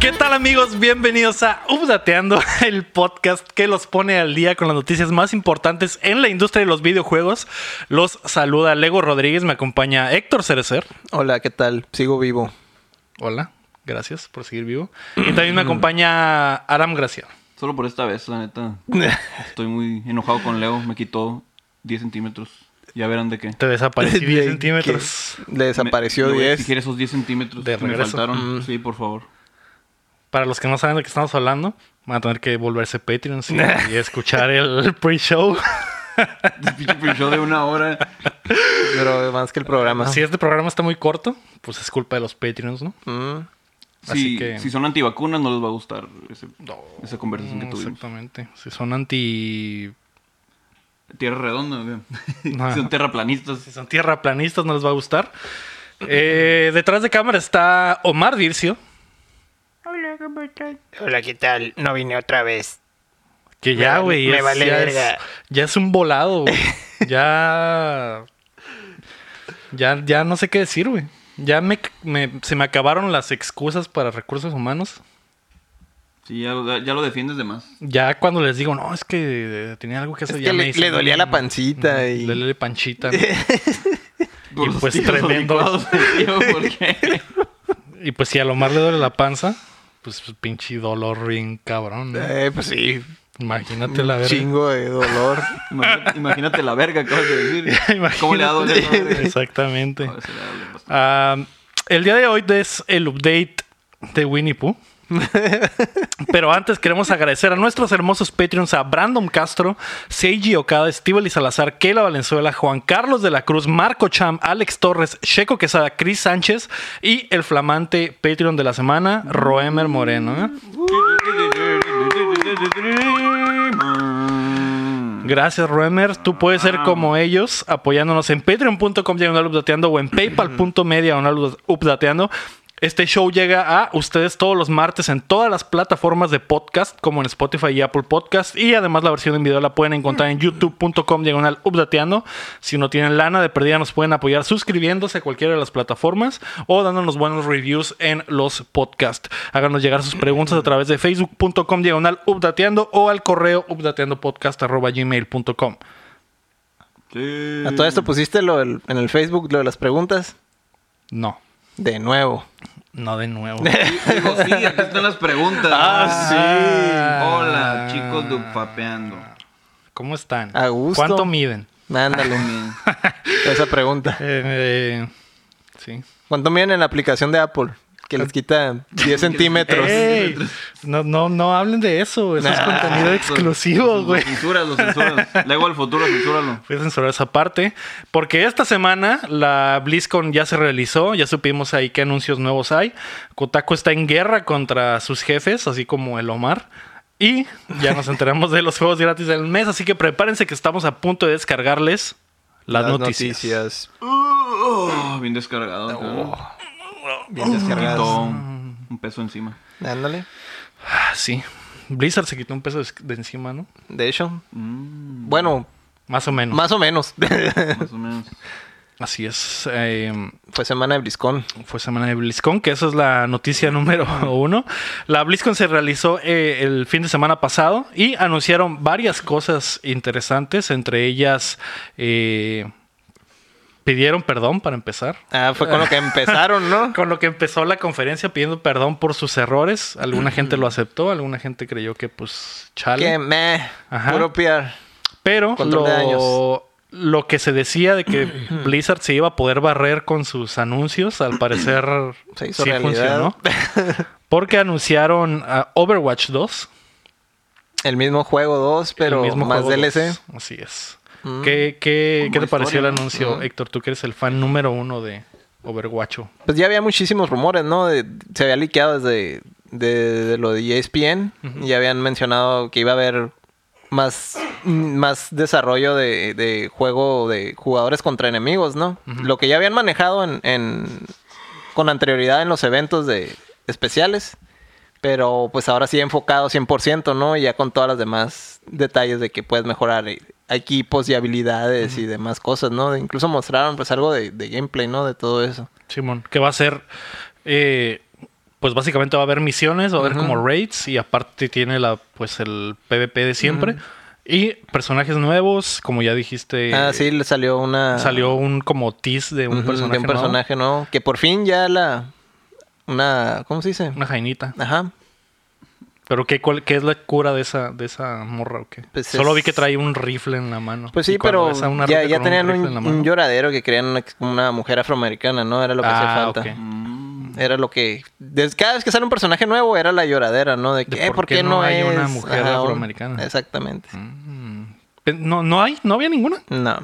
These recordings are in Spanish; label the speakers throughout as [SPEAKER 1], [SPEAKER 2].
[SPEAKER 1] ¿Qué tal amigos? Bienvenidos a Updateando, el podcast que los pone al día con las noticias más importantes en la industria de los videojuegos. Los saluda Lego Rodríguez, me acompaña Héctor Cerecer.
[SPEAKER 2] Hola, ¿qué tal? Sigo vivo.
[SPEAKER 1] Hola, gracias por seguir vivo. Y también me acompaña Aram Gracia.
[SPEAKER 3] Solo por esta vez, la neta. Estoy muy enojado con Leo. Me quitó 10 centímetros. Ya verán de qué.
[SPEAKER 1] Te desaparecí 10
[SPEAKER 2] Que
[SPEAKER 1] centímetros.
[SPEAKER 2] Le desapareció
[SPEAKER 3] Me- le voy a
[SPEAKER 2] 10.
[SPEAKER 3] exigir esos 10 centímetros
[SPEAKER 1] De
[SPEAKER 3] que me
[SPEAKER 1] regreso. Mm.
[SPEAKER 3] faltaron. Sí, por favor.
[SPEAKER 1] Para los que no saben de qué estamos hablando, van a tener que volverse Patreons y, y escuchar el pre-show.
[SPEAKER 3] Pinche pre-show de una hora.
[SPEAKER 2] Pero más que el programa.
[SPEAKER 1] Si este programa está muy corto, pues es culpa de los Patreons, ¿no?
[SPEAKER 2] Mm.
[SPEAKER 1] Así
[SPEAKER 3] Si,
[SPEAKER 1] que-
[SPEAKER 3] si son antivacunas, no les va a gustar ese- esa conversación que
[SPEAKER 1] Mm,
[SPEAKER 3] tuvimos.
[SPEAKER 1] Exactamente. Si son anti.
[SPEAKER 3] Tierra redonda, vean.
[SPEAKER 1] Ah.
[SPEAKER 3] Si son terraplanistas.
[SPEAKER 1] Si son tierraplanistas, no les va a gustar. Eh, detrás de cámara está Omar Dircio,
[SPEAKER 4] Hola, ¿qué tal? No vine otra vez.
[SPEAKER 1] que
[SPEAKER 4] Me
[SPEAKER 1] ya,
[SPEAKER 4] vale-
[SPEAKER 1] güey.
[SPEAKER 4] me
[SPEAKER 1] es-
[SPEAKER 4] vale
[SPEAKER 1] ya,
[SPEAKER 4] verga.
[SPEAKER 1] es, ya es un volado, güey. ya. Ya, ya no sé qué decir, güey. Ya me, me- se me acabaron las excusas para recursos humanos.
[SPEAKER 3] Sí, ya, ya lo defiendes de más.
[SPEAKER 1] Ya cuando les digo, no, es que eh, tenía algo que hacer.
[SPEAKER 2] Es
[SPEAKER 1] ya
[SPEAKER 2] que
[SPEAKER 1] me
[SPEAKER 2] le,
[SPEAKER 1] dicen,
[SPEAKER 2] le dolía la
[SPEAKER 1] "Mm,
[SPEAKER 2] pancita
[SPEAKER 1] Le
[SPEAKER 2] y...
[SPEAKER 1] duele panchita.
[SPEAKER 3] Por
[SPEAKER 1] Y
[SPEAKER 3] los
[SPEAKER 1] pues
[SPEAKER 3] tíos
[SPEAKER 1] tremendo.
[SPEAKER 3] licuados, tío, ¿por qué?
[SPEAKER 1] y pues si a lo más le duele la panza, pues, pues, pinche dolor bien cabrón. ¿no?
[SPEAKER 2] Eh, pues sí.
[SPEAKER 1] Imagínate la
[SPEAKER 2] un
[SPEAKER 1] verga.
[SPEAKER 2] chingo de dolor.
[SPEAKER 3] Imagínate, imagínate la verga que acabas de decir. ¿Cómo le ha dado
[SPEAKER 1] Imagínate.
[SPEAKER 3] eso?
[SPEAKER 1] Exactamente.
[SPEAKER 3] No, se le ha dolido bastante.
[SPEAKER 1] Am, el día de hoy es el update de Winnie Pooh. Pero antes queremos agradecer a nuestros hermosos Patreons a Brandon Castro, Seiji Okada, Estíbaliz Salazar, Keila Valenzuela, Juan Carlos de la Cruz, Marco Cham, Alex Torres, Checo Quesada, Cris Sánchez y el flamante Patreon de la semana, Roemer Moreno. ¿eh? Gracias, Roemer. Tú puedes ser como ellos apoyándonos en patreon.com diagonal updateando o en paypal.me diagonal updateando. Este show llega a ustedes todos los martes en todas las plataformas de podcast, como en Spotify y Apple Podcast. Y además la versión en video la pueden encontrar en youtube.com diagonal updateando. Si no tienen lana de perdida, nos pueden apoyar suscribiéndose a cualquiera de las plataformas o dándonos buenos reviews en los podcasts. Háganos llegar sus preguntas a través de facebook.com diagonal updateando o al correo updateandopodcast.gmail.com.
[SPEAKER 3] Sí.
[SPEAKER 2] A todo esto pusiste lo del- en el Facebook lo de las preguntas.
[SPEAKER 1] No,
[SPEAKER 2] De nuevo.
[SPEAKER 1] no de nuevo.
[SPEAKER 3] Digo, sí, aquí están las preguntas.
[SPEAKER 2] Ah, sí.
[SPEAKER 3] Hola, chicos dupapeando.
[SPEAKER 1] ¿Cómo están?
[SPEAKER 2] A gusto.
[SPEAKER 1] ¿Cuánto miden?
[SPEAKER 2] Ándale. Esa pregunta.
[SPEAKER 1] Eh, eh, sí.
[SPEAKER 2] ¿Cuánto miden en la aplicación de Apple? Que les quita 10 centímetros.
[SPEAKER 1] Ey, no, no, no hablen de eso. Eso es contenido exclusivo, güey.
[SPEAKER 3] Los censuras, los censuras. Luego al futuro, censúralo.
[SPEAKER 1] Voy a censurar esa parte. Porque esta semana la BlizzCon ya se realizó. Ya supimos ahí qué anuncios nuevos hay. Kotaku está en guerra contra sus jefes, así como el Omar. Y ya nos enteramos de los juegos gratis del mes. Así que prepárense que estamos a punto de descargarles las, noticias.
[SPEAKER 3] Oh, bien descargado. claro.
[SPEAKER 2] Bien descargadas.
[SPEAKER 3] Quitó un un peso encima.
[SPEAKER 2] Ándale.
[SPEAKER 1] Ah, sí. Blizzard se quitó un peso de, de encima, ¿no?
[SPEAKER 2] De hecho.
[SPEAKER 3] Mm,
[SPEAKER 2] Bueno,
[SPEAKER 1] Más o menos.
[SPEAKER 2] más o menos.
[SPEAKER 3] más o menos.
[SPEAKER 1] Así es. Eh,
[SPEAKER 2] Fue semana de BlizzCon.
[SPEAKER 1] Fue semana de BlizzCon, que esa es la noticia número uno. La BlizzCon se realizó eh, el fin de semana pasado y anunciaron varias cosas interesantes, entre ellas eh, pidieron perdón para empezar.
[SPEAKER 2] Ah, fue con lo que empezaron, ¿no?
[SPEAKER 1] Con lo que empezó la conferencia pidiendo perdón por sus errores. Alguna gente lo aceptó, alguna gente creyó que pues chale.
[SPEAKER 2] Que meh,
[SPEAKER 1] Ajá.
[SPEAKER 2] puro PR.
[SPEAKER 1] Pero
[SPEAKER 2] Control de daños.
[SPEAKER 1] lo, lo que se decía de que Blizzard se iba a poder barrer con sus anuncios, al parecer
[SPEAKER 2] Se hizo realidad.
[SPEAKER 1] Porque anunciaron ah, Overwatch 2,
[SPEAKER 2] El mismo juego 2, pero
[SPEAKER 1] el mismo
[SPEAKER 2] más
[SPEAKER 1] juego
[SPEAKER 2] DLC.
[SPEAKER 1] 2. Así es.
[SPEAKER 2] Mm.
[SPEAKER 1] ¿Qué, qué,
[SPEAKER 3] Con
[SPEAKER 1] qué te
[SPEAKER 3] buena
[SPEAKER 1] pareció el
[SPEAKER 3] historia, ¿no?
[SPEAKER 1] anuncio, Héctor? Tú que eres el fan número uno de Overwatch.
[SPEAKER 2] Pues ya había muchísimos rumores, ¿no? De- se había liqueado desde de, de E lo de ESPN. Ya habían mencionado que iba a haber más, mm, más desarrollo de, de juego de jugadores contra enemigos, ¿no? Lo que ya habían manejado en, en- con anterioridad en los eventos de especiales. Pero pues ahora sí enfocado 100%, ¿no? Y ya con todas las demás detalles de que puedes mejorar eh, equipos y habilidades y demás cosas, ¿no? Incluso mostraron pues algo de, de gameplay, ¿no? De todo eso.
[SPEAKER 1] Simón, que va a ser eh, pues básicamente va a haber misiones, va a haber como raids y aparte tiene la pues el PvP de siempre. Y personajes nuevos, como ya dijiste,
[SPEAKER 2] ah, sí, le salió una.
[SPEAKER 1] salió un como tease de un
[SPEAKER 2] ujú,
[SPEAKER 1] personaje.
[SPEAKER 2] de un
[SPEAKER 1] nuevo,
[SPEAKER 2] personaje nuevo. Que por fin ya la. Una. ¿Cómo se dice?
[SPEAKER 1] Una jainita.
[SPEAKER 2] Ajá.
[SPEAKER 1] Pero ¿qué, cuál- qué es la cura de esa, de esa morra o qué?
[SPEAKER 2] Pues
[SPEAKER 1] Solo
[SPEAKER 2] es-
[SPEAKER 1] vi que trae un rifle en la mano.
[SPEAKER 2] Pues
[SPEAKER 1] Y
[SPEAKER 2] sí,
[SPEAKER 1] cuando
[SPEAKER 2] pero
[SPEAKER 1] ves a una
[SPEAKER 2] ya,
[SPEAKER 1] ruca
[SPEAKER 2] ya
[SPEAKER 1] con
[SPEAKER 2] tenían
[SPEAKER 1] rifle
[SPEAKER 2] un,
[SPEAKER 1] en la mano.
[SPEAKER 2] un lloradero que querían una, una mujer afroamericana, ¿no? Era lo que
[SPEAKER 1] Ah,
[SPEAKER 2] hacía falta.
[SPEAKER 1] ok.
[SPEAKER 3] Mm,
[SPEAKER 2] Era lo que... desde- cada vez que sale un personaje nuevo era la lloradera, ¿no? De que,
[SPEAKER 1] De
[SPEAKER 2] eh, ¿por qué no,
[SPEAKER 1] hay
[SPEAKER 2] es?
[SPEAKER 1] una mujer
[SPEAKER 2] Ajá, un-
[SPEAKER 1] afroamericana.
[SPEAKER 2] Exactamente.
[SPEAKER 1] Mm. Pe- No, no hay, no había ninguna.
[SPEAKER 2] No.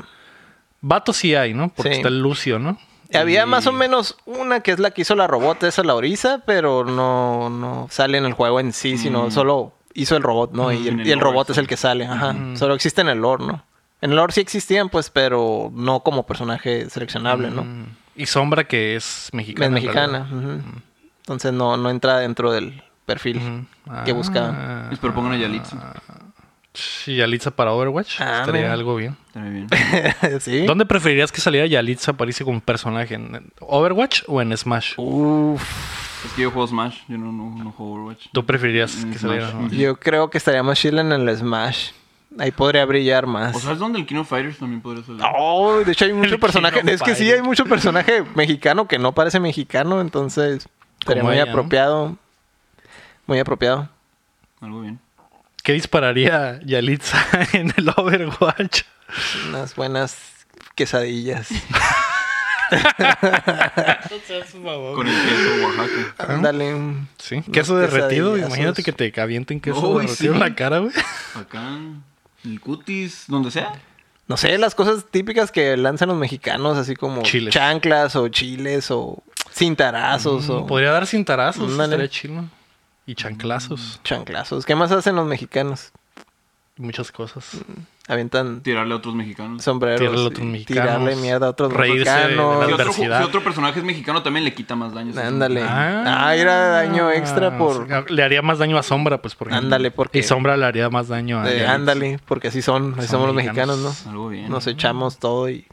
[SPEAKER 1] Vato sí hay, ¿no? Porque
[SPEAKER 2] Sí.
[SPEAKER 1] está el Lucio, ¿no?
[SPEAKER 2] Había
[SPEAKER 1] Y-
[SPEAKER 2] más o menos una que es la que hizo la robot, esa la oriza, pero no, no sale en el juego en sí, sino solo hizo el robot, ¿no? y
[SPEAKER 3] Mm, en
[SPEAKER 2] el,
[SPEAKER 3] el
[SPEAKER 2] y el
[SPEAKER 3] lore,
[SPEAKER 2] robot es
[SPEAKER 3] sí.
[SPEAKER 2] el que sale, ajá.
[SPEAKER 1] Mm.
[SPEAKER 2] Solo existe en el lore, ¿no? En el lore sí existían, pues, pero no como personaje seleccionable, ¿no?
[SPEAKER 1] Mm. Y Sombra que es mexicana.
[SPEAKER 2] Es
[SPEAKER 1] en
[SPEAKER 2] mexicana.
[SPEAKER 1] realidad.
[SPEAKER 2] ujú. Entonces no, no entra dentro del perfil
[SPEAKER 1] Ujú.
[SPEAKER 2] que
[SPEAKER 1] Ah.
[SPEAKER 2] buscaban.
[SPEAKER 3] Les propongo a Yalitza.
[SPEAKER 1] Sí, Yalitza para Overwatch.
[SPEAKER 2] Ah,
[SPEAKER 1] Estaría
[SPEAKER 2] mira.
[SPEAKER 1] algo bien.
[SPEAKER 3] Estaría bien.
[SPEAKER 2] ¿Sí?
[SPEAKER 1] ¿Dónde preferirías que saliera Yalitza Aparicio como personaje? ¿En Overwatch o en Smash?
[SPEAKER 2] Uf.
[SPEAKER 3] Es que yo juego Smash, yo no, no, no juego Overwatch.
[SPEAKER 1] ¿Tú preferirías
[SPEAKER 3] En
[SPEAKER 1] que saliera?
[SPEAKER 3] Smash.
[SPEAKER 2] Yo creo que estaría más chile en el Smash. Ahí podría brillar más.
[SPEAKER 3] ¿O sabes dónde el King of Fighters también podría salir?
[SPEAKER 2] Oh, de hecho hay mucho
[SPEAKER 1] El
[SPEAKER 2] personaje.
[SPEAKER 1] Kino
[SPEAKER 2] Es que sí,
[SPEAKER 1] Fighter.
[SPEAKER 2] hay mucho personaje mexicano que no parece mexicano, entonces estaría
[SPEAKER 1] Como
[SPEAKER 2] muy
[SPEAKER 1] ella, ¿no?
[SPEAKER 2] apropiado. Muy apropiado.
[SPEAKER 3] Algo bien.
[SPEAKER 1] ¿Qué dispararía Yalitza en el Overwatch?
[SPEAKER 2] Unas buenas quesadillas.
[SPEAKER 3] Con el queso Oaxaca.
[SPEAKER 2] Ándale.
[SPEAKER 1] Sí,
[SPEAKER 2] Unas
[SPEAKER 1] queso derretido.
[SPEAKER 2] quesadillazos.
[SPEAKER 1] Imagínate que te avienten queso
[SPEAKER 3] Uy,
[SPEAKER 1] derretido en
[SPEAKER 3] sí.
[SPEAKER 1] la cara, güey.
[SPEAKER 3] Acá, en el cutis, donde sea.
[SPEAKER 2] No sé, las cosas típicas que lanzan los mexicanos, así como
[SPEAKER 1] Chiles. Mm,
[SPEAKER 2] chanclas o chiles o cintarazos o
[SPEAKER 1] Podría dar cintarazos.
[SPEAKER 2] Ándale.
[SPEAKER 1] Estaría chido. Y chanclazos.
[SPEAKER 2] chanclazos. ¿Qué más hacen los mexicanos? Mm.
[SPEAKER 1] Y muchas cosas.
[SPEAKER 2] Aventan
[SPEAKER 3] Tirarle a otros mexicanos.
[SPEAKER 2] sombreros.
[SPEAKER 1] Tirarle a otros
[SPEAKER 2] y
[SPEAKER 1] mexicanos.
[SPEAKER 2] tirarle mierda a otros
[SPEAKER 1] pues, Reírse de la
[SPEAKER 2] mexicanos.
[SPEAKER 3] Si otro,
[SPEAKER 1] adversidad.
[SPEAKER 3] si otro personaje es mexicano también le quita más daño.
[SPEAKER 2] Ándale.
[SPEAKER 1] Ah.
[SPEAKER 2] Ah, era daño extra por.
[SPEAKER 1] Le haría más daño a Sombra, pues, por ejemplo.
[SPEAKER 2] Ándale, porque-
[SPEAKER 1] Y Sombra le haría más daño a...
[SPEAKER 2] de
[SPEAKER 1] Yalitza.
[SPEAKER 2] ándale, porque así son, así
[SPEAKER 1] Son
[SPEAKER 2] somos los
[SPEAKER 1] mexicanos.
[SPEAKER 2] mexicanos,
[SPEAKER 3] Algo
[SPEAKER 2] ¿no?
[SPEAKER 3] bien.
[SPEAKER 2] Nos echamos todo y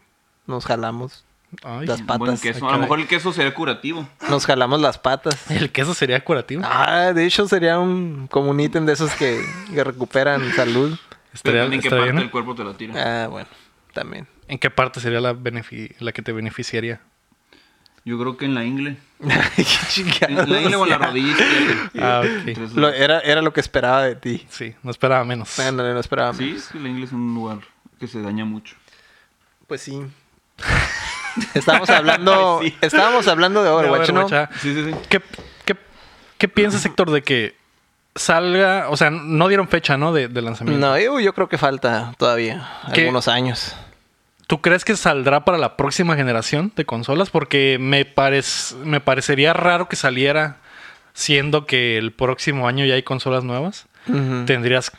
[SPEAKER 2] nos jalamos.
[SPEAKER 1] Ay,
[SPEAKER 2] Las
[SPEAKER 3] Un buen
[SPEAKER 2] patas.
[SPEAKER 3] queso.
[SPEAKER 1] Ay,
[SPEAKER 3] A lo
[SPEAKER 1] caray.
[SPEAKER 3] mejor el queso sería curativo.
[SPEAKER 2] Nos jalamos las patas.
[SPEAKER 1] El queso sería curativo.
[SPEAKER 2] Ah, de hecho sería un como un ítem de esos que, que recuperan salud.
[SPEAKER 1] Estaría-
[SPEAKER 3] Depende en qué
[SPEAKER 1] estaría
[SPEAKER 3] parte
[SPEAKER 1] bien.
[SPEAKER 3] del cuerpo te la tira.
[SPEAKER 2] Ah, bueno, también.
[SPEAKER 1] ¿En qué parte sería la, benefi- la que te beneficiaría?
[SPEAKER 3] Yo creo que en la ingle.
[SPEAKER 2] Qué
[SPEAKER 3] En la ingle o en la
[SPEAKER 2] chingados.
[SPEAKER 3] rodilla izquierda.
[SPEAKER 1] Ah, ok.
[SPEAKER 3] Tres-
[SPEAKER 2] Lo- era, era lo que esperaba de ti.
[SPEAKER 1] Sí, no esperaba menos.
[SPEAKER 2] Ah, no, no esperaba.
[SPEAKER 3] Sí, es que la ingle es un lugar que se daña mucho.
[SPEAKER 2] Pues sí. Estábamos hablando, estábamos hablando de Overwatch, ¿no?
[SPEAKER 1] Overwatch, ah.
[SPEAKER 3] Sí, sí, sí.
[SPEAKER 1] ¿Qué, qué, qué piensas, Héctor, de que salga... O sea, no dieron fecha, ¿no? De, de lanzamiento.
[SPEAKER 2] No, yo, yo creo que falta todavía
[SPEAKER 1] ¿Qué?
[SPEAKER 2] algunos años.
[SPEAKER 1] ¿Tú crees que saldrá para la próxima generación de consolas? Porque me, parec- me parecería raro que saliera siendo que el próximo año ya hay consolas nuevas.
[SPEAKER 2] Ujú.
[SPEAKER 1] Tendrías,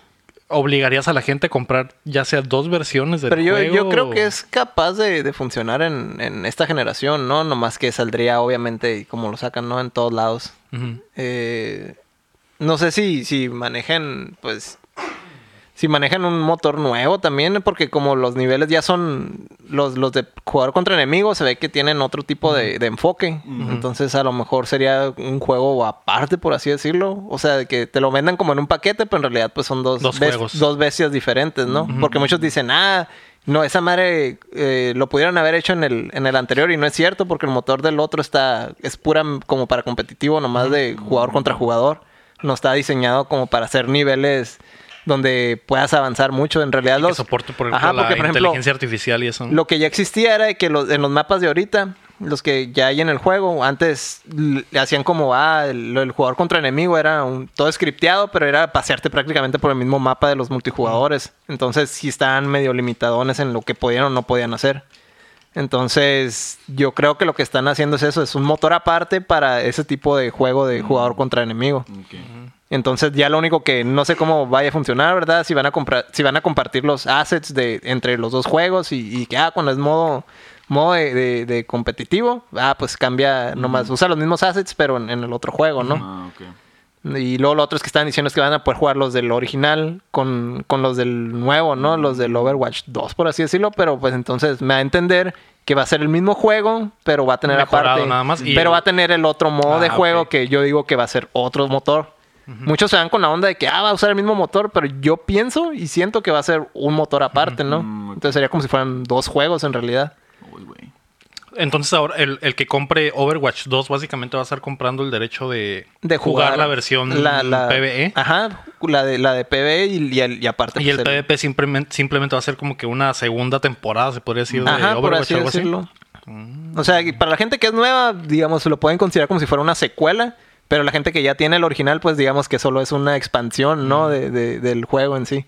[SPEAKER 1] obligarías a la gente a comprar ya sea dos versiones del
[SPEAKER 2] Pero yo,
[SPEAKER 1] juego.
[SPEAKER 2] yo creo
[SPEAKER 1] o-
[SPEAKER 2] que es capaz de, de funcionar en, en esta generación, ¿no? Nomás que saldría, obviamente, y como lo sacan, ¿no? En todos lados.
[SPEAKER 1] Ujú.
[SPEAKER 2] Eh, no sé si, si manejan, pues... Si manejan un motor nuevo también, porque como los niveles ya son los, los de jugar contra enemigos, se ve que tienen otro tipo de, de enfoque. Entonces a lo mejor sería un juego aparte, por así decirlo. O sea, de que te lo vendan como en un paquete, pero en realidad pues son dos,
[SPEAKER 1] Dos
[SPEAKER 2] bes-
[SPEAKER 1] juegos.
[SPEAKER 2] dos bestias diferentes, ¿no? Porque muchos dicen, ah, no, esa madre eh, lo pudieran haber hecho en el, en el anterior y no es cierto porque el motor del otro está, es pura m- como para competitivo, nomás de jugador contra jugador. No está diseñado como para hacer niveles donde puedas avanzar mucho. En realidad
[SPEAKER 1] Que
[SPEAKER 2] los...
[SPEAKER 1] soporte, por ejemplo,
[SPEAKER 2] Ajá,
[SPEAKER 1] la
[SPEAKER 2] porque, por ejemplo,
[SPEAKER 1] inteligencia artificial y eso. ¿no?
[SPEAKER 2] lo que ya existía era de que los, en los mapas de ahorita, los que ya hay en el juego, antes l- le hacían como, ah, el, lo del jugador contra enemigo era un, todo scripteado, pero era pasearte prácticamente por el mismo mapa de los multijugadores. Entonces sí estaban medio limitadones en lo que podían o no podían hacer. Entonces yo creo que lo que están haciendo es eso, es un motor aparte para ese tipo de juego de jugador contra enemigo.
[SPEAKER 3] Ok.
[SPEAKER 2] Entonces ya lo único que no sé cómo vaya a funcionar, ¿verdad? Si van a comprar, si van a compartir los assets de entre los dos juegos y, y que ah, cuando es modo, modo de, de- de competitivo, ah, pues cambia nomás, usa los mismos assets, pero en, en el otro juego, ¿no?
[SPEAKER 3] Ah, ok.
[SPEAKER 2] Y luego lo otro es que estaban diciendo es que van a poder jugar los del original con, con los del nuevo, ¿no?
[SPEAKER 1] Mm.
[SPEAKER 2] Los del Overwatch 2, por así decirlo. Pero pues entonces me va a entender que va a ser el mismo juego, pero va a tener
[SPEAKER 1] Mejorado
[SPEAKER 2] aparte.
[SPEAKER 1] nada más y
[SPEAKER 2] pero
[SPEAKER 1] el-
[SPEAKER 2] va a tener el otro modo
[SPEAKER 1] Ah,
[SPEAKER 2] de juego
[SPEAKER 1] ok.
[SPEAKER 2] que yo digo que va a ser otro motor. Muchos se van con la onda de que ah, va a usar el mismo motor, pero yo pienso y siento que va a ser un motor aparte, ¿no?
[SPEAKER 3] Mm, ok.
[SPEAKER 2] Entonces sería como si fueran dos juegos en realidad.
[SPEAKER 3] Uy, güey.
[SPEAKER 1] Entonces ahora el, el que compre Overwatch 2 básicamente va a estar comprando el derecho de,
[SPEAKER 2] de jugar,
[SPEAKER 1] la versión
[SPEAKER 2] la- la- Ah,
[SPEAKER 1] PvE.
[SPEAKER 2] Ajá, la de, la de PvE y, y el- y aparte.
[SPEAKER 1] Y el E
[SPEAKER 2] pues,
[SPEAKER 1] PvP simplemente, simplemente va a ser como que una segunda temporada, se podría decir, de
[SPEAKER 2] Ajá,
[SPEAKER 1] Overwatch
[SPEAKER 2] por así
[SPEAKER 1] algo así. Mm.
[SPEAKER 2] decirlo. O sea, y para la gente que es nueva, digamos, lo pueden considerar como si fuera una secuela. Pero la gente que ya tiene el original, pues digamos que solo es una expansión,
[SPEAKER 1] Mm.
[SPEAKER 2] ¿no? De, de- del juego en sí.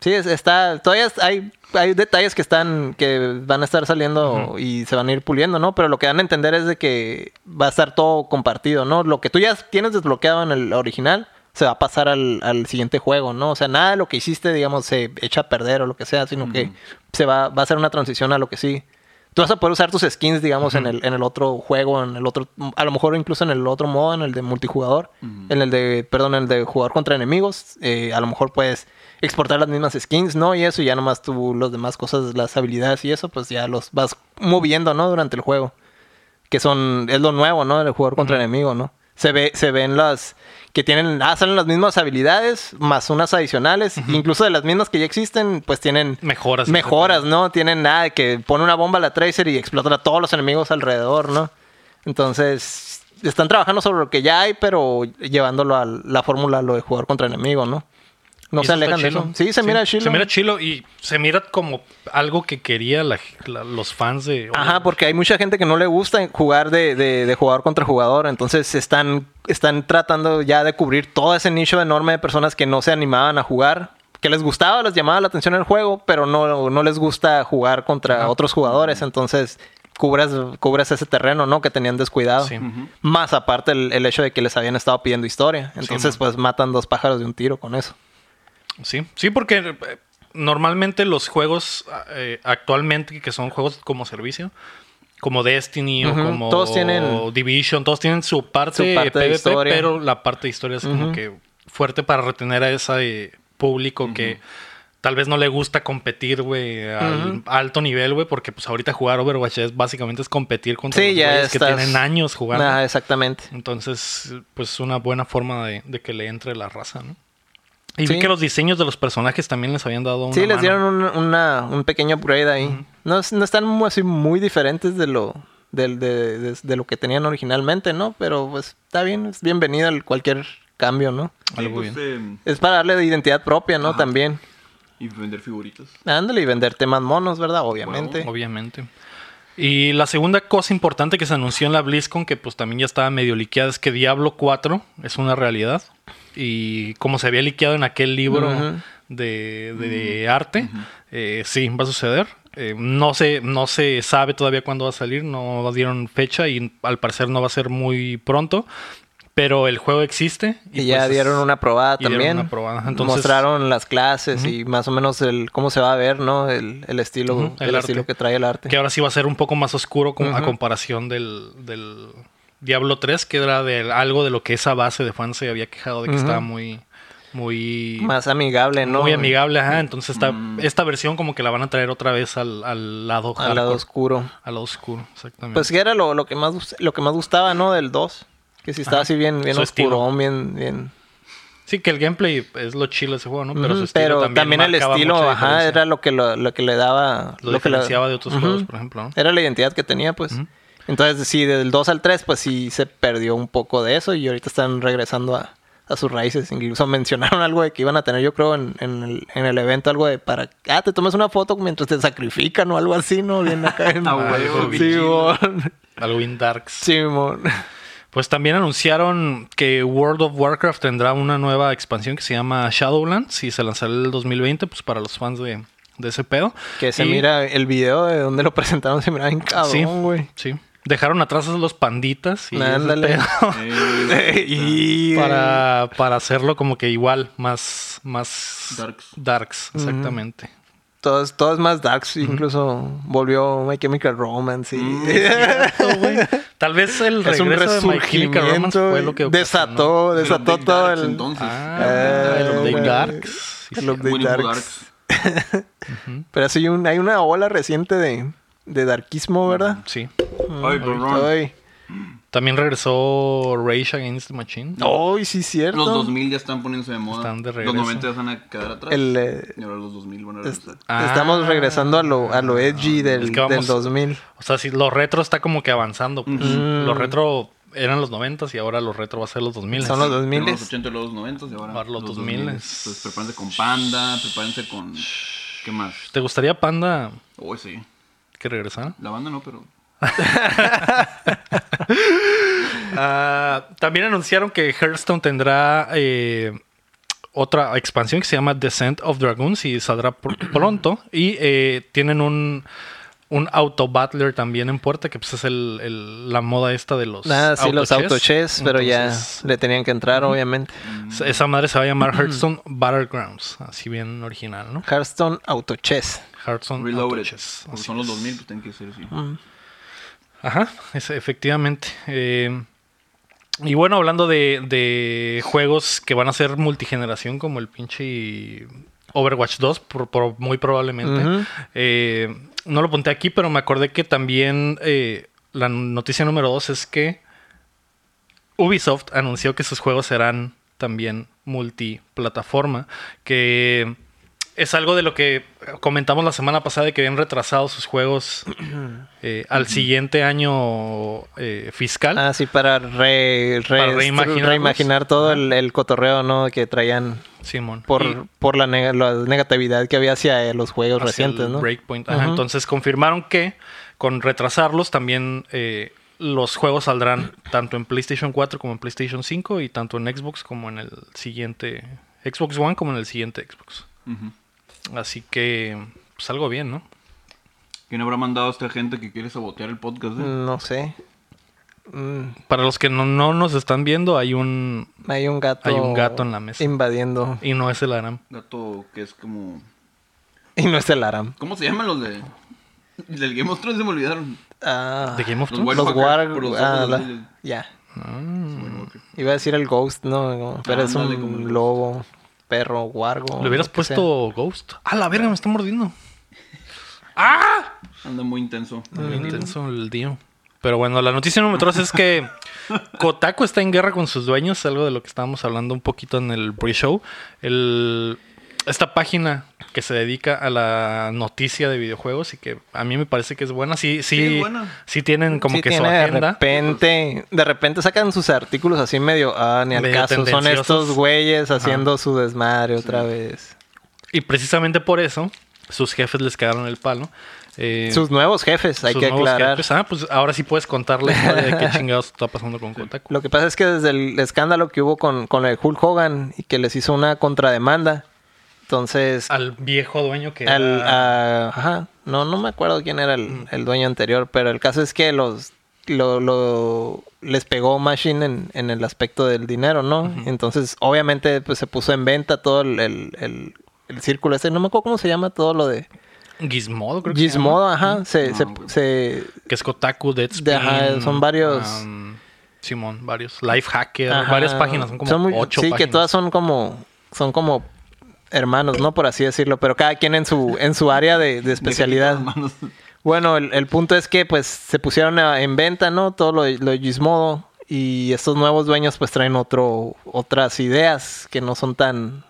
[SPEAKER 2] Sí, es- está. Todavía es- hay, hay detalles que están. que van a estar saliendo y se van a ir puliendo, ¿no? Pero lo que dan a entender es de que va a estar todo compartido, ¿no? Lo que tú ya tienes desbloqueado en el original se va a pasar al, al siguiente juego, ¿no? O sea, nada de lo que hiciste, digamos, se echa a perder o lo que sea, sino que se va, va a ser una transición a lo que sí. Tú vas a poder usar tus skins, digamos, en, el, en el otro juego, en el otro, a lo mejor incluso en el otro modo, en el de multijugador, en el de, perdón, en el de jugador contra enemigos, eh, a lo mejor puedes exportar las mismas skins, ¿no? Y eso, y ya nomás tú, las demás cosas, las habilidades y eso, pues ya los vas moviendo, ¿no? Durante el juego que son es lo nuevo, ¿no? El jugador contra enemigo, ¿no? Se ve se ven las que tienen ah, salen las mismas habilidades más unas adicionales, incluso de las mismas que ya existen, pues tienen
[SPEAKER 1] Mejoras.
[SPEAKER 2] mejoras, ¿no? Tienen nada de que pone una bomba a la Tracer y explota a todos los enemigos alrededor, ¿no? Entonces, están trabajando sobre lo que ya hay, pero llevándolo a la fórmula lo de jugador contra enemigo, ¿no? No
[SPEAKER 1] Y
[SPEAKER 2] se
[SPEAKER 1] eso está
[SPEAKER 2] alejan de
[SPEAKER 1] chilo.
[SPEAKER 2] eso. Sí, se mira chilo.
[SPEAKER 1] Se mira chilo y se mira como algo que quería la- la- los fans de.
[SPEAKER 2] Ajá, porque hay mucha gente que no le gusta jugar de, de- de jugador contra jugador. Entonces están, están tratando ya de cubrir todo ese nicho enorme de personas que no se animaban a jugar. Que les gustaba, les llamaba la atención el juego, pero no, no les gusta jugar contra otros jugadores. Entonces cubras, cubras ese terreno, ¿no? Que tenían descuidado.
[SPEAKER 1] Sí.
[SPEAKER 3] Ujú.
[SPEAKER 2] Más aparte el, el hecho de que les habían estado pidiendo historia. Entonces,
[SPEAKER 1] man.
[SPEAKER 2] pues matan dos pájaros de un tiro con eso.
[SPEAKER 1] Sí, sí, porque eh, normalmente los juegos eh, actualmente que son juegos como servicio, como Destiny
[SPEAKER 2] Ujú,
[SPEAKER 1] o como
[SPEAKER 2] todos tienen-
[SPEAKER 1] Division, todos tienen su parte,
[SPEAKER 2] Su parte de
[SPEAKER 1] PvP,
[SPEAKER 2] historia.
[SPEAKER 1] pero la parte de historia es como
[SPEAKER 2] Ujú.
[SPEAKER 1] que fuerte para retener a ese público que tal vez no le gusta competir, güey, al
[SPEAKER 2] Ujú.
[SPEAKER 1] alto nivel, güey, porque pues ahorita jugar Overwatch es básicamente es competir contra
[SPEAKER 2] Sí,
[SPEAKER 1] los
[SPEAKER 2] ya
[SPEAKER 1] güeyes que
[SPEAKER 2] estás-
[SPEAKER 1] tienen años jugando.
[SPEAKER 2] Ajá, exactamente.
[SPEAKER 1] Entonces, pues es una buena forma de, de que le entre la raza, ¿no? Y vi
[SPEAKER 2] Sí.
[SPEAKER 1] que los diseños de los personajes también les habían dado una
[SPEAKER 2] Sí, les
[SPEAKER 1] mano.
[SPEAKER 2] dieron un, una- un pequeño upgrade ahí. no, es- no están mu- así muy diferentes de lo, del- de, de- de lo que tenían originalmente, ¿no? Pero pues está bien, es bienvenido el cualquier cambio, ¿no?
[SPEAKER 1] Algo
[SPEAKER 3] Sí, pues, eh,
[SPEAKER 2] Es para darle identidad propia, ¿no? También.
[SPEAKER 3] y vender figuritas.
[SPEAKER 2] Ándale y venderte más monos, ¿verdad? Obviamente.
[SPEAKER 1] Obviamente. Y la segunda cosa importante que se anunció en la BlizzCon, que pues también ya estaba medio liqueada, es que Diablo 4 es una realidad. Y como se había liqueado en aquel libro
[SPEAKER 2] Ujú.
[SPEAKER 1] de, de arte, eh, sí, va a suceder. Eh, no, se, no se sabe todavía cuándo va a salir, no dieron fecha y al parecer no va a ser muy pronto. Pero el juego existe.
[SPEAKER 2] Y, ya
[SPEAKER 1] pues,
[SPEAKER 2] dieron una probada
[SPEAKER 1] y dieron
[SPEAKER 2] también.
[SPEAKER 1] una probada. Entonces-
[SPEAKER 2] Mostraron las clases y más o menos el cómo se va a ver, ¿no? El, el estilo,
[SPEAKER 1] Ujú, el
[SPEAKER 2] el,
[SPEAKER 1] arte.
[SPEAKER 2] estilo que trae el arte.
[SPEAKER 1] Que ahora sí va a ser un poco más oscuro con- a
[SPEAKER 2] Este. Ujú.
[SPEAKER 1] comparación del, del Diablo 3, que era de algo de lo que esa base de fans se había quejado de que
[SPEAKER 2] Ujú.
[SPEAKER 1] estaba muy, muy,
[SPEAKER 2] Más amigable, ¿no?
[SPEAKER 1] muy amigable. Ajá. Entonces esta, esta versión como que la van a traer otra vez al, al lado
[SPEAKER 2] Al lado
[SPEAKER 1] hardcore,
[SPEAKER 2] oscuro.
[SPEAKER 1] al lado oscuro, exactamente.
[SPEAKER 2] Pues que era lo, lo que más gust- lo que más gustaba, ¿no? Del 2. Que si estaba
[SPEAKER 1] Ajá.
[SPEAKER 2] así bien, bien
[SPEAKER 1] Su
[SPEAKER 2] oscurón, bien, bien.
[SPEAKER 1] sí, que el gameplay es lo chido de ese juego, ¿no?
[SPEAKER 2] Ujú, Pero,
[SPEAKER 1] Pero, su estilo también,
[SPEAKER 2] también, el
[SPEAKER 1] marcaba
[SPEAKER 2] estilo,
[SPEAKER 1] mucha
[SPEAKER 2] ajá,
[SPEAKER 1] diferencia.
[SPEAKER 2] era lo que lo, lo que le daba.
[SPEAKER 1] Lo
[SPEAKER 2] que le-
[SPEAKER 1] diferenciaba de otros
[SPEAKER 2] Ujú.
[SPEAKER 1] juegos, por ejemplo, ¿no?
[SPEAKER 2] Era la identidad que tenía, pues. Entonces, sí, del 2 al 3, pues sí se perdió un poco de eso. Y ahorita están regresando a, a sus raíces. Incluso mencionaron algo de que iban a tener, yo creo, en, en el, en el evento, algo de para. Ah, te tomas una foto mientras te sacrifican o algo así, ¿no? Bien acá. en-
[SPEAKER 3] Ah, huevo,
[SPEAKER 2] Sí,
[SPEAKER 3] bien chido.
[SPEAKER 2] mon.
[SPEAKER 1] Algo in Darks.
[SPEAKER 2] Sí, mon.
[SPEAKER 1] Pues también anunciaron que World of Warcraft tendrá una nueva expansión que se llama Shadowlands y se lanzará el 2020, pues para los fans de, de ese pedo.
[SPEAKER 2] Que se
[SPEAKER 1] Y-
[SPEAKER 2] mira el video de donde lo presentaron, se miraba bien
[SPEAKER 1] Sí,
[SPEAKER 2] cabrón, güey.
[SPEAKER 1] sí. Dejaron atrás a los panditas y ese
[SPEAKER 2] Ándale.
[SPEAKER 1] pedo
[SPEAKER 3] Eh,
[SPEAKER 2] y...
[SPEAKER 1] Ah. para, para hacerlo como que igual, más, más
[SPEAKER 3] Darks.
[SPEAKER 1] darks, exactamente.
[SPEAKER 2] Todo es, todo es más darks. Incluso volvió My Chemical Romance. Y...
[SPEAKER 1] Cierto, güey. Tal vez el
[SPEAKER 2] es un
[SPEAKER 1] Mm. regreso de My Chemical Romance
[SPEAKER 2] resurgimiento.
[SPEAKER 1] fue
[SPEAKER 2] y
[SPEAKER 1] lo que ocasionó.
[SPEAKER 2] desató, desató
[SPEAKER 3] Big
[SPEAKER 2] todo
[SPEAKER 3] Darks,
[SPEAKER 2] el...
[SPEAKER 3] entonces.
[SPEAKER 1] Ah, el
[SPEAKER 2] Eh,
[SPEAKER 1] Update
[SPEAKER 2] güey.
[SPEAKER 1] Darks. Sí,
[SPEAKER 2] el
[SPEAKER 1] sí.
[SPEAKER 2] update
[SPEAKER 3] Winnie
[SPEAKER 2] darks.
[SPEAKER 3] Pooh Darks.
[SPEAKER 2] Pero sí, un- hay una ola reciente de, de darkismo, ¿verdad?
[SPEAKER 1] Sí.
[SPEAKER 3] Ay, perdón.
[SPEAKER 2] Ay,
[SPEAKER 1] También regresó Rage Against the Machine.
[SPEAKER 2] Ay, sí, cierto.
[SPEAKER 3] Los 2000 ya están poniéndose de moda.
[SPEAKER 1] Están de
[SPEAKER 3] los
[SPEAKER 1] regreso.
[SPEAKER 3] 90 van a quedar atrás.
[SPEAKER 2] El, eh,
[SPEAKER 3] y ahora los 2000 van a
[SPEAKER 2] Es-
[SPEAKER 3] regresar.
[SPEAKER 1] Ah.
[SPEAKER 2] Estamos regresando a lo, a lo edgy del,
[SPEAKER 1] Es que
[SPEAKER 2] del
[SPEAKER 1] vamos-
[SPEAKER 2] 2000.
[SPEAKER 1] O sea, si los retro está como que avanzando. pues.
[SPEAKER 2] Mm.
[SPEAKER 1] Los retro eran los 90 y ahora los retro va a ser los 2000.
[SPEAKER 2] Son los
[SPEAKER 3] Primero
[SPEAKER 2] 2000.
[SPEAKER 3] los 80 y luego los 90 y ahora
[SPEAKER 1] Ahora los 2000.
[SPEAKER 3] Entonces prepárense con Panda, prepárense con... ¿Qué más?
[SPEAKER 1] ¿Te gustaría Panda
[SPEAKER 3] Uy, sí.
[SPEAKER 1] que regresara?
[SPEAKER 3] La banda no, pero...
[SPEAKER 1] Ah, también anunciaron que Hearthstone tendrá eh, otra expansión que se llama Descent of Dragons y saldrá pr- pronto. Y eh, tienen un, un auto battler también en puerta, que pues es el- el- la moda esta de los.
[SPEAKER 2] Nada, Ah, sí, los
[SPEAKER 1] auto-chess.
[SPEAKER 2] autochess, pero
[SPEAKER 1] Entonces,
[SPEAKER 2] ya le tenían que entrar, obviamente.
[SPEAKER 1] Esa madre se va a llamar Hearthstone Battlegrounds, así bien original, ¿no?
[SPEAKER 2] Hearthstone autochess.
[SPEAKER 1] Hearthstone
[SPEAKER 3] Reloaded.
[SPEAKER 1] Auto-chess,
[SPEAKER 3] Porque
[SPEAKER 1] así
[SPEAKER 3] son los
[SPEAKER 1] es. Ah.
[SPEAKER 3] 2000, pues tienen que ser así.
[SPEAKER 1] Ajá, es- efectivamente. Eh, y bueno, hablando de, de juegos que van a ser multigeneración, como el pinche Overwatch 2, por- por- muy probablemente.
[SPEAKER 2] Ujú.
[SPEAKER 1] Eh, no lo apunté aquí, pero me acordé que también eh, la noticia número 2 es que Ubisoft anunció que sus juegos serán también multiplataforma, que es algo de lo que comentamos la semana pasada de que habían retrasado sus juegos eh, al siguiente año eh, fiscal.
[SPEAKER 2] Ah, sí, para, re- re-
[SPEAKER 1] Para reimaginarlos.
[SPEAKER 2] reimaginar todo el, el cotorreo, ¿no? Que traían
[SPEAKER 1] Simón.
[SPEAKER 2] por,
[SPEAKER 1] Y-
[SPEAKER 2] por la, neg- la negatividad que había hacia eh, los juegos
[SPEAKER 1] hacia el
[SPEAKER 2] recientes, ¿no?
[SPEAKER 1] Breakpoint. Ajá,
[SPEAKER 2] Ujú.
[SPEAKER 1] Entonces confirmaron que con retrasarlos también eh, los juegos saldrán tanto en PlayStation 4 como en PlayStation 5 y tanto en Xbox como en el siguiente Xbox One como en el siguiente Xbox.
[SPEAKER 3] Ujú.
[SPEAKER 1] Así que pues algo bien, ¿no?
[SPEAKER 3] ¿Quién habrá mandado a esta gente que quiere sabotear el podcast? eh?
[SPEAKER 2] No sé. Mm,
[SPEAKER 1] Para los que no, no nos están viendo hay un
[SPEAKER 2] hay un gato.
[SPEAKER 1] Hay un gato en la mesa.
[SPEAKER 2] Invadiendo.
[SPEAKER 1] y no es el ARAM.
[SPEAKER 3] Gato que es como...
[SPEAKER 2] Y no es el Aram.
[SPEAKER 3] ¿Cómo se llaman los de...? Del Game of Thrones se me olvidaron.
[SPEAKER 2] Ah,
[SPEAKER 1] ¿De Game of
[SPEAKER 3] Los
[SPEAKER 1] Thrones?
[SPEAKER 2] los War.
[SPEAKER 3] Walker, por los
[SPEAKER 2] ah,
[SPEAKER 3] ojos
[SPEAKER 2] la-
[SPEAKER 3] azules.
[SPEAKER 2] ya.
[SPEAKER 1] Ah.
[SPEAKER 2] Iba a decir el Ghost, no, no, pero es
[SPEAKER 3] Ándale, como el
[SPEAKER 2] un lobo, perro, guargo.
[SPEAKER 1] Le hubieras
[SPEAKER 2] lo que sea.
[SPEAKER 1] puesto Ghost. Ah, la verga, me está mordiendo.
[SPEAKER 3] Anda muy intenso.
[SPEAKER 1] Muy intenso el día. Pero bueno, la noticia número 3 es que Kotaku está en guerra con sus dueños, algo de lo que estábamos hablando un poquito en el pre-show. El- Esta página que se dedica a la noticia de videojuegos y que a mí me parece que es buena. Sí, sí,
[SPEAKER 3] Sí, es buena.
[SPEAKER 1] sí tienen como
[SPEAKER 2] Sí,
[SPEAKER 1] que su
[SPEAKER 2] tiene De
[SPEAKER 1] agenda.
[SPEAKER 2] repente, de repente sacan sus artículos así medio, ah, ni al
[SPEAKER 1] Medio
[SPEAKER 2] caso. Son
[SPEAKER 1] tendenciosos.
[SPEAKER 2] estos güeyes haciendo su desmadre otra vez.
[SPEAKER 1] Y precisamente por eso sus jefes les cagaron el palo. Eh,
[SPEAKER 2] Sus nuevos jefes, hay
[SPEAKER 1] sus
[SPEAKER 2] que
[SPEAKER 1] nuevos
[SPEAKER 2] aclarar.
[SPEAKER 1] jefes. Ah, pues ahora sí puedes contar la historia de qué chingados está pasando con Kotaku.
[SPEAKER 2] Lo que pasa es que desde el escándalo que hubo con, con el Hulk Hogan y que les hizo una contrademanda, entonces
[SPEAKER 1] Al viejo dueño que era-
[SPEAKER 2] Al- ah,
[SPEAKER 1] Mm.
[SPEAKER 2] a- ajá. No, no me acuerdo quién era el, el dueño anterior, pero el caso es que los lo, lo- les pegó Machine en, en el aspecto del dinero, ¿no? Entonces, obviamente, pues se puso en venta todo el, el, el- el círculo ese. No me acuerdo cómo se llama todo lo de
[SPEAKER 1] Gizmodo, creo que se llama.
[SPEAKER 2] Gizmodo, ajá. Se,
[SPEAKER 3] No,
[SPEAKER 2] se-
[SPEAKER 3] güey.
[SPEAKER 2] se-
[SPEAKER 1] que es Kotaku, Deadspin.
[SPEAKER 2] De- ajá, son varios.
[SPEAKER 1] am, Simón, varios. Lifehacker,
[SPEAKER 2] ajá.
[SPEAKER 1] varias páginas, son como
[SPEAKER 2] muy-
[SPEAKER 1] ocho
[SPEAKER 2] Sí,
[SPEAKER 1] páginas.
[SPEAKER 2] que todas son como, son como hermanos, ¿no? Por así decirlo, pero cada quien en su, en su área de, de especialidad.
[SPEAKER 3] Manos.
[SPEAKER 2] Bueno, el, el punto es que pues se pusieron a- en venta, ¿no? Todo lo, lo de Gizmodo. Y estos nuevos dueños pues traen otro, otras ideas que no son tan,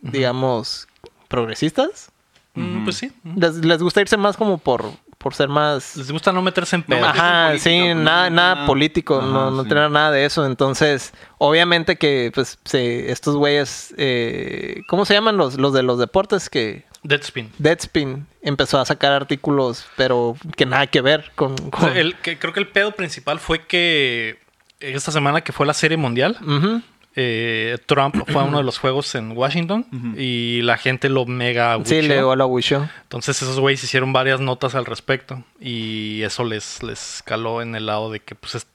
[SPEAKER 2] digamos, progresistas.
[SPEAKER 1] Mm, pues sí. mm.
[SPEAKER 2] Les, les gusta irse más como por, por ser más...
[SPEAKER 1] Les gusta no meterse en pedo.
[SPEAKER 3] Pero
[SPEAKER 2] Ajá,
[SPEAKER 3] que es
[SPEAKER 2] sí,
[SPEAKER 3] política, pues,
[SPEAKER 2] nada,
[SPEAKER 3] no,
[SPEAKER 2] nada
[SPEAKER 3] nada.
[SPEAKER 2] político, no,
[SPEAKER 3] Ajá,
[SPEAKER 2] no
[SPEAKER 3] sí.
[SPEAKER 2] tener nada de eso. Entonces, obviamente que pues se, estos güeyes, eh, ¿cómo se llaman los, los de los deportes? Que
[SPEAKER 1] Deadspin.
[SPEAKER 2] Deadspin empezó a sacar artículos, pero que nada que ver con...
[SPEAKER 1] O
[SPEAKER 2] con-
[SPEAKER 1] sea, el, que, creo que el pedo principal fue que esta semana que fue la serie mundial,
[SPEAKER 2] Ujú.
[SPEAKER 1] eh, Trump fue a uno de los juegos en Washington y la gente lo mega
[SPEAKER 2] Sí,
[SPEAKER 1] abucheó.
[SPEAKER 2] le dio la Wisho.
[SPEAKER 1] Entonces esos güeyes hicieron varias notas al respecto y eso les, les caló en el lado de que pues es-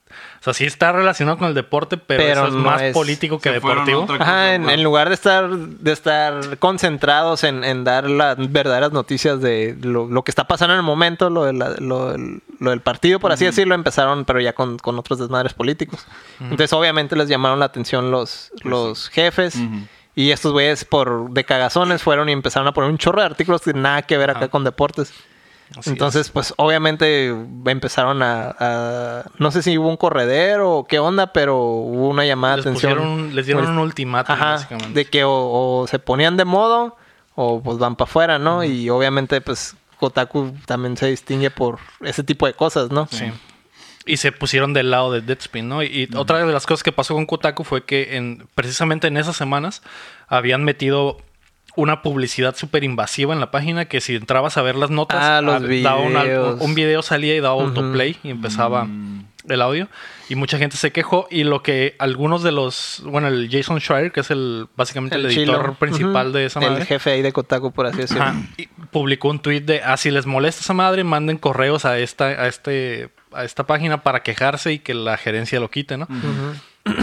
[SPEAKER 1] O sea, sí está relacionado con el deporte, pero,
[SPEAKER 2] Pero
[SPEAKER 1] eso es
[SPEAKER 2] no
[SPEAKER 1] más
[SPEAKER 2] es-
[SPEAKER 1] político que
[SPEAKER 3] Se fueron
[SPEAKER 1] deportivo.
[SPEAKER 3] otra-
[SPEAKER 2] Ajá, en, en lugar de estar, de estar concentrados en, en dar las verdaderas noticias de lo, lo que está pasando en el momento, lo, de la- lo del- lo del partido, por así decirlo, empezaron, pero ya con, con otros desmadres políticos. Entonces, obviamente, les llamaron la atención los, los jefes.
[SPEAKER 3] Ujú.
[SPEAKER 2] Y estos güeyes, por de cagazones, fueron y empezaron a poner un chorro de artículos que nada que ver acá
[SPEAKER 1] Ajá.
[SPEAKER 2] con deportes.
[SPEAKER 1] Así
[SPEAKER 2] Entonces, pues obviamente empezaron a, a- No sé si hubo un corredero o qué onda, pero hubo una llamada
[SPEAKER 1] les,
[SPEAKER 2] de atención. pues,
[SPEAKER 1] pusieron- les dieron un ultimátum,
[SPEAKER 2] Ajá,
[SPEAKER 1] básicamente.
[SPEAKER 2] de que o, o se ponían de modo o pues van para afuera, ¿no? Y obviamente, pues Kotaku también se distingue por ese tipo de cosas, ¿no?
[SPEAKER 1] Sí. Y se pusieron del lado de Deadspin, ¿no? Y, y otra de las cosas que pasó con Kotaku fue que en, precisamente en esas semanas habían metido una publicidad súper invasiva en la página que si entrabas a ver las notas,
[SPEAKER 2] Ah, los
[SPEAKER 1] hab- daba un, al-
[SPEAKER 2] videos.
[SPEAKER 1] un video salía y daba
[SPEAKER 2] Ujú. Mm.
[SPEAKER 1] autoplay y empezaba el audio. Y mucha gente se quejó y lo que algunos de los, bueno, el Jason Schreier, que es el básicamente el, editor
[SPEAKER 2] chilo.
[SPEAKER 1] principal
[SPEAKER 2] Ujú.
[SPEAKER 1] de esa madre.
[SPEAKER 2] El jefe ahí de Kotaku, por así decirlo.
[SPEAKER 1] Ajá. Y publicó un tweet de, ah, si les molesta esa madre, manden correos a esta, a este, a esta página para quejarse y que la gerencia lo quite, ¿no?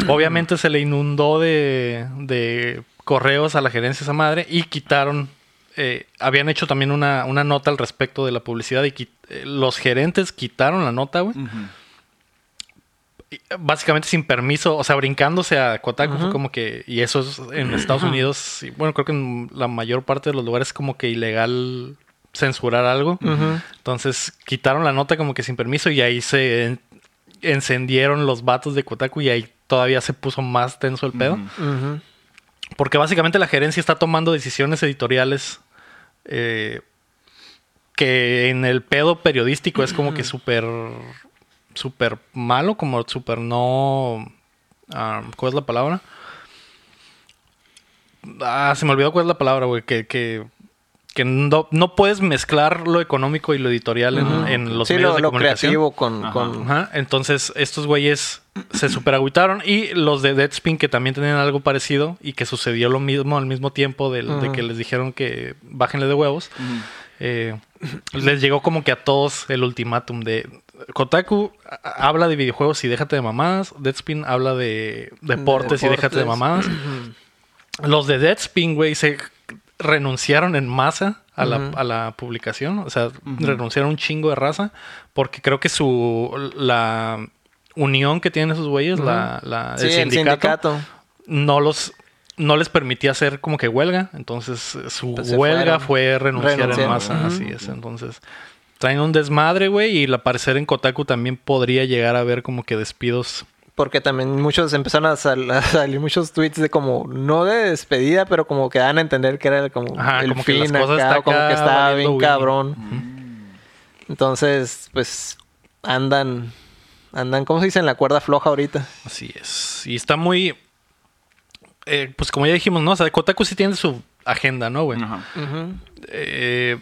[SPEAKER 1] Obviamente se le inundó de, de correos a la gerencia esa madre y quitaron, eh, habían hecho también una, una nota al respecto de la publicidad y qui- eh, los gerentes quitaron la nota, güey.
[SPEAKER 3] Ujú.
[SPEAKER 1] Y, eh, Básicamente sin permiso, o sea, brincándose a Kotaku fue como que, y eso es en Estados Unidos, y bueno, creo que en la mayor parte de los lugares es como que ilegal censurar algo.
[SPEAKER 2] Ujú.
[SPEAKER 1] Entonces quitaron la nota como que sin permiso y ahí se en- encendieron los vatos de Kotaku y ahí todavía se puso más tenso el pedo.
[SPEAKER 3] Ujú.
[SPEAKER 2] Ujú.
[SPEAKER 1] Porque básicamente la gerencia está tomando decisiones editoriales eh, que en el pedo periodístico es como que súper, súper malo, como súper no... ah, ¿Cuál es la palabra? Ah, se me olvidó cuál es la palabra, güey. Que, que, que no, no puedes mezclar lo económico y lo editorial en-
[SPEAKER 2] Ujú.
[SPEAKER 1] en, los
[SPEAKER 2] sí,
[SPEAKER 1] medios
[SPEAKER 2] lo,
[SPEAKER 1] de
[SPEAKER 2] lo
[SPEAKER 1] comunicación.
[SPEAKER 2] creativo con...
[SPEAKER 3] Ajá.
[SPEAKER 2] con-
[SPEAKER 1] Ajá, Entonces, estos güeyes se superagüitaron. Y los de Deadspin, que también tenían algo parecido y que sucedió lo mismo al mismo tiempo del- de
[SPEAKER 2] Ujú.
[SPEAKER 1] que les dijeron que bájenle de huevos,
[SPEAKER 3] Ujú.
[SPEAKER 1] eh, les llegó como que a todos el ultimátum de. Kotaku a- habla de videojuegos y déjate de mamadas. Deadspin habla de deportes, y déjate de
[SPEAKER 2] deportes.
[SPEAKER 1] mamadas. Los de Deadspin, güey, se renunciaron en masa a la,
[SPEAKER 2] Ujú.
[SPEAKER 1] a la publicación. O sea, renunciaron un chingo de raza. Porque creo que su. La unión que tienen esos güeyes, la, la-
[SPEAKER 2] Sí, el sindicato.
[SPEAKER 1] no los. No les permitía hacer como que huelga. Entonces, eh, su
[SPEAKER 2] Pues se
[SPEAKER 1] huelga
[SPEAKER 2] fueron.
[SPEAKER 1] fue renunciar en
[SPEAKER 2] Renunciaron.
[SPEAKER 1] masa.
[SPEAKER 3] Ujú.
[SPEAKER 1] Así es. Entonces, traen un desmadre, güey. Y al parecer en Kotaku también podría llegar a ver como que despidos.
[SPEAKER 2] Porque también muchos empezaron a, sal- a salir muchos tweets de como, no de despedida, pero como que dan a entender que era como
[SPEAKER 1] Ajá,
[SPEAKER 2] el
[SPEAKER 1] como que
[SPEAKER 2] fin
[SPEAKER 1] las cosas
[SPEAKER 2] acá,
[SPEAKER 1] está
[SPEAKER 2] o como
[SPEAKER 1] acá
[SPEAKER 2] que estaba
[SPEAKER 1] valiendo
[SPEAKER 2] bien
[SPEAKER 1] Winnie.
[SPEAKER 2] cabrón. Entonces, pues andan, andan, ¿cómo se dice? En la cuerda floja ahorita.
[SPEAKER 1] Así es. Y está muy. eh, pues como ya dijimos, ¿no? O sea, Kotaku sí tiene su agenda, ¿no, güey?
[SPEAKER 3] Ajá.
[SPEAKER 1] Eh,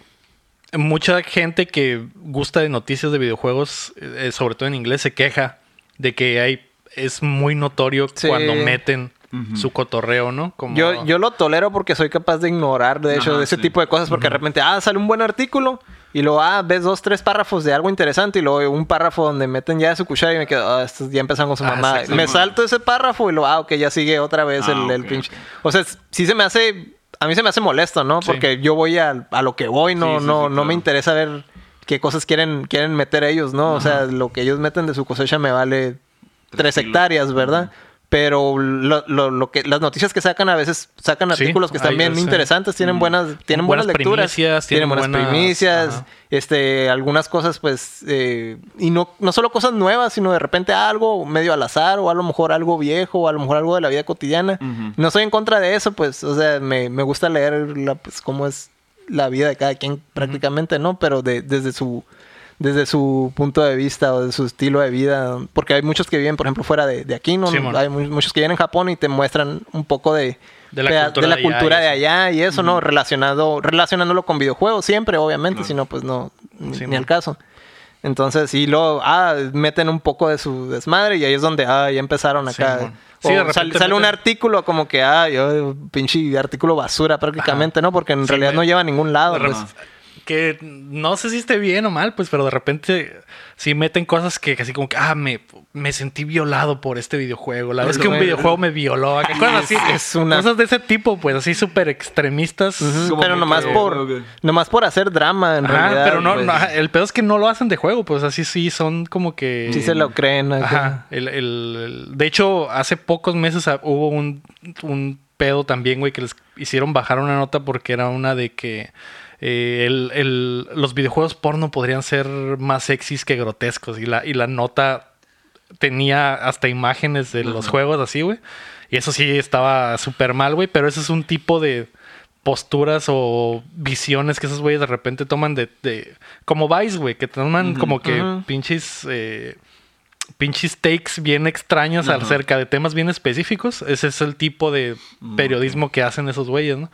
[SPEAKER 1] mucha gente que gusta de noticias de videojuegos, eh, sobre todo en inglés, se queja de que hay. Es muy notorio
[SPEAKER 2] Sí.
[SPEAKER 1] cuando meten
[SPEAKER 3] Ujú.
[SPEAKER 1] su cotorreo, ¿no? Como,
[SPEAKER 2] Yo, yo lo tolero porque soy capaz de ignorar, de hecho,
[SPEAKER 3] Ajá,
[SPEAKER 2] de ese
[SPEAKER 3] sí.
[SPEAKER 2] tipo de cosas, porque de repente, ah, sale un buen artículo, y luego, ah, ves dos, tres párrafos de algo interesante, y luego un párrafo donde meten ya su cuchara y me quedo, ah, estos ya empezaron con su
[SPEAKER 1] Ah,
[SPEAKER 2] mamá.
[SPEAKER 1] exacto.
[SPEAKER 2] Me salto ese párrafo y luego, ah, ok, ya sigue otra vez
[SPEAKER 3] Ah,
[SPEAKER 2] el, el
[SPEAKER 3] ok,
[SPEAKER 2] pinche.
[SPEAKER 3] ok.
[SPEAKER 2] O sea, sí se me hace, a mí se me hace molesto, ¿no?
[SPEAKER 1] Sí.
[SPEAKER 2] Porque yo voy a, a lo que voy, no,
[SPEAKER 3] Sí, sí,
[SPEAKER 2] no, no
[SPEAKER 3] sí, claro.
[SPEAKER 2] me interesa ver qué cosas quieren, quieren meter ellos, ¿no? O sea, lo que ellos meten de su cosecha me vale tres
[SPEAKER 3] Tres kilos.
[SPEAKER 2] hectáreas, ¿verdad? Pero lo, lo- lo que las noticias que sacan a veces sacan
[SPEAKER 1] Sí,
[SPEAKER 2] artículos que están
[SPEAKER 1] ahí
[SPEAKER 2] bien
[SPEAKER 1] es, eh,
[SPEAKER 2] interesantes, tienen buenas tienen buenas,
[SPEAKER 1] buenas
[SPEAKER 2] lecturas,
[SPEAKER 1] primicias, tienen buenas-
[SPEAKER 2] primicias,
[SPEAKER 1] ajá.
[SPEAKER 2] este algunas cosas pues eh, y no no solo cosas nuevas, sino de repente algo medio al azar o a lo mejor algo viejo, o a lo mejor algo de la vida cotidiana.
[SPEAKER 3] Ujú.
[SPEAKER 2] No soy en contra de eso, pues, o sea, me, me gusta leer la, pues, cómo es la vida de cada quien prácticamente, ¿no? Pero de- desde su desde su punto de vista o de su estilo de vida, porque hay muchos que viven, por ejemplo, fuera de, de aquí, ¿no?
[SPEAKER 1] Simón.
[SPEAKER 2] hay mu- muchos que viven en Japón y te muestran un poco de,
[SPEAKER 1] De la
[SPEAKER 2] peda-
[SPEAKER 1] cultura de allá y
[SPEAKER 2] cultura de
[SPEAKER 1] eso.
[SPEAKER 2] allá y eso, ¿no? Relacionado, relacionándolo con videojuegos siempre, obviamente,
[SPEAKER 3] Claro.
[SPEAKER 2] si no, pues no, ni,
[SPEAKER 1] Simón.
[SPEAKER 2] ni al caso. Entonces, y luego, ah, meten un poco de su desmadre y ahí es donde, ah, ya empezaron acá.
[SPEAKER 1] Simón. Sí, de
[SPEAKER 2] O
[SPEAKER 1] repente
[SPEAKER 2] sal- sale un
[SPEAKER 1] meten-
[SPEAKER 2] artículo como que, ah, yo, pinche artículo basura prácticamente, ¿no? Porque en
[SPEAKER 1] Sí,
[SPEAKER 2] realidad
[SPEAKER 1] güey.
[SPEAKER 2] no lleva a ningún lado.
[SPEAKER 1] De
[SPEAKER 2] pues.
[SPEAKER 1] repente- que no sé si esté bien o mal, pues, pero de repente sí meten cosas que así como que, ah, me, me sentí violado por este videojuego. La vez que un
[SPEAKER 2] Luego-
[SPEAKER 1] videojuego me violó. acá, Cosas así.
[SPEAKER 2] es una-
[SPEAKER 1] Cosas de ese tipo, pues, así súper extremistas.
[SPEAKER 3] Como
[SPEAKER 2] Pero
[SPEAKER 3] que-
[SPEAKER 2] nomás
[SPEAKER 3] que-
[SPEAKER 2] por,
[SPEAKER 3] ok.
[SPEAKER 2] nomás por hacer drama, en
[SPEAKER 1] Ajá,
[SPEAKER 2] realidad.
[SPEAKER 1] pero no,
[SPEAKER 2] pues,
[SPEAKER 1] no, ajá, el pedo es que no lo hacen de juego, pues así sí son como que...
[SPEAKER 2] Sí se lo creen. acá.
[SPEAKER 1] Ajá. El, el- el- de hecho, hace pocos meses ah, hubo un, un pedo también, güey, que les hicieron bajar una nota porque era una de que eh, el- el- los videojuegos porno podrían ser más sexys que grotescos. Y la, y la nota tenía hasta imágenes de los juegos así, güey. Y eso sí estaba súper mal, güey. Pero ese es un tipo de posturas o visiones que esos güeyes de repente toman de... de- como Vice, güey. Que toman como que
[SPEAKER 2] ujú.
[SPEAKER 1] pinches... eh, pinches takes bien extraños
[SPEAKER 3] Ajá.
[SPEAKER 1] acerca de temas bien específicos. Ese es el tipo de
[SPEAKER 2] Mm,
[SPEAKER 1] periodismo que hacen esos güeyes, ¿no?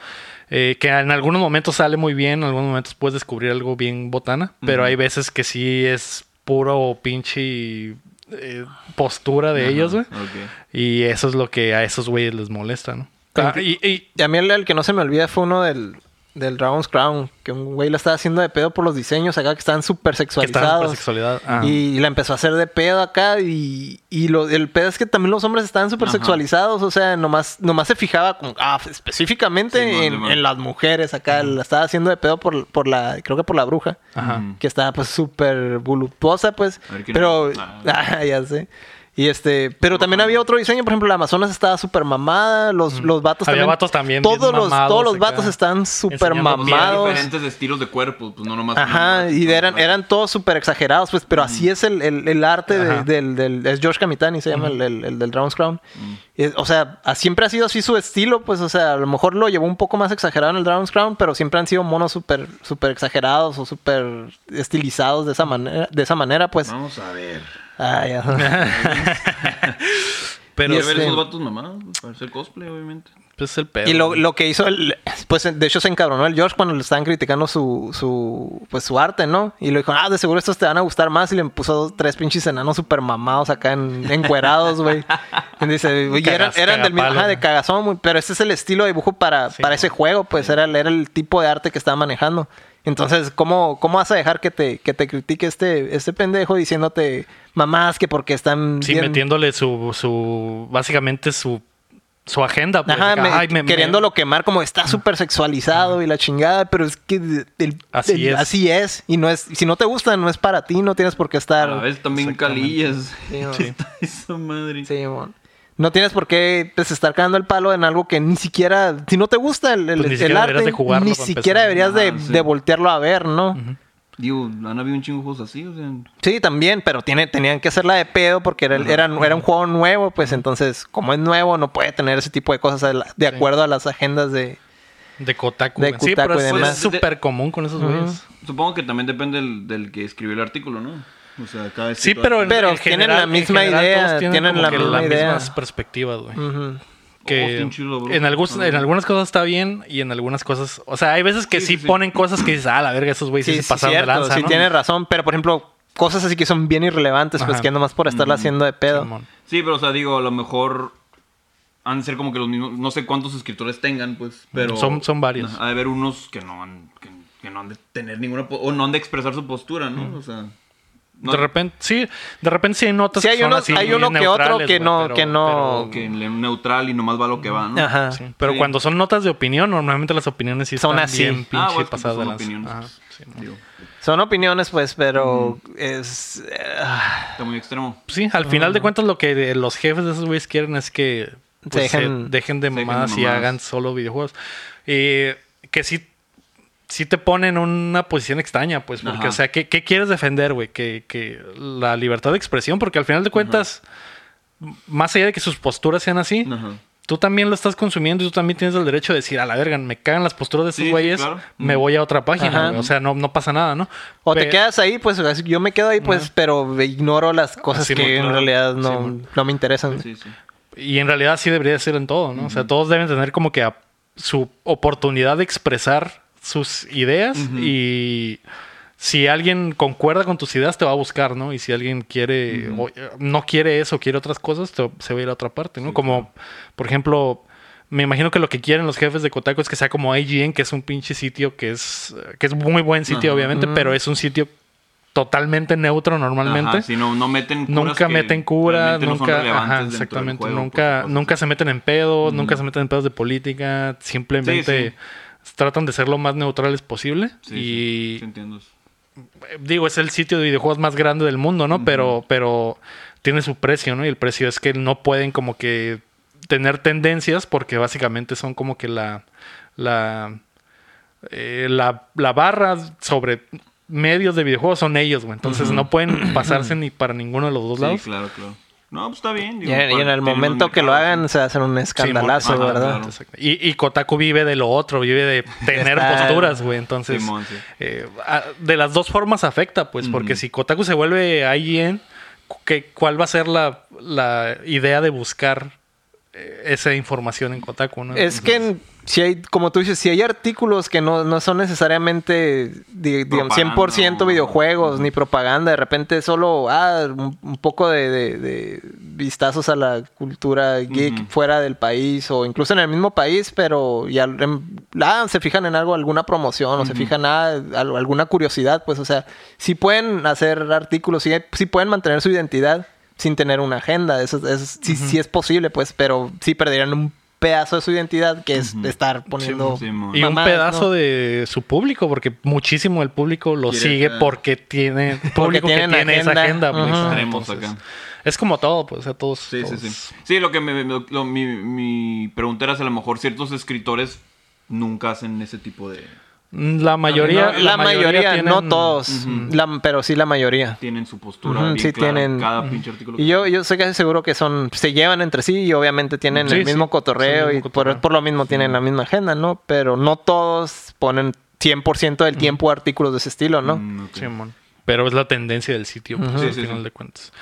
[SPEAKER 1] Eh, que en algunos momentos sale muy bien, en algunos momentos puedes descubrir algo bien botana, pero hay veces que sí es puro pinche eh, postura de
[SPEAKER 3] Ajá,
[SPEAKER 1] ellos, güey.
[SPEAKER 3] ok.
[SPEAKER 1] Y eso es lo que a esos güeyes les molesta, ¿no?
[SPEAKER 2] Pero
[SPEAKER 1] Ah,
[SPEAKER 2] que-
[SPEAKER 1] y, y-
[SPEAKER 2] Y a mí el, el que no se me olvida fue uno del, del Dragon's Crown, que un güey la estaba haciendo de pedo por los diseños acá que están súper
[SPEAKER 1] que está
[SPEAKER 2] sexualizados.
[SPEAKER 1] sexualidad. Ah.
[SPEAKER 2] Y la empezó a hacer de pedo acá y, y lo, el pedo es que también los hombres estaban súper
[SPEAKER 3] Ajá.
[SPEAKER 2] sexualizados, o sea, nomás, nomás se fijaba como, ah, específicamente
[SPEAKER 3] Simón,
[SPEAKER 2] en,
[SPEAKER 3] Simón.
[SPEAKER 2] en las mujeres acá, la estaba haciendo de pedo por, por la, creo que por la bruja,
[SPEAKER 1] Ajá.
[SPEAKER 3] Mm.
[SPEAKER 2] que estaba pues súper voluptuosa pues,
[SPEAKER 3] A ver quién
[SPEAKER 2] pero,
[SPEAKER 3] es. Ah.
[SPEAKER 2] Ah, ya sé. Y este, pero también había otro diseño, por ejemplo, la Amazonas estaba súper mamada, los, los vatos
[SPEAKER 1] Había
[SPEAKER 2] también.
[SPEAKER 1] vatos también bien
[SPEAKER 2] Todos los,
[SPEAKER 1] mamados
[SPEAKER 2] todos los
[SPEAKER 1] acá,
[SPEAKER 2] vatos están súper
[SPEAKER 1] enseñando piel.
[SPEAKER 2] mamados.
[SPEAKER 3] diferentes estilos de cuerpo, pues no nomás.
[SPEAKER 2] Ajá, y de- eran, eran todos súper exagerados, pues, pero así es el, el- el arte de-
[SPEAKER 1] Ajá.
[SPEAKER 2] del, del- Es George Camitani, se llama el, el- el del Dragon's Crown. Es- o sea, a- siempre ha sido así su estilo, pues, o sea, a lo mejor lo llevó un poco más exagerado en el Dragon's Crown, pero siempre han sido monos súper super exagerados o súper estilizados de esa, manera, de esa manera, pues.
[SPEAKER 3] Vamos a ver.
[SPEAKER 2] Ah, ya.
[SPEAKER 1] Pero
[SPEAKER 2] Y
[SPEAKER 3] Y
[SPEAKER 2] este-
[SPEAKER 3] ver esos vatos mamados, pues, para hacer cosplay, obviamente.
[SPEAKER 1] pues, es el pedo.
[SPEAKER 2] Y lo, lo que hizo el, pues de hecho se encabronó el George cuando le estaban criticando su, su pues su arte, ¿no? Y le dijo, ah, de seguro estos te van a gustar más. Y le puso dos- tres pinches enanos super mamados acá en, encuerados, güey. Y dice, y eran,
[SPEAKER 1] Cagas-
[SPEAKER 2] eran del mismo,
[SPEAKER 1] cagapalo,
[SPEAKER 2] ajá, de
[SPEAKER 1] ¿no?
[SPEAKER 2] cagazón, güey, pero ese es el estilo de dibujo para,
[SPEAKER 1] Sí,
[SPEAKER 2] para ese juego, pues era, el- era el tipo de arte que estaba manejando. Entonces, ¿cómo, cómo vas a dejar que te, que te critique este, este pendejo diciéndote mamás que porque están
[SPEAKER 1] Sí,
[SPEAKER 2] bien-
[SPEAKER 1] metiéndole su, su. Básicamente su. Su agenda. Pues,
[SPEAKER 2] Ajá,
[SPEAKER 1] de que,
[SPEAKER 2] me-
[SPEAKER 1] "Ay, me- me-
[SPEAKER 2] queriéndolo quemar como está súper sexualizado y la chingada, pero es que el- el-
[SPEAKER 1] Así
[SPEAKER 2] el-
[SPEAKER 1] es.
[SPEAKER 2] así es. Y no es, si no te gusta, no es para ti, no tienes por qué
[SPEAKER 3] A
[SPEAKER 2] estar.
[SPEAKER 3] la vez también calillas.
[SPEAKER 2] Sí, no.
[SPEAKER 3] Esa madre.
[SPEAKER 2] Sí, mon. No tienes por qué pues, estar cagando el palo en algo que ni siquiera, si no te gusta el,
[SPEAKER 1] Pues
[SPEAKER 2] el-
[SPEAKER 1] ni
[SPEAKER 2] el
[SPEAKER 1] siquiera deberías
[SPEAKER 2] arte,
[SPEAKER 1] de jugarlo
[SPEAKER 2] ni
[SPEAKER 1] para
[SPEAKER 2] siquiera
[SPEAKER 1] empezar.
[SPEAKER 2] deberías de,
[SPEAKER 3] Ah, sí.
[SPEAKER 2] de voltearlo a ver, ¿no?
[SPEAKER 3] Digo, han habido un chingo de juegos así, o sea.
[SPEAKER 2] Sí, también, pero tiene, tenían que hacerla de pedo porque era, el- era, era un juego nuevo, pues entonces, como es nuevo, no puede tener ese tipo de cosas a la- de acuerdo a las agendas de...
[SPEAKER 1] De Kotaku.
[SPEAKER 2] De
[SPEAKER 1] güey. sí,
[SPEAKER 2] Kotaku
[SPEAKER 1] pero
[SPEAKER 2] y
[SPEAKER 1] eso es
[SPEAKER 2] demás.
[SPEAKER 1] súper común con esos güeyes.
[SPEAKER 3] Supongo que también depende del, del que escribió el artículo, ¿no? O sea, cada vez que
[SPEAKER 1] Sí,
[SPEAKER 3] tú
[SPEAKER 1] pero,
[SPEAKER 3] haces-
[SPEAKER 1] en,
[SPEAKER 2] Pero
[SPEAKER 1] en
[SPEAKER 2] tienen
[SPEAKER 1] general-
[SPEAKER 2] la
[SPEAKER 1] en
[SPEAKER 2] misma
[SPEAKER 1] general
[SPEAKER 2] idea,
[SPEAKER 1] todos
[SPEAKER 2] tienen
[SPEAKER 1] como
[SPEAKER 2] la
[SPEAKER 1] que
[SPEAKER 2] misma
[SPEAKER 1] las
[SPEAKER 2] idea. Mm.
[SPEAKER 1] mismas perspevas, güey.
[SPEAKER 2] Ujú.
[SPEAKER 3] Ojos de
[SPEAKER 1] Que
[SPEAKER 3] un chulo, bro.
[SPEAKER 1] en, algún-
[SPEAKER 3] Ah,
[SPEAKER 1] en algunas cosas está bien y en algunas cosas. O sea, hay veces que sí,
[SPEAKER 3] Sí, sí, sí.
[SPEAKER 1] ponen cosas que dices, ah, la verga, esos güeyes sí, se pasaron
[SPEAKER 2] cierto,
[SPEAKER 1] de lanza.
[SPEAKER 2] sí
[SPEAKER 1] ¿no?
[SPEAKER 2] tiene razón, pero por ejemplo, cosas así que son bien irrelevantes, pues
[SPEAKER 1] Ajá. Mm,
[SPEAKER 2] que nomás por estarla haciendo de pedo.
[SPEAKER 1] Simón.
[SPEAKER 3] Sí, pero o sea, digo, a lo mejor han de ser como que los mismos, no sé cuántos escritores tengan, pues, pero...
[SPEAKER 1] Son- son varios.
[SPEAKER 3] Ha de haber unos que no han, que, que no han de tener ninguna, po- o no han de expresar su postura, ¿no? O sea... no-
[SPEAKER 1] De Mm. repente, sí, de repente sí hay notas
[SPEAKER 2] Sí,
[SPEAKER 1] que
[SPEAKER 2] hay
[SPEAKER 1] son
[SPEAKER 2] uno-
[SPEAKER 1] así
[SPEAKER 2] hay uno que
[SPEAKER 1] neutrales,
[SPEAKER 2] otro que
[SPEAKER 1] güey,
[SPEAKER 2] no-
[SPEAKER 1] pero-
[SPEAKER 2] que no-
[SPEAKER 3] o que le- neutral y nomás va lo que va, ¿no?
[SPEAKER 2] Ajá.
[SPEAKER 1] pero- sí, pero
[SPEAKER 3] Sí.
[SPEAKER 1] cuando son notas de opinión, normalmente las opiniones sí
[SPEAKER 2] Son
[SPEAKER 1] están
[SPEAKER 2] así.
[SPEAKER 1] bien
[SPEAKER 2] Ah,
[SPEAKER 1] pinche
[SPEAKER 3] bueno, es que, pues,
[SPEAKER 1] pasadas de
[SPEAKER 3] son
[SPEAKER 1] lanza.
[SPEAKER 3] opiniones,
[SPEAKER 1] Ajá,
[SPEAKER 3] pues,
[SPEAKER 1] sí,
[SPEAKER 3] digo,
[SPEAKER 2] Son opiniones, pues, pero
[SPEAKER 1] Mm.
[SPEAKER 2] es. eh, ah,
[SPEAKER 3] está muy extremo.
[SPEAKER 1] Sí, al final de cuentas lo que de- los jefes de esos güeyes quieren es que pues, se dejen,
[SPEAKER 2] dejen-
[SPEAKER 1] de
[SPEAKER 3] Ah. se dejen de
[SPEAKER 1] mamadas y
[SPEAKER 3] mamadas.
[SPEAKER 1] hagan solo videojuegos. Eh, que sí, sí te ponen en una posición extraña, pues, porque,
[SPEAKER 3] Ajá.
[SPEAKER 1] o sea, ¿qué, qué quieres defender, güey? Que, que la libertad de expresión, porque al final de cuentas, m- más allá de que sus posturas sean así,
[SPEAKER 3] Ajá.
[SPEAKER 1] tú también lo estás consumiendo y tú también tienes el derecho de decir, a la verga, me cagan las posturas de
[SPEAKER 3] Sí,
[SPEAKER 1] esos
[SPEAKER 3] sí,
[SPEAKER 1] güeyes,
[SPEAKER 3] claro.
[SPEAKER 1] me
[SPEAKER 3] Mm.
[SPEAKER 1] voy a otra página,
[SPEAKER 2] Ajá.
[SPEAKER 1] güey. o sea, no, no pasa nada, ¿no?
[SPEAKER 2] o
[SPEAKER 1] Pe-
[SPEAKER 2] te quedas ahí, pues así- yo me quedo ahí, pues, pero ignoro las cosas
[SPEAKER 1] Ah, Sí,
[SPEAKER 2] que
[SPEAKER 1] mon,
[SPEAKER 2] en
[SPEAKER 1] claro.
[SPEAKER 2] realidad
[SPEAKER 1] Sí,
[SPEAKER 2] no,
[SPEAKER 1] mon.
[SPEAKER 2] no me interesan.
[SPEAKER 3] Sí, sí.
[SPEAKER 1] Y en realidad sí debería ser en todo, ¿no? O sea, todos deben tener como que a- su oportunidad de expresar sus ideas y si alguien concuerda con tus ideas te va a buscar, ¿no? Y si alguien quiere o, eh, no quiere eso, quiere otras cosas, te- se va a ir a otra parte, ¿no? como por ejemplo Me imagino que lo que quieren los jefes de Kotaku es que sea como IGN, que es un pinche sitio que es, que es muy buen sitio,
[SPEAKER 3] Ajá.
[SPEAKER 1] obviamente, pero es un sitio totalmente neutro normalmente.
[SPEAKER 3] Ajá, sí, no, no meten curas
[SPEAKER 1] Nunca
[SPEAKER 3] que
[SPEAKER 1] meten cura,
[SPEAKER 3] realmente no son
[SPEAKER 1] nunca, ajá,
[SPEAKER 3] relevantes dentro del
[SPEAKER 1] exactamente,
[SPEAKER 3] juego, pues,
[SPEAKER 1] nunca,
[SPEAKER 3] por supuesto.
[SPEAKER 1] nunca se meten en pedos, nunca se meten en pedos de política, simplemente
[SPEAKER 3] Sí,
[SPEAKER 1] tratan de ser lo más neutrales posible
[SPEAKER 3] Sí,
[SPEAKER 1] y
[SPEAKER 3] sí, sí, entiendo eso.
[SPEAKER 1] eh, digo, es el sitio de videojuegos más grande del mundo, ¿no? Pero, pero tiene su precio, ¿no? Y el precio es que no pueden como que tener tendencias porque básicamente son como que la la eh, la, la barra sobre medios de videojuegos son ellos, güey. Entonces no pueden pasarse ni para ninguno de los dos lados.
[SPEAKER 3] Sí, claro, claro. No, pues está bien.
[SPEAKER 2] Y
[SPEAKER 3] digo,
[SPEAKER 2] en, y en
[SPEAKER 3] para-
[SPEAKER 2] el
[SPEAKER 3] tienen un
[SPEAKER 2] momento que lo
[SPEAKER 3] mercado,
[SPEAKER 2] hagan, se hacen un escandalazo,
[SPEAKER 3] Simón, ajá,
[SPEAKER 2] ¿verdad?
[SPEAKER 3] claro.
[SPEAKER 1] Exacto. Y, y Kotaku vive de lo otro, vive de tener
[SPEAKER 2] Está-
[SPEAKER 1] posturas, güey.
[SPEAKER 3] sí.
[SPEAKER 1] Entonces,
[SPEAKER 3] Simón, sí.
[SPEAKER 1] eh, a- de las dos formas afecta, pues, porque
[SPEAKER 3] Ujú.
[SPEAKER 1] si Kotaku se vuelve IGN, cu- ¿qué- ¿cuál va a ser la, la idea de buscar eh, esa información en Kotaku? ¿no?
[SPEAKER 2] Es que en- si hay, como tú dices, si hay artículos que no, no son necesariamente di- digamos, 100%
[SPEAKER 3] Propaganda.
[SPEAKER 2] videojuegos ni propaganda, de repente solo ah, un, un poco de, de- de vistazos a la cultura geek
[SPEAKER 3] Ujú.
[SPEAKER 2] fuera del país o incluso en el mismo país, pero ya em, ah, se fijan en algo, alguna promoción o se fijan ah, al- alguna curiosidad, pues o sea, si pueden hacer artículos, si pueden mantener su identidad sin tener una agenda, eso, eso sí, sí es posible, pues, pero sí perderían un pedazo de su identidad que es
[SPEAKER 3] Ujú.
[SPEAKER 2] estar poniendo
[SPEAKER 3] Sí, mo.
[SPEAKER 1] y un
[SPEAKER 2] mamadas,
[SPEAKER 1] pedazo
[SPEAKER 2] ¿no?
[SPEAKER 1] de su público, porque muchísimo del público lo
[SPEAKER 3] Quiere
[SPEAKER 1] sigue
[SPEAKER 3] esa-
[SPEAKER 1] porque tiene
[SPEAKER 2] Porque
[SPEAKER 1] público que
[SPEAKER 2] tienen
[SPEAKER 1] tiene esa
[SPEAKER 2] agenda.
[SPEAKER 1] agenda. pues,
[SPEAKER 2] Ujú.
[SPEAKER 1] ¿no?
[SPEAKER 3] Extremos
[SPEAKER 1] Entonces,
[SPEAKER 3] acá.
[SPEAKER 1] Es como todo, pues, a todos.
[SPEAKER 3] Sí, sí,
[SPEAKER 1] todos-
[SPEAKER 3] sí. Sí, lo que me, me- lo- mi, mi pregunta era si a lo mejor ciertos escritores nunca hacen ese tipo de...
[SPEAKER 1] La mayoría.
[SPEAKER 2] No, la mayoría, no
[SPEAKER 1] tienen-
[SPEAKER 2] todos, la- pero sí la mayoría.
[SPEAKER 3] Tienen su postura
[SPEAKER 2] Ujú,
[SPEAKER 3] bien
[SPEAKER 2] sí,
[SPEAKER 3] clara en
[SPEAKER 2] tienen-
[SPEAKER 3] cada pinche artículo.
[SPEAKER 2] Y
[SPEAKER 3] que-
[SPEAKER 2] yo, yo soy casi seguro que son, se llevan entre sí y obviamente tienen
[SPEAKER 1] Sí,
[SPEAKER 2] el
[SPEAKER 1] sí,
[SPEAKER 2] mismo
[SPEAKER 1] es el
[SPEAKER 2] cotorreo
[SPEAKER 1] mismo
[SPEAKER 2] y por-
[SPEAKER 1] cotorreo.
[SPEAKER 2] Por, lo mismo tienen la misma agenda, ¿no? Pero no todos ponen 100% del tiempo artículos de ese estilo, ¿no?
[SPEAKER 3] Mm, ok.
[SPEAKER 1] Simón. Pero es la tendencia del sitio, pues,
[SPEAKER 2] Ujú.
[SPEAKER 1] al
[SPEAKER 3] Sí, sí,
[SPEAKER 1] final
[SPEAKER 3] sí.
[SPEAKER 1] de cuentas.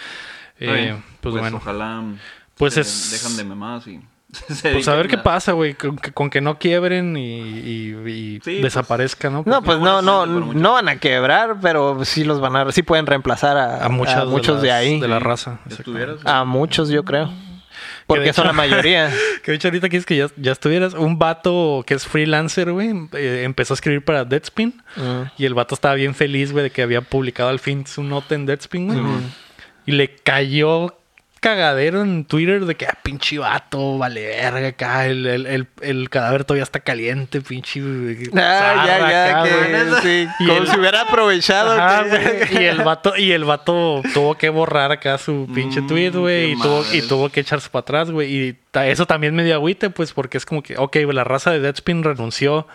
[SPEAKER 3] Está
[SPEAKER 1] Eh,
[SPEAKER 3] bien.
[SPEAKER 1] pues, bueno.
[SPEAKER 3] Ojalá mm,
[SPEAKER 1] Pues
[SPEAKER 3] se
[SPEAKER 1] es-
[SPEAKER 3] dejan de mamadas y... se
[SPEAKER 1] Pues
[SPEAKER 3] dediquen
[SPEAKER 1] a ver qué
[SPEAKER 3] a-
[SPEAKER 1] pasa, güey. Con, que- con que no quiebren y, y- y
[SPEAKER 3] Sí, pues.
[SPEAKER 1] desaparezcan, ¿no?
[SPEAKER 2] No, pues no,
[SPEAKER 3] mejor
[SPEAKER 2] no,
[SPEAKER 3] haciendo, pero mucho.
[SPEAKER 2] no van a quebrar, pero sí los van a, sí pueden reemplazar a,
[SPEAKER 1] a muchas
[SPEAKER 2] a muchos de,
[SPEAKER 1] las-
[SPEAKER 2] ahí.
[SPEAKER 1] De la raza.
[SPEAKER 3] Ya
[SPEAKER 1] exactamente.
[SPEAKER 3] estuvieras.
[SPEAKER 2] A muchos, yo creo. Porque
[SPEAKER 1] hecho-
[SPEAKER 2] son la mayoría.
[SPEAKER 1] Que de hecho ahorita quieres que ya, ya estuvieras. Un vato que es freelancer, güey, eh, empezó a escribir para Deadspin.
[SPEAKER 2] Mm.
[SPEAKER 1] Y el vato estaba bien feliz, güey, de que había publicado al fin su nota en Deadspin, güey. y le cayó cagadero en Twitter de que, ah, pinche vato, vale verga acá. El, el, el, el cadáver todavía está caliente, pinche. güey,
[SPEAKER 2] Ah, ya,
[SPEAKER 1] zarra
[SPEAKER 2] ya,
[SPEAKER 1] acá, güey".
[SPEAKER 2] que sí,
[SPEAKER 1] Y
[SPEAKER 2] como
[SPEAKER 1] el-
[SPEAKER 2] si hubiera aprovechado.
[SPEAKER 1] Ajá,
[SPEAKER 2] que-
[SPEAKER 1] güey. Y el vato, y el vato tuvo que borrar acá su pinche
[SPEAKER 3] Mm,
[SPEAKER 1] tweet, güey.
[SPEAKER 3] qué
[SPEAKER 1] Y tuvo, y
[SPEAKER 3] madres.
[SPEAKER 1] tuvo que echarse para atrás, güey. Y ta- eso también me dio agüite, pues, porque es como que, ok, güey, la raza de Deadspin renunció,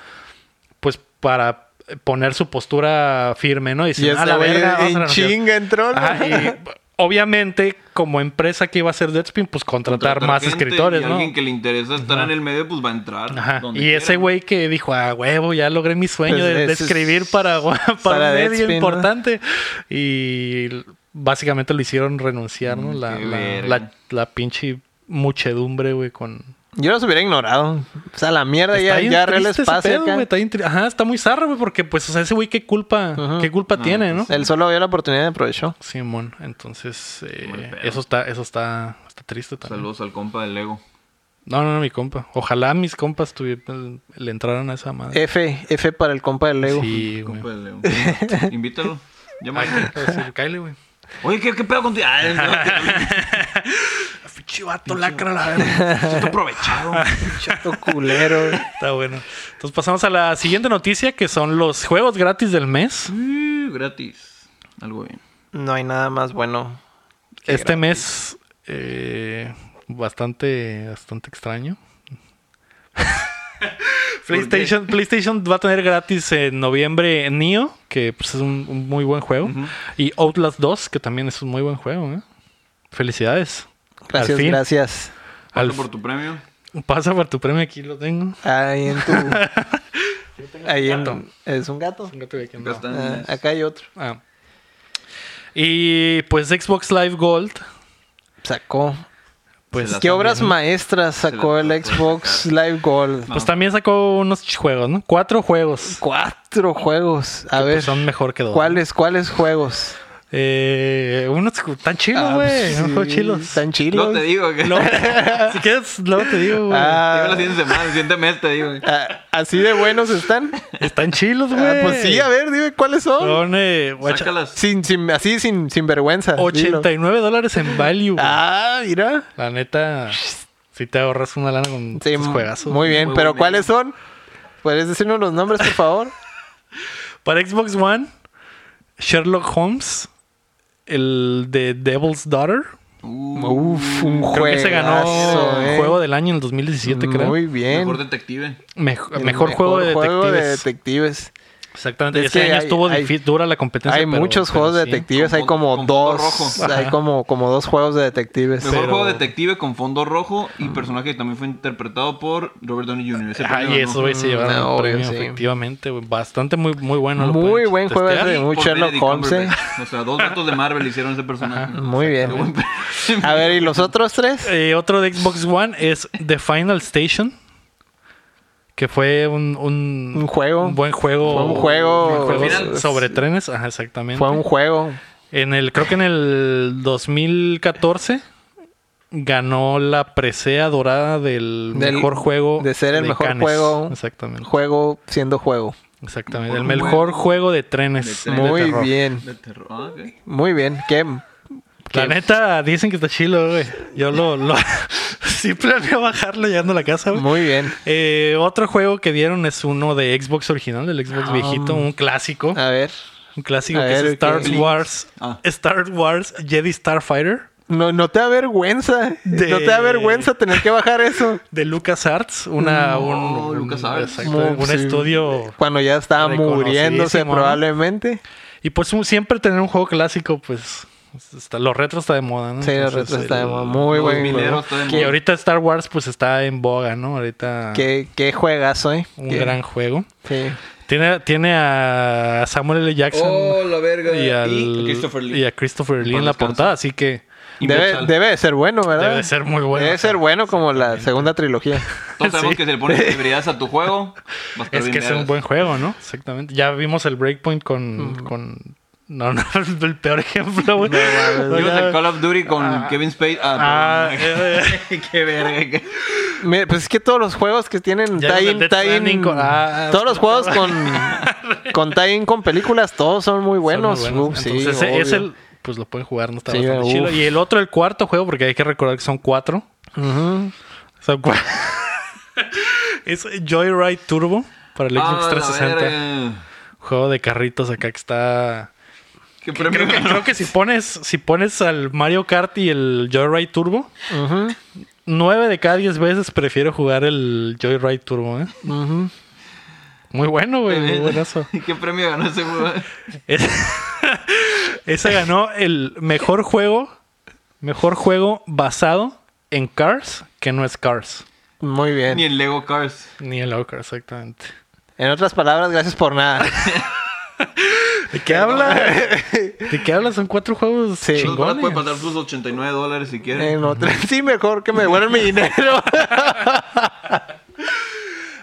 [SPEAKER 1] pues, para poner su postura firme, ¿no? Y
[SPEAKER 2] y
[SPEAKER 1] decir, a
[SPEAKER 2] este
[SPEAKER 1] la
[SPEAKER 2] güey
[SPEAKER 1] verga, vamos a
[SPEAKER 2] en
[SPEAKER 1] renunciar".
[SPEAKER 2] chinga entró. ¿no?
[SPEAKER 1] Ajá, y obviamente, como empresa que iba a ser Deadspin, pues contratar,
[SPEAKER 3] Contratar
[SPEAKER 1] más
[SPEAKER 3] gente
[SPEAKER 1] escritores,
[SPEAKER 3] y
[SPEAKER 1] ¿no?
[SPEAKER 3] Alguien que le interesa estar en el medio, pues va a entrar.
[SPEAKER 1] Ajá.
[SPEAKER 3] donde
[SPEAKER 1] Y ese
[SPEAKER 3] quiera.
[SPEAKER 1] güey que dijo, ah, huevo, ya logré mi sueño
[SPEAKER 2] Pues
[SPEAKER 1] de, de
[SPEAKER 2] ese es-
[SPEAKER 1] escribir para, para,
[SPEAKER 2] para
[SPEAKER 1] un medio
[SPEAKER 2] Deadspin, ¿no?
[SPEAKER 1] importante. Y l- básicamente lo hicieron renunciar, ¿no?
[SPEAKER 2] Mm,
[SPEAKER 1] La,
[SPEAKER 3] qué
[SPEAKER 1] la-
[SPEAKER 3] verga.
[SPEAKER 1] la- la pinche muchedumbre, güey, con...
[SPEAKER 2] Yo los hubiera ignorado. O sea, la mierda
[SPEAKER 1] Está
[SPEAKER 2] ya,
[SPEAKER 1] bien
[SPEAKER 2] ya
[SPEAKER 1] triste
[SPEAKER 2] arregla
[SPEAKER 1] ese
[SPEAKER 2] espacio
[SPEAKER 1] pedo,
[SPEAKER 2] acá.
[SPEAKER 1] güey, está bien tri- Ajá, está muy zarra, güey, porque pues, o sea, ese güey, ¿qué culpa,
[SPEAKER 2] Ujú.
[SPEAKER 1] ¿qué culpa
[SPEAKER 3] No,
[SPEAKER 1] tiene, no?
[SPEAKER 3] pues,
[SPEAKER 2] Él solo vio la oportunidad y aprovechó.
[SPEAKER 1] Simón, entonces eh,
[SPEAKER 3] Mal pedo.
[SPEAKER 1] eso está, eso está, está triste también.
[SPEAKER 3] Saludos al compa del Lego.
[SPEAKER 1] No, no, no, mi compa. Ojalá mis compas tuvi- le entraran a esa madre.
[SPEAKER 2] F, F para el compa del Lego.
[SPEAKER 1] sí, güey.
[SPEAKER 3] Compa del Lego. Invítalo. Llama.
[SPEAKER 1] Ay, quiero decir, cáele, güey.
[SPEAKER 3] Oye, ¿qué, qué pedo contigo? Ah, no,
[SPEAKER 1] Pinche vato lacra, la verga.
[SPEAKER 3] te siento aprovechado.
[SPEAKER 2] Chato culero. güey.
[SPEAKER 1] Está bueno. Entonces pasamos a la siguiente noticia, que son los juegos gratis del mes.
[SPEAKER 3] Uh, gratis. Algo bien.
[SPEAKER 2] No hay nada más bueno.
[SPEAKER 1] este mes, eh, bastante, bastante extraño. PlayStation, PlayStation va a tener gratis en noviembre Neo, que pues, es un, un muy buen juego.
[SPEAKER 3] Ujú.
[SPEAKER 1] Y Outlast 2, que también es un muy buen juego. ¿eh? Felicidades.
[SPEAKER 2] Gracias,
[SPEAKER 1] Al fin.
[SPEAKER 2] gracias.
[SPEAKER 1] Al
[SPEAKER 3] Pasa por tu premio.
[SPEAKER 1] Pasa por tu premio, aquí lo tengo.
[SPEAKER 2] Ahí en tu. Ahí en.
[SPEAKER 1] gato.
[SPEAKER 2] Es un gato.
[SPEAKER 3] Acá están.
[SPEAKER 2] Ah, acá hay otro.
[SPEAKER 1] Ah. Y pues Xbox Live Gold,
[SPEAKER 2] Sacó.
[SPEAKER 1] pues,
[SPEAKER 3] Se la-
[SPEAKER 2] ¿Qué obras
[SPEAKER 1] también,
[SPEAKER 2] maestras sacó
[SPEAKER 3] Se
[SPEAKER 2] el
[SPEAKER 3] la-
[SPEAKER 2] Xbox Live Gold?
[SPEAKER 1] pues también sacó unos ch- juegos, ¿no? Cuatro juegos.
[SPEAKER 2] Cuatro juegos. A
[SPEAKER 1] que,
[SPEAKER 2] ver,
[SPEAKER 1] pues, son mejor que dos.
[SPEAKER 2] ¿cuáles, ¿cuáles juegos?
[SPEAKER 1] Eh, unos tan
[SPEAKER 2] Ah,
[SPEAKER 1] chilos,
[SPEAKER 2] pues,
[SPEAKER 1] güey. unos juegos chilos.
[SPEAKER 2] Tan chilos.
[SPEAKER 3] No te digo que.
[SPEAKER 1] Luego-
[SPEAKER 3] Te
[SPEAKER 1] si quieres, luego te digo, güey.
[SPEAKER 2] Ah,
[SPEAKER 3] digo la siguiente semana, el siguiente mes te digo.
[SPEAKER 2] ah, ¿Así de buenos están?
[SPEAKER 1] Están chilos, güey.
[SPEAKER 2] Ah, pues sí, a ver, dime cuáles son.
[SPEAKER 1] Son, eh, guacha,
[SPEAKER 3] Sácalas.
[SPEAKER 2] Sin, sin, así, sin, sin vergüenza. dilo.
[SPEAKER 1] 89 dólares en value. güey.
[SPEAKER 2] Ah, mira.
[SPEAKER 1] La neta, si te ahorras una lana con
[SPEAKER 2] Sí,
[SPEAKER 1] tus juegazos.
[SPEAKER 2] muy bien,
[SPEAKER 3] Muy
[SPEAKER 2] pero
[SPEAKER 3] buen
[SPEAKER 2] ¿cuáles son? ¿Puedes decirnos los nombres, por favor?
[SPEAKER 1] Para Xbox One, Sherlock Holmes, el de Devil's Daughter.
[SPEAKER 3] Uh,
[SPEAKER 2] Uf, un
[SPEAKER 1] Creo que se ganó
[SPEAKER 2] juegazo, eh.
[SPEAKER 1] Juego del Año en el 2017, creo.
[SPEAKER 2] Muy bien.
[SPEAKER 3] mejor detective.
[SPEAKER 1] Mejor,
[SPEAKER 2] El
[SPEAKER 1] mejor juego de detectives.
[SPEAKER 2] detectives.
[SPEAKER 1] Exactamente.
[SPEAKER 2] Es
[SPEAKER 1] Ese
[SPEAKER 2] que
[SPEAKER 1] año
[SPEAKER 2] hay-
[SPEAKER 1] estuvo
[SPEAKER 2] hay-
[SPEAKER 1] difícil, dura la competencia.
[SPEAKER 2] Hay
[SPEAKER 1] pero-
[SPEAKER 2] muchos
[SPEAKER 1] pero
[SPEAKER 2] juegos de
[SPEAKER 1] sí.
[SPEAKER 2] detectives,
[SPEAKER 3] Con
[SPEAKER 2] hay como
[SPEAKER 3] fondo- con
[SPEAKER 2] dos.
[SPEAKER 3] fondo rojo.
[SPEAKER 2] Hay
[SPEAKER 1] Ajá.
[SPEAKER 2] como, como dos juegos de detectives.
[SPEAKER 3] Mejor
[SPEAKER 1] Pero-
[SPEAKER 3] juego detective con fondo rojo y personaje que también fue interpretado por Robert Downey Jr. Ese
[SPEAKER 1] Ah,
[SPEAKER 3] premio
[SPEAKER 1] y
[SPEAKER 3] ganó.
[SPEAKER 1] eso, güey, se llevaron
[SPEAKER 2] No,
[SPEAKER 1] el
[SPEAKER 2] obvio,
[SPEAKER 1] premio,
[SPEAKER 2] sí.
[SPEAKER 1] efectivamente, güey. Bastante muy, muy bueno. lo
[SPEAKER 2] Muy
[SPEAKER 1] pueden
[SPEAKER 2] buen juego
[SPEAKER 1] testear.
[SPEAKER 2] ese, muy
[SPEAKER 3] Por
[SPEAKER 2] Sherlock
[SPEAKER 3] Benedict
[SPEAKER 2] Holmes. eh.
[SPEAKER 3] Cumberbatch. O sea, dos datos de Marvel hicieron ese personaje.
[SPEAKER 1] Ah,
[SPEAKER 2] Muy bien. A ver, ¿y los otros tres?
[SPEAKER 1] Eh, otro de Xbox One es The Final Station. Que fue un, un,
[SPEAKER 2] Un juego.
[SPEAKER 1] un buen juego.
[SPEAKER 2] Fue un juego.
[SPEAKER 3] Final.
[SPEAKER 1] sobre trenes. Ajá, exactamente.
[SPEAKER 2] Fue un juego.
[SPEAKER 1] En el, creo que en el 2014 ganó la presea dorada del,
[SPEAKER 2] Del-
[SPEAKER 1] mejor juego.
[SPEAKER 2] de ser el mejor juego.
[SPEAKER 1] Exactamente.
[SPEAKER 2] Juego siendo juego.
[SPEAKER 1] exactamente. El
[SPEAKER 3] Mejor
[SPEAKER 1] mejor
[SPEAKER 3] juego.
[SPEAKER 1] juego de trenes.
[SPEAKER 3] De
[SPEAKER 1] de
[SPEAKER 3] trenes.
[SPEAKER 2] Muy
[SPEAKER 1] terror.
[SPEAKER 2] bien.
[SPEAKER 3] De terror. Ah, ok.
[SPEAKER 2] Muy bien. ¿Qué?
[SPEAKER 1] La neta, dicen que está chilo, güey. Yo lo, lo sí planeo bajarlo llegando a la casa, güey.
[SPEAKER 2] Muy bien.
[SPEAKER 1] Eh, otro juego que dieron es uno de Xbox original, del Xbox
[SPEAKER 2] Ah.
[SPEAKER 1] viejito, un clásico.
[SPEAKER 2] A ver.
[SPEAKER 1] Un clásico
[SPEAKER 2] ah, a
[SPEAKER 1] que es
[SPEAKER 2] ver,
[SPEAKER 1] Star
[SPEAKER 2] ¿qué?
[SPEAKER 1] Wars.
[SPEAKER 3] Ah.
[SPEAKER 1] Star Wars Jedi Starfighter
[SPEAKER 2] No, no te da vergüenza.
[SPEAKER 1] De-
[SPEAKER 2] No te da vergüenza tener que bajar eso.
[SPEAKER 1] de LucasArts. Una,
[SPEAKER 3] No,
[SPEAKER 1] un, un-
[SPEAKER 3] LucasArts.
[SPEAKER 1] exacto,
[SPEAKER 2] Muy-
[SPEAKER 1] un
[SPEAKER 2] sí.
[SPEAKER 1] estudio.
[SPEAKER 2] Cuando ya estaba muriéndose
[SPEAKER 1] Reconocidísimo, ¿no?
[SPEAKER 2] probablemente.
[SPEAKER 1] Y pues un- siempre tener un juego clásico, pues. Está, los retros está de moda, ¿no?
[SPEAKER 2] Sí, los
[SPEAKER 1] Entonces,
[SPEAKER 2] retros está
[SPEAKER 1] el-
[SPEAKER 2] muy
[SPEAKER 3] los
[SPEAKER 2] buen juego.
[SPEAKER 3] mineros todo en
[SPEAKER 1] Y
[SPEAKER 2] Qué-
[SPEAKER 1] ahorita Star Wars, pues está en boga, ¿no? Ahorita.
[SPEAKER 2] Qué, qué juegazo, eh.
[SPEAKER 1] Un
[SPEAKER 2] Qué-
[SPEAKER 1] gran juego.
[SPEAKER 2] Sí.
[SPEAKER 1] Tiene, tiene a Samuel L. Jackson
[SPEAKER 3] Oh, la verga.
[SPEAKER 1] y, al-
[SPEAKER 3] Christopher Lee.
[SPEAKER 1] y a Christopher Lee
[SPEAKER 3] Paz
[SPEAKER 1] en la
[SPEAKER 3] descanse.
[SPEAKER 1] portada, así que
[SPEAKER 2] Debe,
[SPEAKER 3] Inmortal.
[SPEAKER 2] debe de ser bueno, ¿verdad?
[SPEAKER 1] debe de ser muy bueno.
[SPEAKER 2] Ah, Debe ser bueno como la segunda trilogía.
[SPEAKER 3] Todos sabemos
[SPEAKER 1] Sí.
[SPEAKER 3] que si le pones celebridades a tu juego, vas a estar
[SPEAKER 1] Es
[SPEAKER 3] bien
[SPEAKER 1] que es un
[SPEAKER 3] vergas.
[SPEAKER 1] buen juego, ¿no? Exactamente. Ya vimos el Breakpoint con... con... No, no, el peor ejemplo, güey. No,
[SPEAKER 3] Vimos
[SPEAKER 1] ya-
[SPEAKER 3] el Call of Duty con Kevin Spacey.
[SPEAKER 1] Ah,
[SPEAKER 3] Ah, perdón. qué verga.
[SPEAKER 2] Mira, pues es que todos los juegos que tienen
[SPEAKER 1] Ya vimos
[SPEAKER 2] tie-in,
[SPEAKER 1] el Death
[SPEAKER 2] tie-in-
[SPEAKER 1] Stranding con- ah,
[SPEAKER 2] todos los juegos con con tie-in con películas, todos son muy buenos.
[SPEAKER 1] Son muy
[SPEAKER 2] Uf, sí,
[SPEAKER 1] Entonces, ese- ese
[SPEAKER 2] obvio.
[SPEAKER 1] el- pues lo pueden jugar, no está
[SPEAKER 2] Sí,
[SPEAKER 1] bastante
[SPEAKER 2] uf.
[SPEAKER 1] chido. Y el otro, el cuarto juego, porque hay que recordar que son cuatro.
[SPEAKER 2] Ujú.
[SPEAKER 1] Son cua- es Joyride Turbo para el Xbox
[SPEAKER 3] Ah, la
[SPEAKER 1] 360.
[SPEAKER 3] verga.
[SPEAKER 1] Juego de carritos acá que está...
[SPEAKER 3] Qué
[SPEAKER 1] Creo
[SPEAKER 3] premio
[SPEAKER 1] que,
[SPEAKER 3] ganó?
[SPEAKER 1] creo que si pones si pones al Mario Kart y el Joyride Turbo, nueve de cada diez veces prefiero jugar el Joyride Turbo. ¿eh? Muy bueno, güey. Muy buenazo.
[SPEAKER 3] ¿Qué premio ganó ese juego?
[SPEAKER 1] Es- Ese ganó el mejor juego, mejor juego basado en Cars, que no es Cars.
[SPEAKER 2] Muy
[SPEAKER 3] Ni
[SPEAKER 2] bien.
[SPEAKER 3] el Lego Cars.
[SPEAKER 1] Ni el Cars, exactamente.
[SPEAKER 2] En otras palabras, gracias por nada.
[SPEAKER 1] ¿De qué hablas? ¿De qué hablas? Son cuatro juegos
[SPEAKER 2] Sí.
[SPEAKER 3] Los varas
[SPEAKER 1] chingones.
[SPEAKER 3] pueden pasar sus 89 dólares si
[SPEAKER 1] Eh.
[SPEAKER 3] quieren.
[SPEAKER 2] En otra- sí, mejor que me devuelvan mi dinero.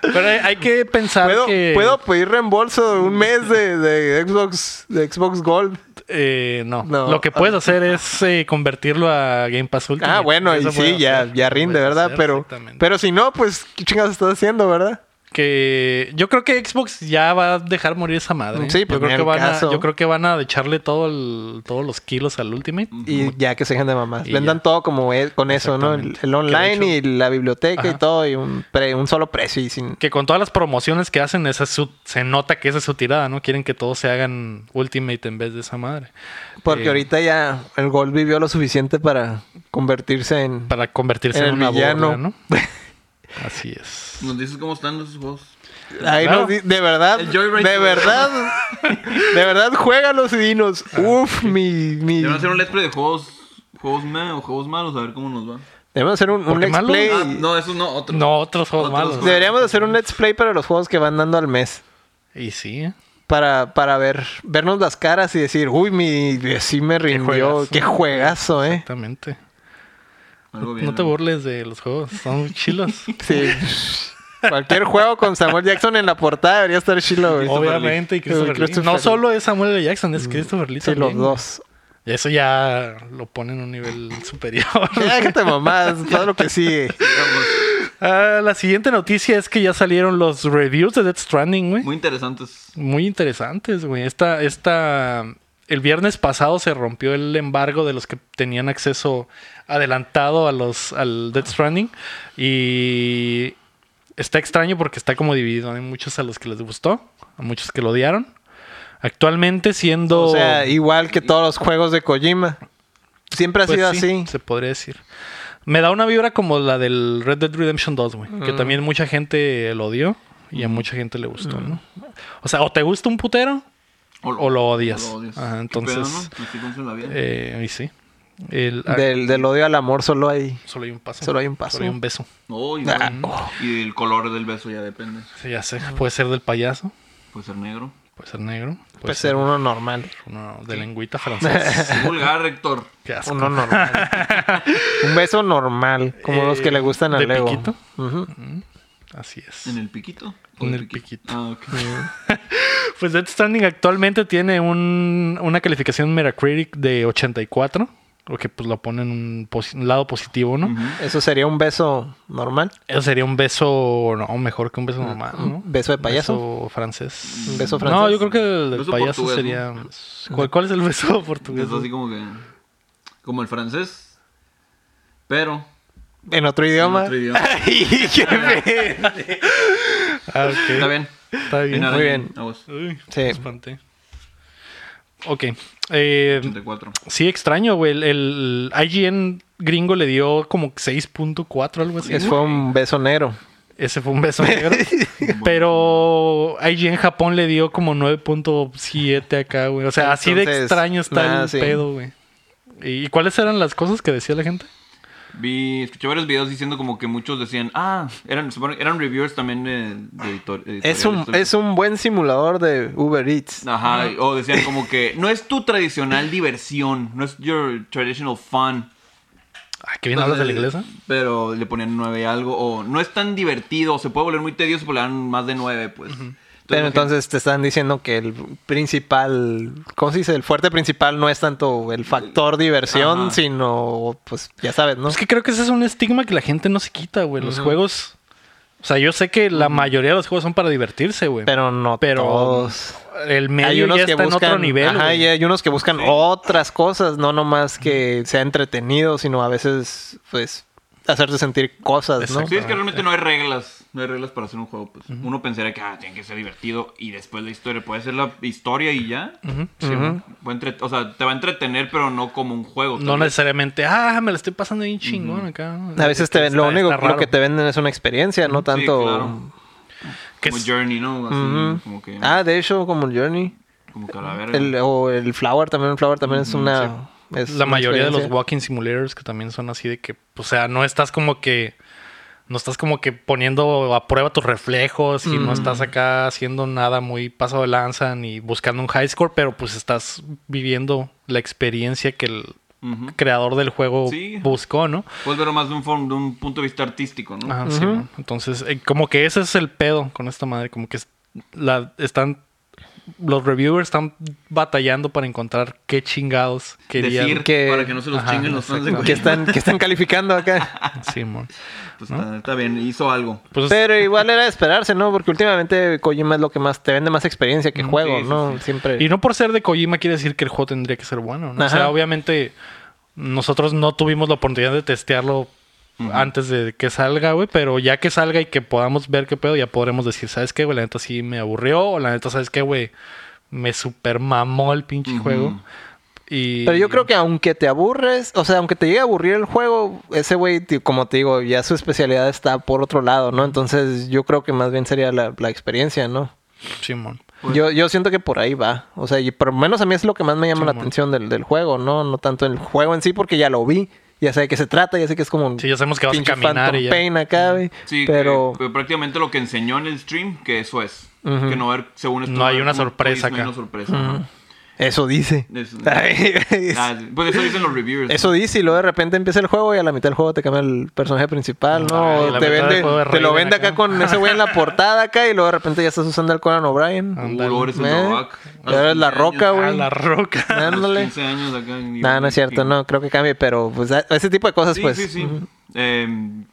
[SPEAKER 1] Pero hay, hay que pensar
[SPEAKER 2] ¿Puedo,
[SPEAKER 1] que...
[SPEAKER 2] puedo pedir reembolso de un mes de, de Xbox de Xbox Gold.
[SPEAKER 1] Eh, no.
[SPEAKER 2] No.
[SPEAKER 1] Lo que puedes hacer es eh, convertirlo a Game Pass Ultimate.
[SPEAKER 2] Ah, bueno, y
[SPEAKER 1] Eso
[SPEAKER 2] sí,
[SPEAKER 1] puedes
[SPEAKER 2] ya,
[SPEAKER 1] hacer.
[SPEAKER 2] ya rinde,
[SPEAKER 1] Puedes
[SPEAKER 2] ¿verdad?
[SPEAKER 1] hacer,
[SPEAKER 2] Pero,
[SPEAKER 1] exactamente.
[SPEAKER 2] pero si no, pues, ¿qué chingados estás haciendo, verdad?
[SPEAKER 1] que yo creo que Xbox ya va a dejar morir esa madre. ¿eh?
[SPEAKER 2] Sí, pues,
[SPEAKER 1] yo creo
[SPEAKER 2] ni
[SPEAKER 1] que
[SPEAKER 2] al
[SPEAKER 1] van
[SPEAKER 2] caso.
[SPEAKER 1] a, yo creo que van a echarle todo el- todos los kilos al Ultimate.
[SPEAKER 2] Y ya que se dejen de mamás.
[SPEAKER 1] Y
[SPEAKER 2] Vendan
[SPEAKER 1] ya.
[SPEAKER 2] todo como e- con eso, ¿no? El,
[SPEAKER 1] Exactamente.
[SPEAKER 2] el online
[SPEAKER 1] Que de
[SPEAKER 2] y la biblioteca y
[SPEAKER 1] Ajá.
[SPEAKER 2] todo, y un, pre- un solo precio y sin.
[SPEAKER 1] Que con todas las promociones que hacen, esa es su- se nota que esa es su tirada, ¿no? Quieren que todos se hagan Ultimate en vez de esa madre.
[SPEAKER 2] Porque
[SPEAKER 1] Eh,
[SPEAKER 2] ahorita ya el Gold vivió lo suficiente para convertirse en.
[SPEAKER 1] Para convertirse
[SPEAKER 2] En
[SPEAKER 1] en,
[SPEAKER 2] el
[SPEAKER 1] una
[SPEAKER 2] villano.
[SPEAKER 1] burla, ¿no? Así es.
[SPEAKER 3] Nos dices cómo están esos juegos.
[SPEAKER 2] Ahí
[SPEAKER 1] Claro.
[SPEAKER 2] nos di- de verdad,
[SPEAKER 3] El Joyride.
[SPEAKER 2] de verdad, de verdad, juégalos y dinos.
[SPEAKER 1] Ah,
[SPEAKER 2] Uf, mi. mi
[SPEAKER 3] Deben hacer un let's play de juegos. Juegos me o juegos malos, a ver cómo nos va.
[SPEAKER 2] Debemos hacer un, un
[SPEAKER 1] Porque
[SPEAKER 2] let's
[SPEAKER 1] malo-
[SPEAKER 2] play.
[SPEAKER 3] Ah, no, esos no, otros.
[SPEAKER 1] No, otros juegos
[SPEAKER 3] Otros
[SPEAKER 1] malos.
[SPEAKER 3] juegos.
[SPEAKER 2] Deberíamos hacer un let's play para los juegos que van dando al mes.
[SPEAKER 1] Y sí, ¿eh?
[SPEAKER 2] Para, para ver, vernos las caras y decir, uy, mi sí me rindió.
[SPEAKER 1] juegazo.
[SPEAKER 2] Qué juegazo, eh.
[SPEAKER 1] exactamente.
[SPEAKER 3] Algo bien,
[SPEAKER 1] No te
[SPEAKER 3] ¿no?
[SPEAKER 1] burles de los juegos, son muy chilos.
[SPEAKER 2] Sí. Cualquier juego con Samuel Jackson en la portada
[SPEAKER 1] Oh,
[SPEAKER 2] debería estar chilo, güey.
[SPEAKER 1] Obviamente, y Christopher, Lee.
[SPEAKER 2] Christopher
[SPEAKER 1] No
[SPEAKER 2] Lee.
[SPEAKER 1] solo es Samuel L. Jackson, es Christopher Lee
[SPEAKER 2] Mm. Sí, los
[SPEAKER 1] también.
[SPEAKER 2] dos.
[SPEAKER 1] Y eso ya lo pone en un nivel superior.
[SPEAKER 2] Déjate ah, mamás, todo lo que sigue.
[SPEAKER 1] Ah, la siguiente noticia es que ya salieron los reviews de Death Stranding, güey.
[SPEAKER 3] Muy interesantes.
[SPEAKER 1] Muy interesantes, güey. Esta, esta. El viernes pasado se rompió el embargo de los que tenían acceso adelantado a los, al Death Stranding. Y está extraño porque está como dividido. Hay muchos a los que les gustó, a muchos que lo odiaron. Actualmente siendo.
[SPEAKER 2] O sea, igual que todos los juegos de Kojima. Siempre ha
[SPEAKER 1] Pues
[SPEAKER 2] sido
[SPEAKER 1] sí,
[SPEAKER 2] así.
[SPEAKER 1] Se podría decir. Me da una vibra como la del Red Dead Redemption 2, güey.
[SPEAKER 2] Mm.
[SPEAKER 1] Que también mucha gente lo odió y a mucha gente le gustó, ¿no?
[SPEAKER 2] Mm.
[SPEAKER 1] O sea, o te gusta un putero, O lo odias. Ajá,
[SPEAKER 3] Qué
[SPEAKER 1] entonces,
[SPEAKER 3] pedo, ¿no? Así funciona la vida.
[SPEAKER 1] eh, y sí. El, ah,
[SPEAKER 2] Del, del odio al amor solo hay.
[SPEAKER 1] solo hay un paso.
[SPEAKER 2] solo hay un paso.
[SPEAKER 1] Solo hay un beso.
[SPEAKER 3] No, y,
[SPEAKER 2] Ah,
[SPEAKER 3] bueno,
[SPEAKER 2] oh.
[SPEAKER 3] y el color del beso ya depende.
[SPEAKER 1] Sí, ya sé. Puede ser del payaso,
[SPEAKER 3] Puede ser negro.
[SPEAKER 1] puede ser negro, puede,
[SPEAKER 2] Puede ser uno normal.
[SPEAKER 1] uno de lengüita francés.
[SPEAKER 3] Es vulgar, Héctor.
[SPEAKER 1] Qué asco.
[SPEAKER 2] Uno normal. un beso normal, como los que le gustan
[SPEAKER 1] Eh, ¿de
[SPEAKER 2] al Lego.
[SPEAKER 1] piquito?
[SPEAKER 2] Ujú.
[SPEAKER 1] Así es.
[SPEAKER 3] ¿En el piquito? ¿O
[SPEAKER 1] En
[SPEAKER 3] de
[SPEAKER 1] el piquito.
[SPEAKER 3] Ah, ok.
[SPEAKER 1] Pues Death Stranding actualmente tiene un- una calificación Metacritic de 84, lo que pues lo pone en un, posi- un lado positivo, ¿no?
[SPEAKER 3] Ujú.
[SPEAKER 2] Eso sería un beso normal.
[SPEAKER 1] Eso sería un beso, no, mejor que un
[SPEAKER 2] Ah,
[SPEAKER 1] beso normal, ¿no?
[SPEAKER 2] ¿Beso de payaso?
[SPEAKER 1] Beso francés.
[SPEAKER 2] Un beso francés.
[SPEAKER 1] No, yo creo que el del
[SPEAKER 3] Beso
[SPEAKER 1] payaso
[SPEAKER 3] portugués,
[SPEAKER 1] sería...
[SPEAKER 3] ¿no?
[SPEAKER 1] ¿Cuál, cuál es el beso portugués?
[SPEAKER 3] Es así como que. Como el francés. Pero.
[SPEAKER 2] En otro
[SPEAKER 3] en
[SPEAKER 2] idioma.
[SPEAKER 3] otro idioma.
[SPEAKER 2] Ay, qué fe-
[SPEAKER 1] Ah, ok.
[SPEAKER 3] Está bien.
[SPEAKER 1] Está bien.
[SPEAKER 3] Nada,
[SPEAKER 2] muy bien.
[SPEAKER 3] A vos.
[SPEAKER 1] Uy,
[SPEAKER 2] Sí.
[SPEAKER 1] me espanté. Ok. eh,
[SPEAKER 3] 84.
[SPEAKER 1] sí, extraño, güey. El, el IGN gringo le dio como 6.4, algo así.
[SPEAKER 2] Eso fue un beso negro.
[SPEAKER 1] Ese fue un beso negro. Pero en Japón le dio como 9.7 acá, güey. O sea, así de
[SPEAKER 2] Entonces,
[SPEAKER 1] extraño está
[SPEAKER 2] nah,
[SPEAKER 1] el
[SPEAKER 2] sí.
[SPEAKER 1] pedo, güey. ¿Y y cuáles eran las cosas que decía la gente?
[SPEAKER 3] Vi, escuché varios videos diciendo como que muchos decían, ah, eran, supongo- eran reviewers también de, de editor-
[SPEAKER 2] Es
[SPEAKER 3] editoriales.
[SPEAKER 2] un, es un buen simulador de Uber Eats.
[SPEAKER 3] Ajá, o decían como que no es tu tradicional diversión, no es your traditional fun.
[SPEAKER 1] Ah,
[SPEAKER 3] Pues,
[SPEAKER 1] que bien hablas de la
[SPEAKER 3] Entonces,
[SPEAKER 1] inglesa.
[SPEAKER 3] Pero le ponían nueve y algo, o no es tan divertido, o se puede volver muy tedioso, pero le dan más de nueve, pues.
[SPEAKER 2] Pero
[SPEAKER 3] la
[SPEAKER 2] entonces te están diciendo que el principal, ¿cómo se dice? El fuerte principal no es tanto el factor diversión,
[SPEAKER 3] Ajá.
[SPEAKER 2] sino, pues ya sabes, ¿no?
[SPEAKER 1] Es que creo que ese es un estigma que la gente no se quita, güey. Los juegos. O sea, yo sé que la mayoría de los juegos son para divertirse, güey.
[SPEAKER 2] Pero no
[SPEAKER 1] Pero
[SPEAKER 2] todos.
[SPEAKER 1] el medio ya está en otro nivel.
[SPEAKER 2] ajá,
[SPEAKER 1] güey.
[SPEAKER 2] y hay unos que buscan otras cosas, no nomás que sea entretenido, sino a veces, pues, hacerte sentir cosas, ¿no?
[SPEAKER 1] Exacto.
[SPEAKER 3] Sí, es que realmente no hay reglas. No hay reglas para hacer un juego. Pues. Uno pensaría que ah, tiene que ser divertido y después la historia. Puede ser la historia y ya. Sí, puede entre- O sea, te va a entretener, pero no como un juego.
[SPEAKER 1] No
[SPEAKER 3] tal vez.
[SPEAKER 1] necesariamente, ah, me la estoy pasando bien chingón acá. ¿no?
[SPEAKER 2] A veces te ven, lo
[SPEAKER 1] Está-
[SPEAKER 2] único
[SPEAKER 1] está
[SPEAKER 2] lo
[SPEAKER 1] raro.
[SPEAKER 2] que te venden es una experiencia, no tanto...
[SPEAKER 3] claro.
[SPEAKER 1] Que
[SPEAKER 3] Como
[SPEAKER 1] es-
[SPEAKER 3] Journey, ¿no? Así,
[SPEAKER 2] Ujú.
[SPEAKER 3] Como que.
[SPEAKER 2] Ah, de hecho, como el Journey.
[SPEAKER 3] como que a la verga.
[SPEAKER 2] El, o el Flower también, el Flower también es una... es
[SPEAKER 1] la
[SPEAKER 2] una
[SPEAKER 1] mayoría de los
[SPEAKER 2] experiencia.
[SPEAKER 1] walking simulators que también son así de que, o sea, no estás como que no estás como que poniendo a prueba tus reflejos y no estás acá haciendo nada muy paso de lanza ni buscando un high score, pero pues estás viviendo la experiencia que el
[SPEAKER 3] Ujú.
[SPEAKER 1] creador del juego
[SPEAKER 3] Sí.
[SPEAKER 1] buscó, ¿no?
[SPEAKER 3] Puedes verlo más de un, form- de un punto de vista artístico, ¿no?
[SPEAKER 1] Ajá, sí, man. Entonces, eh, como que ese es el pedo con esta madre, como que es- la están los reviewers están batallando para encontrar qué chingados querían
[SPEAKER 3] Decir
[SPEAKER 2] que-
[SPEAKER 3] para que no se los
[SPEAKER 1] Ajá,
[SPEAKER 3] chinguen los fans de
[SPEAKER 2] Que
[SPEAKER 3] Kojima.
[SPEAKER 2] están, que están calificando acá.
[SPEAKER 1] Sí, man.
[SPEAKER 3] Pues está, está bien, hizo algo.
[SPEAKER 1] Pues
[SPEAKER 2] Pero igual era de esperarse, ¿no? Porque últimamente Kojima es lo que más... Te vende más experiencia
[SPEAKER 1] Mm,
[SPEAKER 2] que juego,
[SPEAKER 3] sí, sí,
[SPEAKER 2] ¿no?
[SPEAKER 3] sí.
[SPEAKER 2] Siempre...
[SPEAKER 1] Y no por ser de Kojima quiere decir que el juego tendría que ser bueno. ¿no? O sea,
[SPEAKER 2] Ajá.
[SPEAKER 1] obviamente nosotros no tuvimos la oportunidad de testearlo antes de que salga, güey. Pero ya que salga y que podamos ver qué pedo, ya podremos decir, ¿sabes qué, güey? La neta sí me aburrió. O la neta, ¿sabes qué, güey? Me super mamó el pinche
[SPEAKER 3] Ujú.
[SPEAKER 1] juego. Y...
[SPEAKER 2] Pero yo creo que aunque te aburres, o sea, aunque te llegue a aburrir el juego, ese güey, ti- como te digo, ya su especialidad está por otro lado, ¿no? Entonces yo creo que más bien sería la, la experiencia, ¿no?
[SPEAKER 1] Simón.
[SPEAKER 2] Yo, yo siento que por ahí va. O sea, y por lo menos a mí es lo que más me llama la
[SPEAKER 1] Simón.
[SPEAKER 2] atención del, del juego, ¿no? No tanto el juego en sí, porque ya lo vi. Ya sé de qué se trata, ya sé que es como un
[SPEAKER 1] Sí, ya sabemos que vas a
[SPEAKER 2] pinche
[SPEAKER 1] caminar
[SPEAKER 2] Phantom
[SPEAKER 1] y ya.
[SPEAKER 2] Pain acá, güey.
[SPEAKER 3] Sí, que- pues
[SPEAKER 2] pero...
[SPEAKER 3] pero prácticamente lo que enseñó en el stream, que eso es. Que no ver, según esto,
[SPEAKER 1] No hay
[SPEAKER 3] ver
[SPEAKER 1] una
[SPEAKER 3] un
[SPEAKER 1] sorpresa
[SPEAKER 3] twist, no hay
[SPEAKER 1] acá.
[SPEAKER 3] una sorpresa, ajá.
[SPEAKER 2] Eso dice.
[SPEAKER 3] Es- Ah, sí. pues eso dicen los reviewers.
[SPEAKER 2] Eso dice, y luego de repente empieza el juego y a la mitad del juego te cambia el personaje principal,
[SPEAKER 1] Ay,
[SPEAKER 2] ¿no?
[SPEAKER 1] la
[SPEAKER 2] te
[SPEAKER 1] mitad del
[SPEAKER 2] vende,
[SPEAKER 1] juego es
[SPEAKER 2] te lo
[SPEAKER 1] Raiden
[SPEAKER 2] vende acá
[SPEAKER 1] acá.
[SPEAKER 2] con ese güey en la portada acá y luego de repente ya estás usando el Conan
[SPEAKER 1] Ah,
[SPEAKER 2] O'Brien.
[SPEAKER 3] Uh, luego eres el
[SPEAKER 2] Eh,
[SPEAKER 3] The Rock. A
[SPEAKER 2] ya
[SPEAKER 3] los
[SPEAKER 2] eres la
[SPEAKER 3] 15 años,
[SPEAKER 2] roca,
[SPEAKER 3] a
[SPEAKER 1] A
[SPEAKER 2] Ah, güey.
[SPEAKER 1] la roca.
[SPEAKER 3] los
[SPEAKER 2] Dándole.
[SPEAKER 3] 15 años acá. y-
[SPEAKER 2] No, no es cierto, no, creo que cambie, pero pues a- ese tipo de cosas,
[SPEAKER 3] Sí,
[SPEAKER 2] pues.
[SPEAKER 3] sí, sí.
[SPEAKER 2] ujú.
[SPEAKER 3] Eh,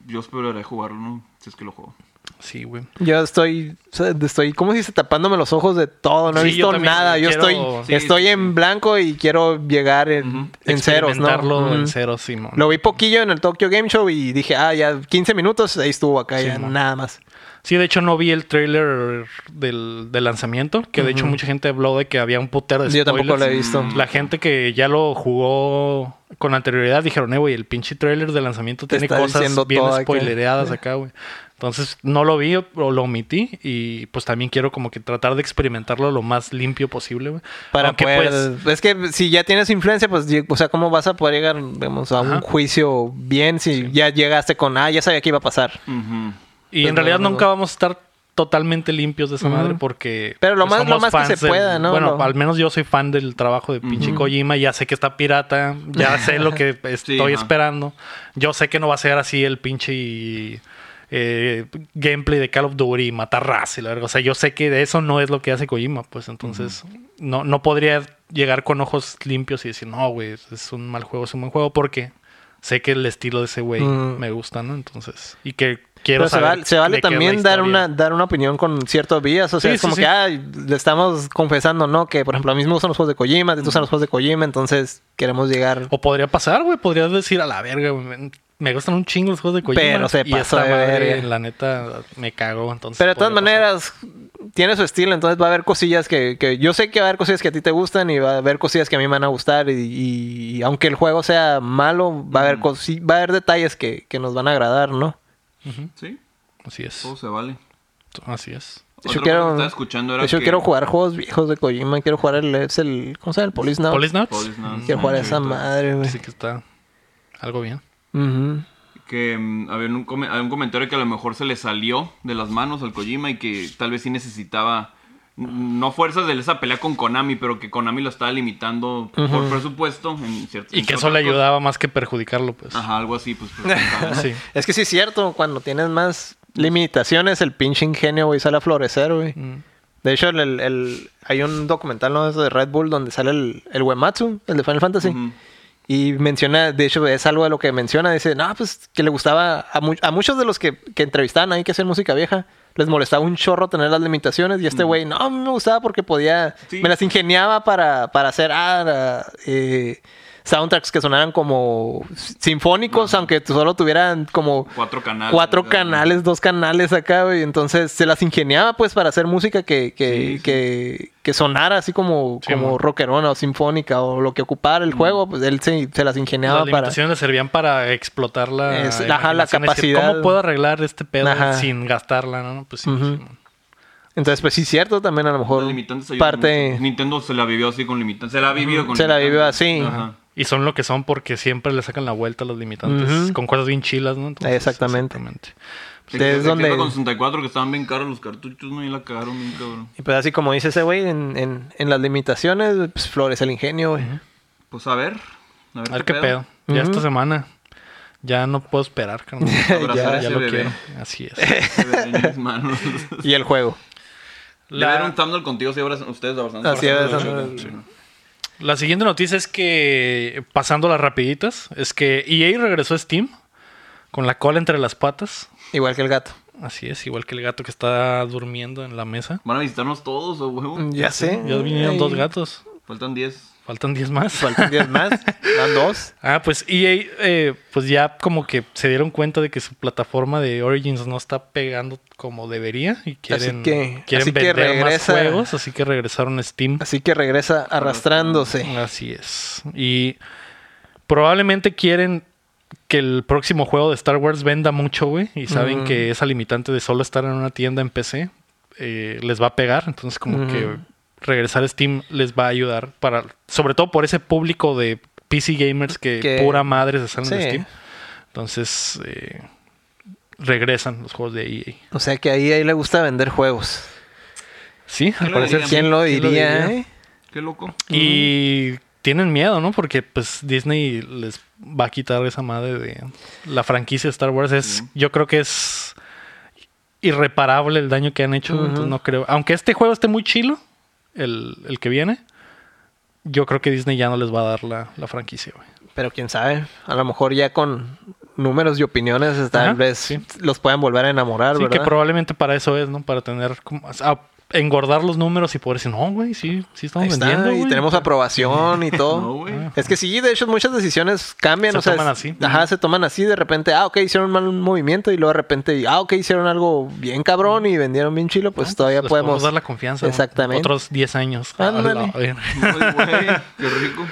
[SPEAKER 3] yo esperaré jugarlo, ¿no? Si es que lo juego.
[SPEAKER 1] Sí, güey.
[SPEAKER 2] Yo estoy, o sea, estoy, ¿cómo se dice? Tapándome los ojos de todo, no he
[SPEAKER 1] Sí, yo
[SPEAKER 2] visto
[SPEAKER 1] también
[SPEAKER 2] nada. Yo
[SPEAKER 1] quiero-
[SPEAKER 2] estoy,
[SPEAKER 3] Sí,
[SPEAKER 2] estoy
[SPEAKER 3] sí,
[SPEAKER 2] en
[SPEAKER 3] sí.
[SPEAKER 2] blanco y quiero llegar en,
[SPEAKER 3] Ujú.
[SPEAKER 2] en ceros, ¿no?
[SPEAKER 1] Experimentarlo
[SPEAKER 2] Ujú.
[SPEAKER 1] en ceros, Simón.
[SPEAKER 2] Lo vi poquillo en el Tokyo Game Show y dije, ah, ya 15 minutos, ahí estuvo acá,
[SPEAKER 1] Sí,
[SPEAKER 2] ya
[SPEAKER 1] mo.
[SPEAKER 2] nada más.
[SPEAKER 1] Sí, de hecho no vi el trailer del, del lanzamiento, que de hecho mucha gente habló de que había un putero de
[SPEAKER 2] Yo tampoco lo he
[SPEAKER 1] spoilers. Mm.
[SPEAKER 2] visto.
[SPEAKER 1] La gente que ya lo jugó con anterioridad dijeron, eh, güey, el pinche trailer de lanzamiento
[SPEAKER 2] Te
[SPEAKER 1] tiene
[SPEAKER 2] está
[SPEAKER 1] cosas
[SPEAKER 2] diciendo
[SPEAKER 1] bien
[SPEAKER 2] todo acá".
[SPEAKER 1] spoilereadas acá, güey. Entonces no lo vi o o lo omití y pues también quiero como que tratar de experimentarlo lo más limpio posible, güey.
[SPEAKER 2] Para
[SPEAKER 1] Aunque, pues,
[SPEAKER 2] poder- Es que si ya tienes influencia, pues, di- o sea, ¿cómo vas a poder llegar, digamos, a un
[SPEAKER 1] Ajá.
[SPEAKER 2] juicio bien si ya llegaste con, ah, ya sabía que iba a pasar?
[SPEAKER 3] Ujú.
[SPEAKER 1] Y
[SPEAKER 2] Pues
[SPEAKER 1] en
[SPEAKER 2] no,
[SPEAKER 1] realidad
[SPEAKER 2] no, no.
[SPEAKER 1] nunca vamos a estar totalmente limpios de esa
[SPEAKER 2] Ujú.
[SPEAKER 1] madre porque...
[SPEAKER 2] Pero lo
[SPEAKER 1] pues,
[SPEAKER 2] más- lo
[SPEAKER 1] somos
[SPEAKER 2] más que
[SPEAKER 1] fans
[SPEAKER 2] se
[SPEAKER 1] del-
[SPEAKER 2] pueda, ¿no?
[SPEAKER 1] Bueno,
[SPEAKER 2] Lo-
[SPEAKER 1] al menos yo soy fan del trabajo de pinche Kojima. Ya sé que está pirata. Ya sé lo que estoy
[SPEAKER 3] ajá.
[SPEAKER 1] esperando. Yo sé que no va a ser así el pinche... eh, gameplay de Call of Duty, matar raza y la verga. O sea, yo sé que de eso no es lo que hace Kojima, pues entonces no, no podría llegar con ojos limpios y decir, no, güey, es- es un mal juego, es un buen juego, porque sé que el estilo de ese güey
[SPEAKER 2] Ujú.
[SPEAKER 1] me gusta, ¿no? Entonces, y que quiero
[SPEAKER 2] Pero se,
[SPEAKER 1] saber
[SPEAKER 2] val- se vale
[SPEAKER 1] de qué es la
[SPEAKER 2] también dar
[SPEAKER 1] historia.
[SPEAKER 2] una, dar una opinión con ciertos vías. O sea,
[SPEAKER 1] Sí,
[SPEAKER 2] es
[SPEAKER 1] sí,
[SPEAKER 2] como
[SPEAKER 1] sí.
[SPEAKER 2] que, ah, le estamos confesando, ¿no? Que, por ejemplo, a mí me gustan los juegos de Kojima, a ti te gustan los juegos de Kojima, entonces queremos llegar...
[SPEAKER 1] O podría pasar, güey. Podrías decir a la verga, güey. me- Me gustan un chingo los juegos de Kojima.
[SPEAKER 2] Pero se
[SPEAKER 1] y
[SPEAKER 2] pasó
[SPEAKER 1] esta
[SPEAKER 2] de
[SPEAKER 1] madre,
[SPEAKER 2] verga.
[SPEAKER 1] la neta, me cago.
[SPEAKER 3] Pues,
[SPEAKER 1] Entonces
[SPEAKER 2] Pero de todas
[SPEAKER 1] podría pasar.
[SPEAKER 2] maneras, tiene su estilo, entonces va a haber cosillas que, que- yo sé que va a haber cosillas que a ti te gustan y va a haber cosillas que a mí me van a gustar y, y aunque el juego sea malo, va a haber, cosi- va a haber detalles que, que nos van a agradar, ¿no?
[SPEAKER 3] Sí,
[SPEAKER 1] Así es.
[SPEAKER 3] todo se vale.
[SPEAKER 1] Así es.
[SPEAKER 2] Yo
[SPEAKER 3] Otra cosa
[SPEAKER 2] quiero,
[SPEAKER 3] que estaba escuchando era
[SPEAKER 2] de hecho,
[SPEAKER 3] que-
[SPEAKER 2] quiero jugar juegos viejos de Kojima, quiero jugar el, es el ¿cómo se llama? El Police Now.
[SPEAKER 1] Police Notes.
[SPEAKER 3] Polis, no,
[SPEAKER 2] Quiero
[SPEAKER 3] no,
[SPEAKER 2] jugar a
[SPEAKER 3] no,
[SPEAKER 2] esa
[SPEAKER 3] no.
[SPEAKER 2] madre, güey.
[SPEAKER 1] Sí que está algo bien.
[SPEAKER 2] Ujú.
[SPEAKER 3] Que mm, había un, come- había un comentario que a lo mejor se le salió de las manos al Kojima y que tal vez sí necesitaba, n- no fuerzas de esa pelea con Konami, pero que Konami lo estaba limitando por presupuesto en cierto
[SPEAKER 1] Y que eso le ayudaba más que perjudicarlo, pues.
[SPEAKER 3] Ajá, algo así, pues. pues, ajá.
[SPEAKER 1] Sí.
[SPEAKER 2] Es que sí es cierto, cuando tienes más limitaciones, el pinche ingenio, güey, sale a florecer, güey.
[SPEAKER 1] Mm.
[SPEAKER 2] De hecho, el, el- el- hay un documental ¿no? Eso de Red Bull donde sale el, el Uematsu, el de Final Fantasy.
[SPEAKER 3] Ujú.
[SPEAKER 2] Y menciona, de hecho, es algo de lo que menciona. Dice, no, pues que le gustaba a, mu- a muchos de los que, que entrevistaban ahí que hacían música vieja. Les molestaba un chorro tener las limitaciones. Y este güey, no, a mí me gustaba porque podía.
[SPEAKER 3] Sí.
[SPEAKER 2] Me las ingeniaba para, para hacer ah, la- eh, soundtracks que sonaran como sinfónicos, aunque solo tuvieran como
[SPEAKER 3] Cuatro canales.
[SPEAKER 2] cuatro
[SPEAKER 3] ¿verdad?
[SPEAKER 2] canales, dos canales acá, güey. Entonces se las ingeniaba pues para hacer música que, que,
[SPEAKER 3] Sí, sí.
[SPEAKER 2] que, que sonara así como,
[SPEAKER 1] Sí,
[SPEAKER 2] como
[SPEAKER 1] amor.
[SPEAKER 2] rockerona o sinfónica o lo que ocupara
[SPEAKER 3] Mm.
[SPEAKER 2] el juego, pues él se, se las ingeniaba
[SPEAKER 1] Las
[SPEAKER 2] para.
[SPEAKER 1] limitaciones le servían para explotar la,
[SPEAKER 2] Es- ajá,
[SPEAKER 1] imaginación,
[SPEAKER 2] la
[SPEAKER 1] es decir,
[SPEAKER 2] capacidad.
[SPEAKER 1] ¿Cómo puedo arreglar este pedo
[SPEAKER 2] Ajá.
[SPEAKER 1] sin gastarla? No, pues sí.
[SPEAKER 2] Ujú.
[SPEAKER 1] sí.
[SPEAKER 2] Entonces, pues sí, cierto, también a lo mejor
[SPEAKER 3] Las limitantes ayudan
[SPEAKER 2] parte
[SPEAKER 3] mucho. Nintendo se la vivió así con limitantes. Se la ha vivido con
[SPEAKER 2] se la vivió
[SPEAKER 3] limitantes.
[SPEAKER 2] así.
[SPEAKER 3] Ajá.
[SPEAKER 1] Y son lo que son porque siempre le sacan la vuelta a los limitantes
[SPEAKER 2] Ujú.
[SPEAKER 1] con cosas bien chilas, ¿no? Entonces,
[SPEAKER 2] Exactamente.
[SPEAKER 1] exactamente.
[SPEAKER 3] Sí,
[SPEAKER 2] Es
[SPEAKER 3] que se
[SPEAKER 2] donde-
[SPEAKER 3] quedó Con 64 que estaban bien caros los cartuchos, ¿no? Y la cagaron bien cabrón.
[SPEAKER 2] Y pues así como dice ese güey, en, en, en las limitaciones, pues florece el ingenio, güey.
[SPEAKER 3] Pues a ver. A ver,
[SPEAKER 1] A ver qué pedo. Ya
[SPEAKER 2] Ujú.
[SPEAKER 1] esta semana. Ya no puedo esperar, carnal.
[SPEAKER 3] Abrazar
[SPEAKER 1] ya
[SPEAKER 3] a ese
[SPEAKER 1] lo
[SPEAKER 3] bebé.
[SPEAKER 1] quiero. Así es.
[SPEAKER 3] Se ve en mis manos.
[SPEAKER 2] Y el juego.
[SPEAKER 3] La...
[SPEAKER 1] La-
[SPEAKER 3] un thumbnail contigo si abrazan ustedes abrazando.
[SPEAKER 2] Así
[SPEAKER 3] abrazando-
[SPEAKER 2] es,
[SPEAKER 3] Sí.
[SPEAKER 1] La siguiente noticia es que, pasando las rapiditas, es que EA regresó a Steam con la cola entre las patas.
[SPEAKER 2] Igual que el gato.
[SPEAKER 1] Así es, igual que el gato que está durmiendo en la mesa.
[SPEAKER 3] Van a visitarnos todos, o huevo.
[SPEAKER 2] Ya sé.
[SPEAKER 1] Ya vinieron
[SPEAKER 2] Ey.
[SPEAKER 1] dos gatos.
[SPEAKER 3] Faltan 10.
[SPEAKER 1] Faltan 10 más.
[SPEAKER 2] Faltan 10 más. Van dos.
[SPEAKER 1] Ah, pues EA, eh, pues ya como que se dieron cuenta de que su plataforma de Origins no está pegando como debería y quieren,
[SPEAKER 2] que-
[SPEAKER 1] quieren
[SPEAKER 2] así que
[SPEAKER 1] vender
[SPEAKER 2] regresa.
[SPEAKER 1] más juegos, así que regresaron a Steam.
[SPEAKER 2] Así que regresa arrastrándose.
[SPEAKER 1] Así es. Y probablemente quieren que el próximo juego de Star Wars venda mucho, güey, y saben
[SPEAKER 2] Ujú.
[SPEAKER 1] que esa limitante de solo estar en una tienda en PC eh, les va a pegar, entonces como
[SPEAKER 2] Ujú.
[SPEAKER 1] que regresar a Steam les va a ayudar para, sobre todo por ese público de PC gamers que,
[SPEAKER 2] Que-
[SPEAKER 1] pura madre se salen de
[SPEAKER 2] Sí.
[SPEAKER 1] Steam. Entonces eh, regresan los juegos de E EA.
[SPEAKER 2] O sea que ahí, ahí le gusta vender juegos.
[SPEAKER 1] Sí, al
[SPEAKER 3] lo
[SPEAKER 1] parecer
[SPEAKER 3] diría?
[SPEAKER 1] sí.
[SPEAKER 2] ¿Quién lo
[SPEAKER 1] ¿Quién lo
[SPEAKER 2] diría?
[SPEAKER 1] diría?
[SPEAKER 2] eh?
[SPEAKER 3] Qué loco.
[SPEAKER 1] Y tienen miedo, ¿no? Porque pues Disney les va a quitar esa madre de la franquicia de Star Wars. Es, Yo creo que es irreparable el daño que han hecho. Entonces no creo. Aunque este juego esté muy chilo, el, el que viene, yo creo que Disney ya no les va a dar la, la franquicia, güey.
[SPEAKER 2] Pero quién sabe, a lo mejor ya con números y opiniones eh, tal
[SPEAKER 1] Ajá,
[SPEAKER 2] vez
[SPEAKER 1] sí.
[SPEAKER 2] los puedan volver a enamorar,
[SPEAKER 1] Sí, que
[SPEAKER 2] ¿verdad?
[SPEAKER 1] probablemente para eso es, ¿no? Para tener como a- engordar los números y poder decir, no, güey, sí, sí estamos
[SPEAKER 2] Ahí está,
[SPEAKER 1] vendiendo.
[SPEAKER 2] y
[SPEAKER 1] güey".
[SPEAKER 2] tenemos aprobación y todo.
[SPEAKER 3] No, güey.
[SPEAKER 2] Es que sí, de hecho muchas decisiones cambian.
[SPEAKER 1] Se
[SPEAKER 2] o sea,
[SPEAKER 1] toman
[SPEAKER 2] es-
[SPEAKER 1] así.
[SPEAKER 2] Ajá, se toman así. De repente, ah, ok, hicieron mal un movimiento y luego de repente, ah, ok, hicieron algo bien cabrón y vendieron bien chilo, pues todavía
[SPEAKER 1] Ah, Les
[SPEAKER 2] podemos...
[SPEAKER 1] dar la confianza. ¿no?
[SPEAKER 2] Exactamente.
[SPEAKER 1] Otros 10 años.
[SPEAKER 2] Ándale.
[SPEAKER 1] Ah, la verga.
[SPEAKER 3] Ay, güey, qué rico.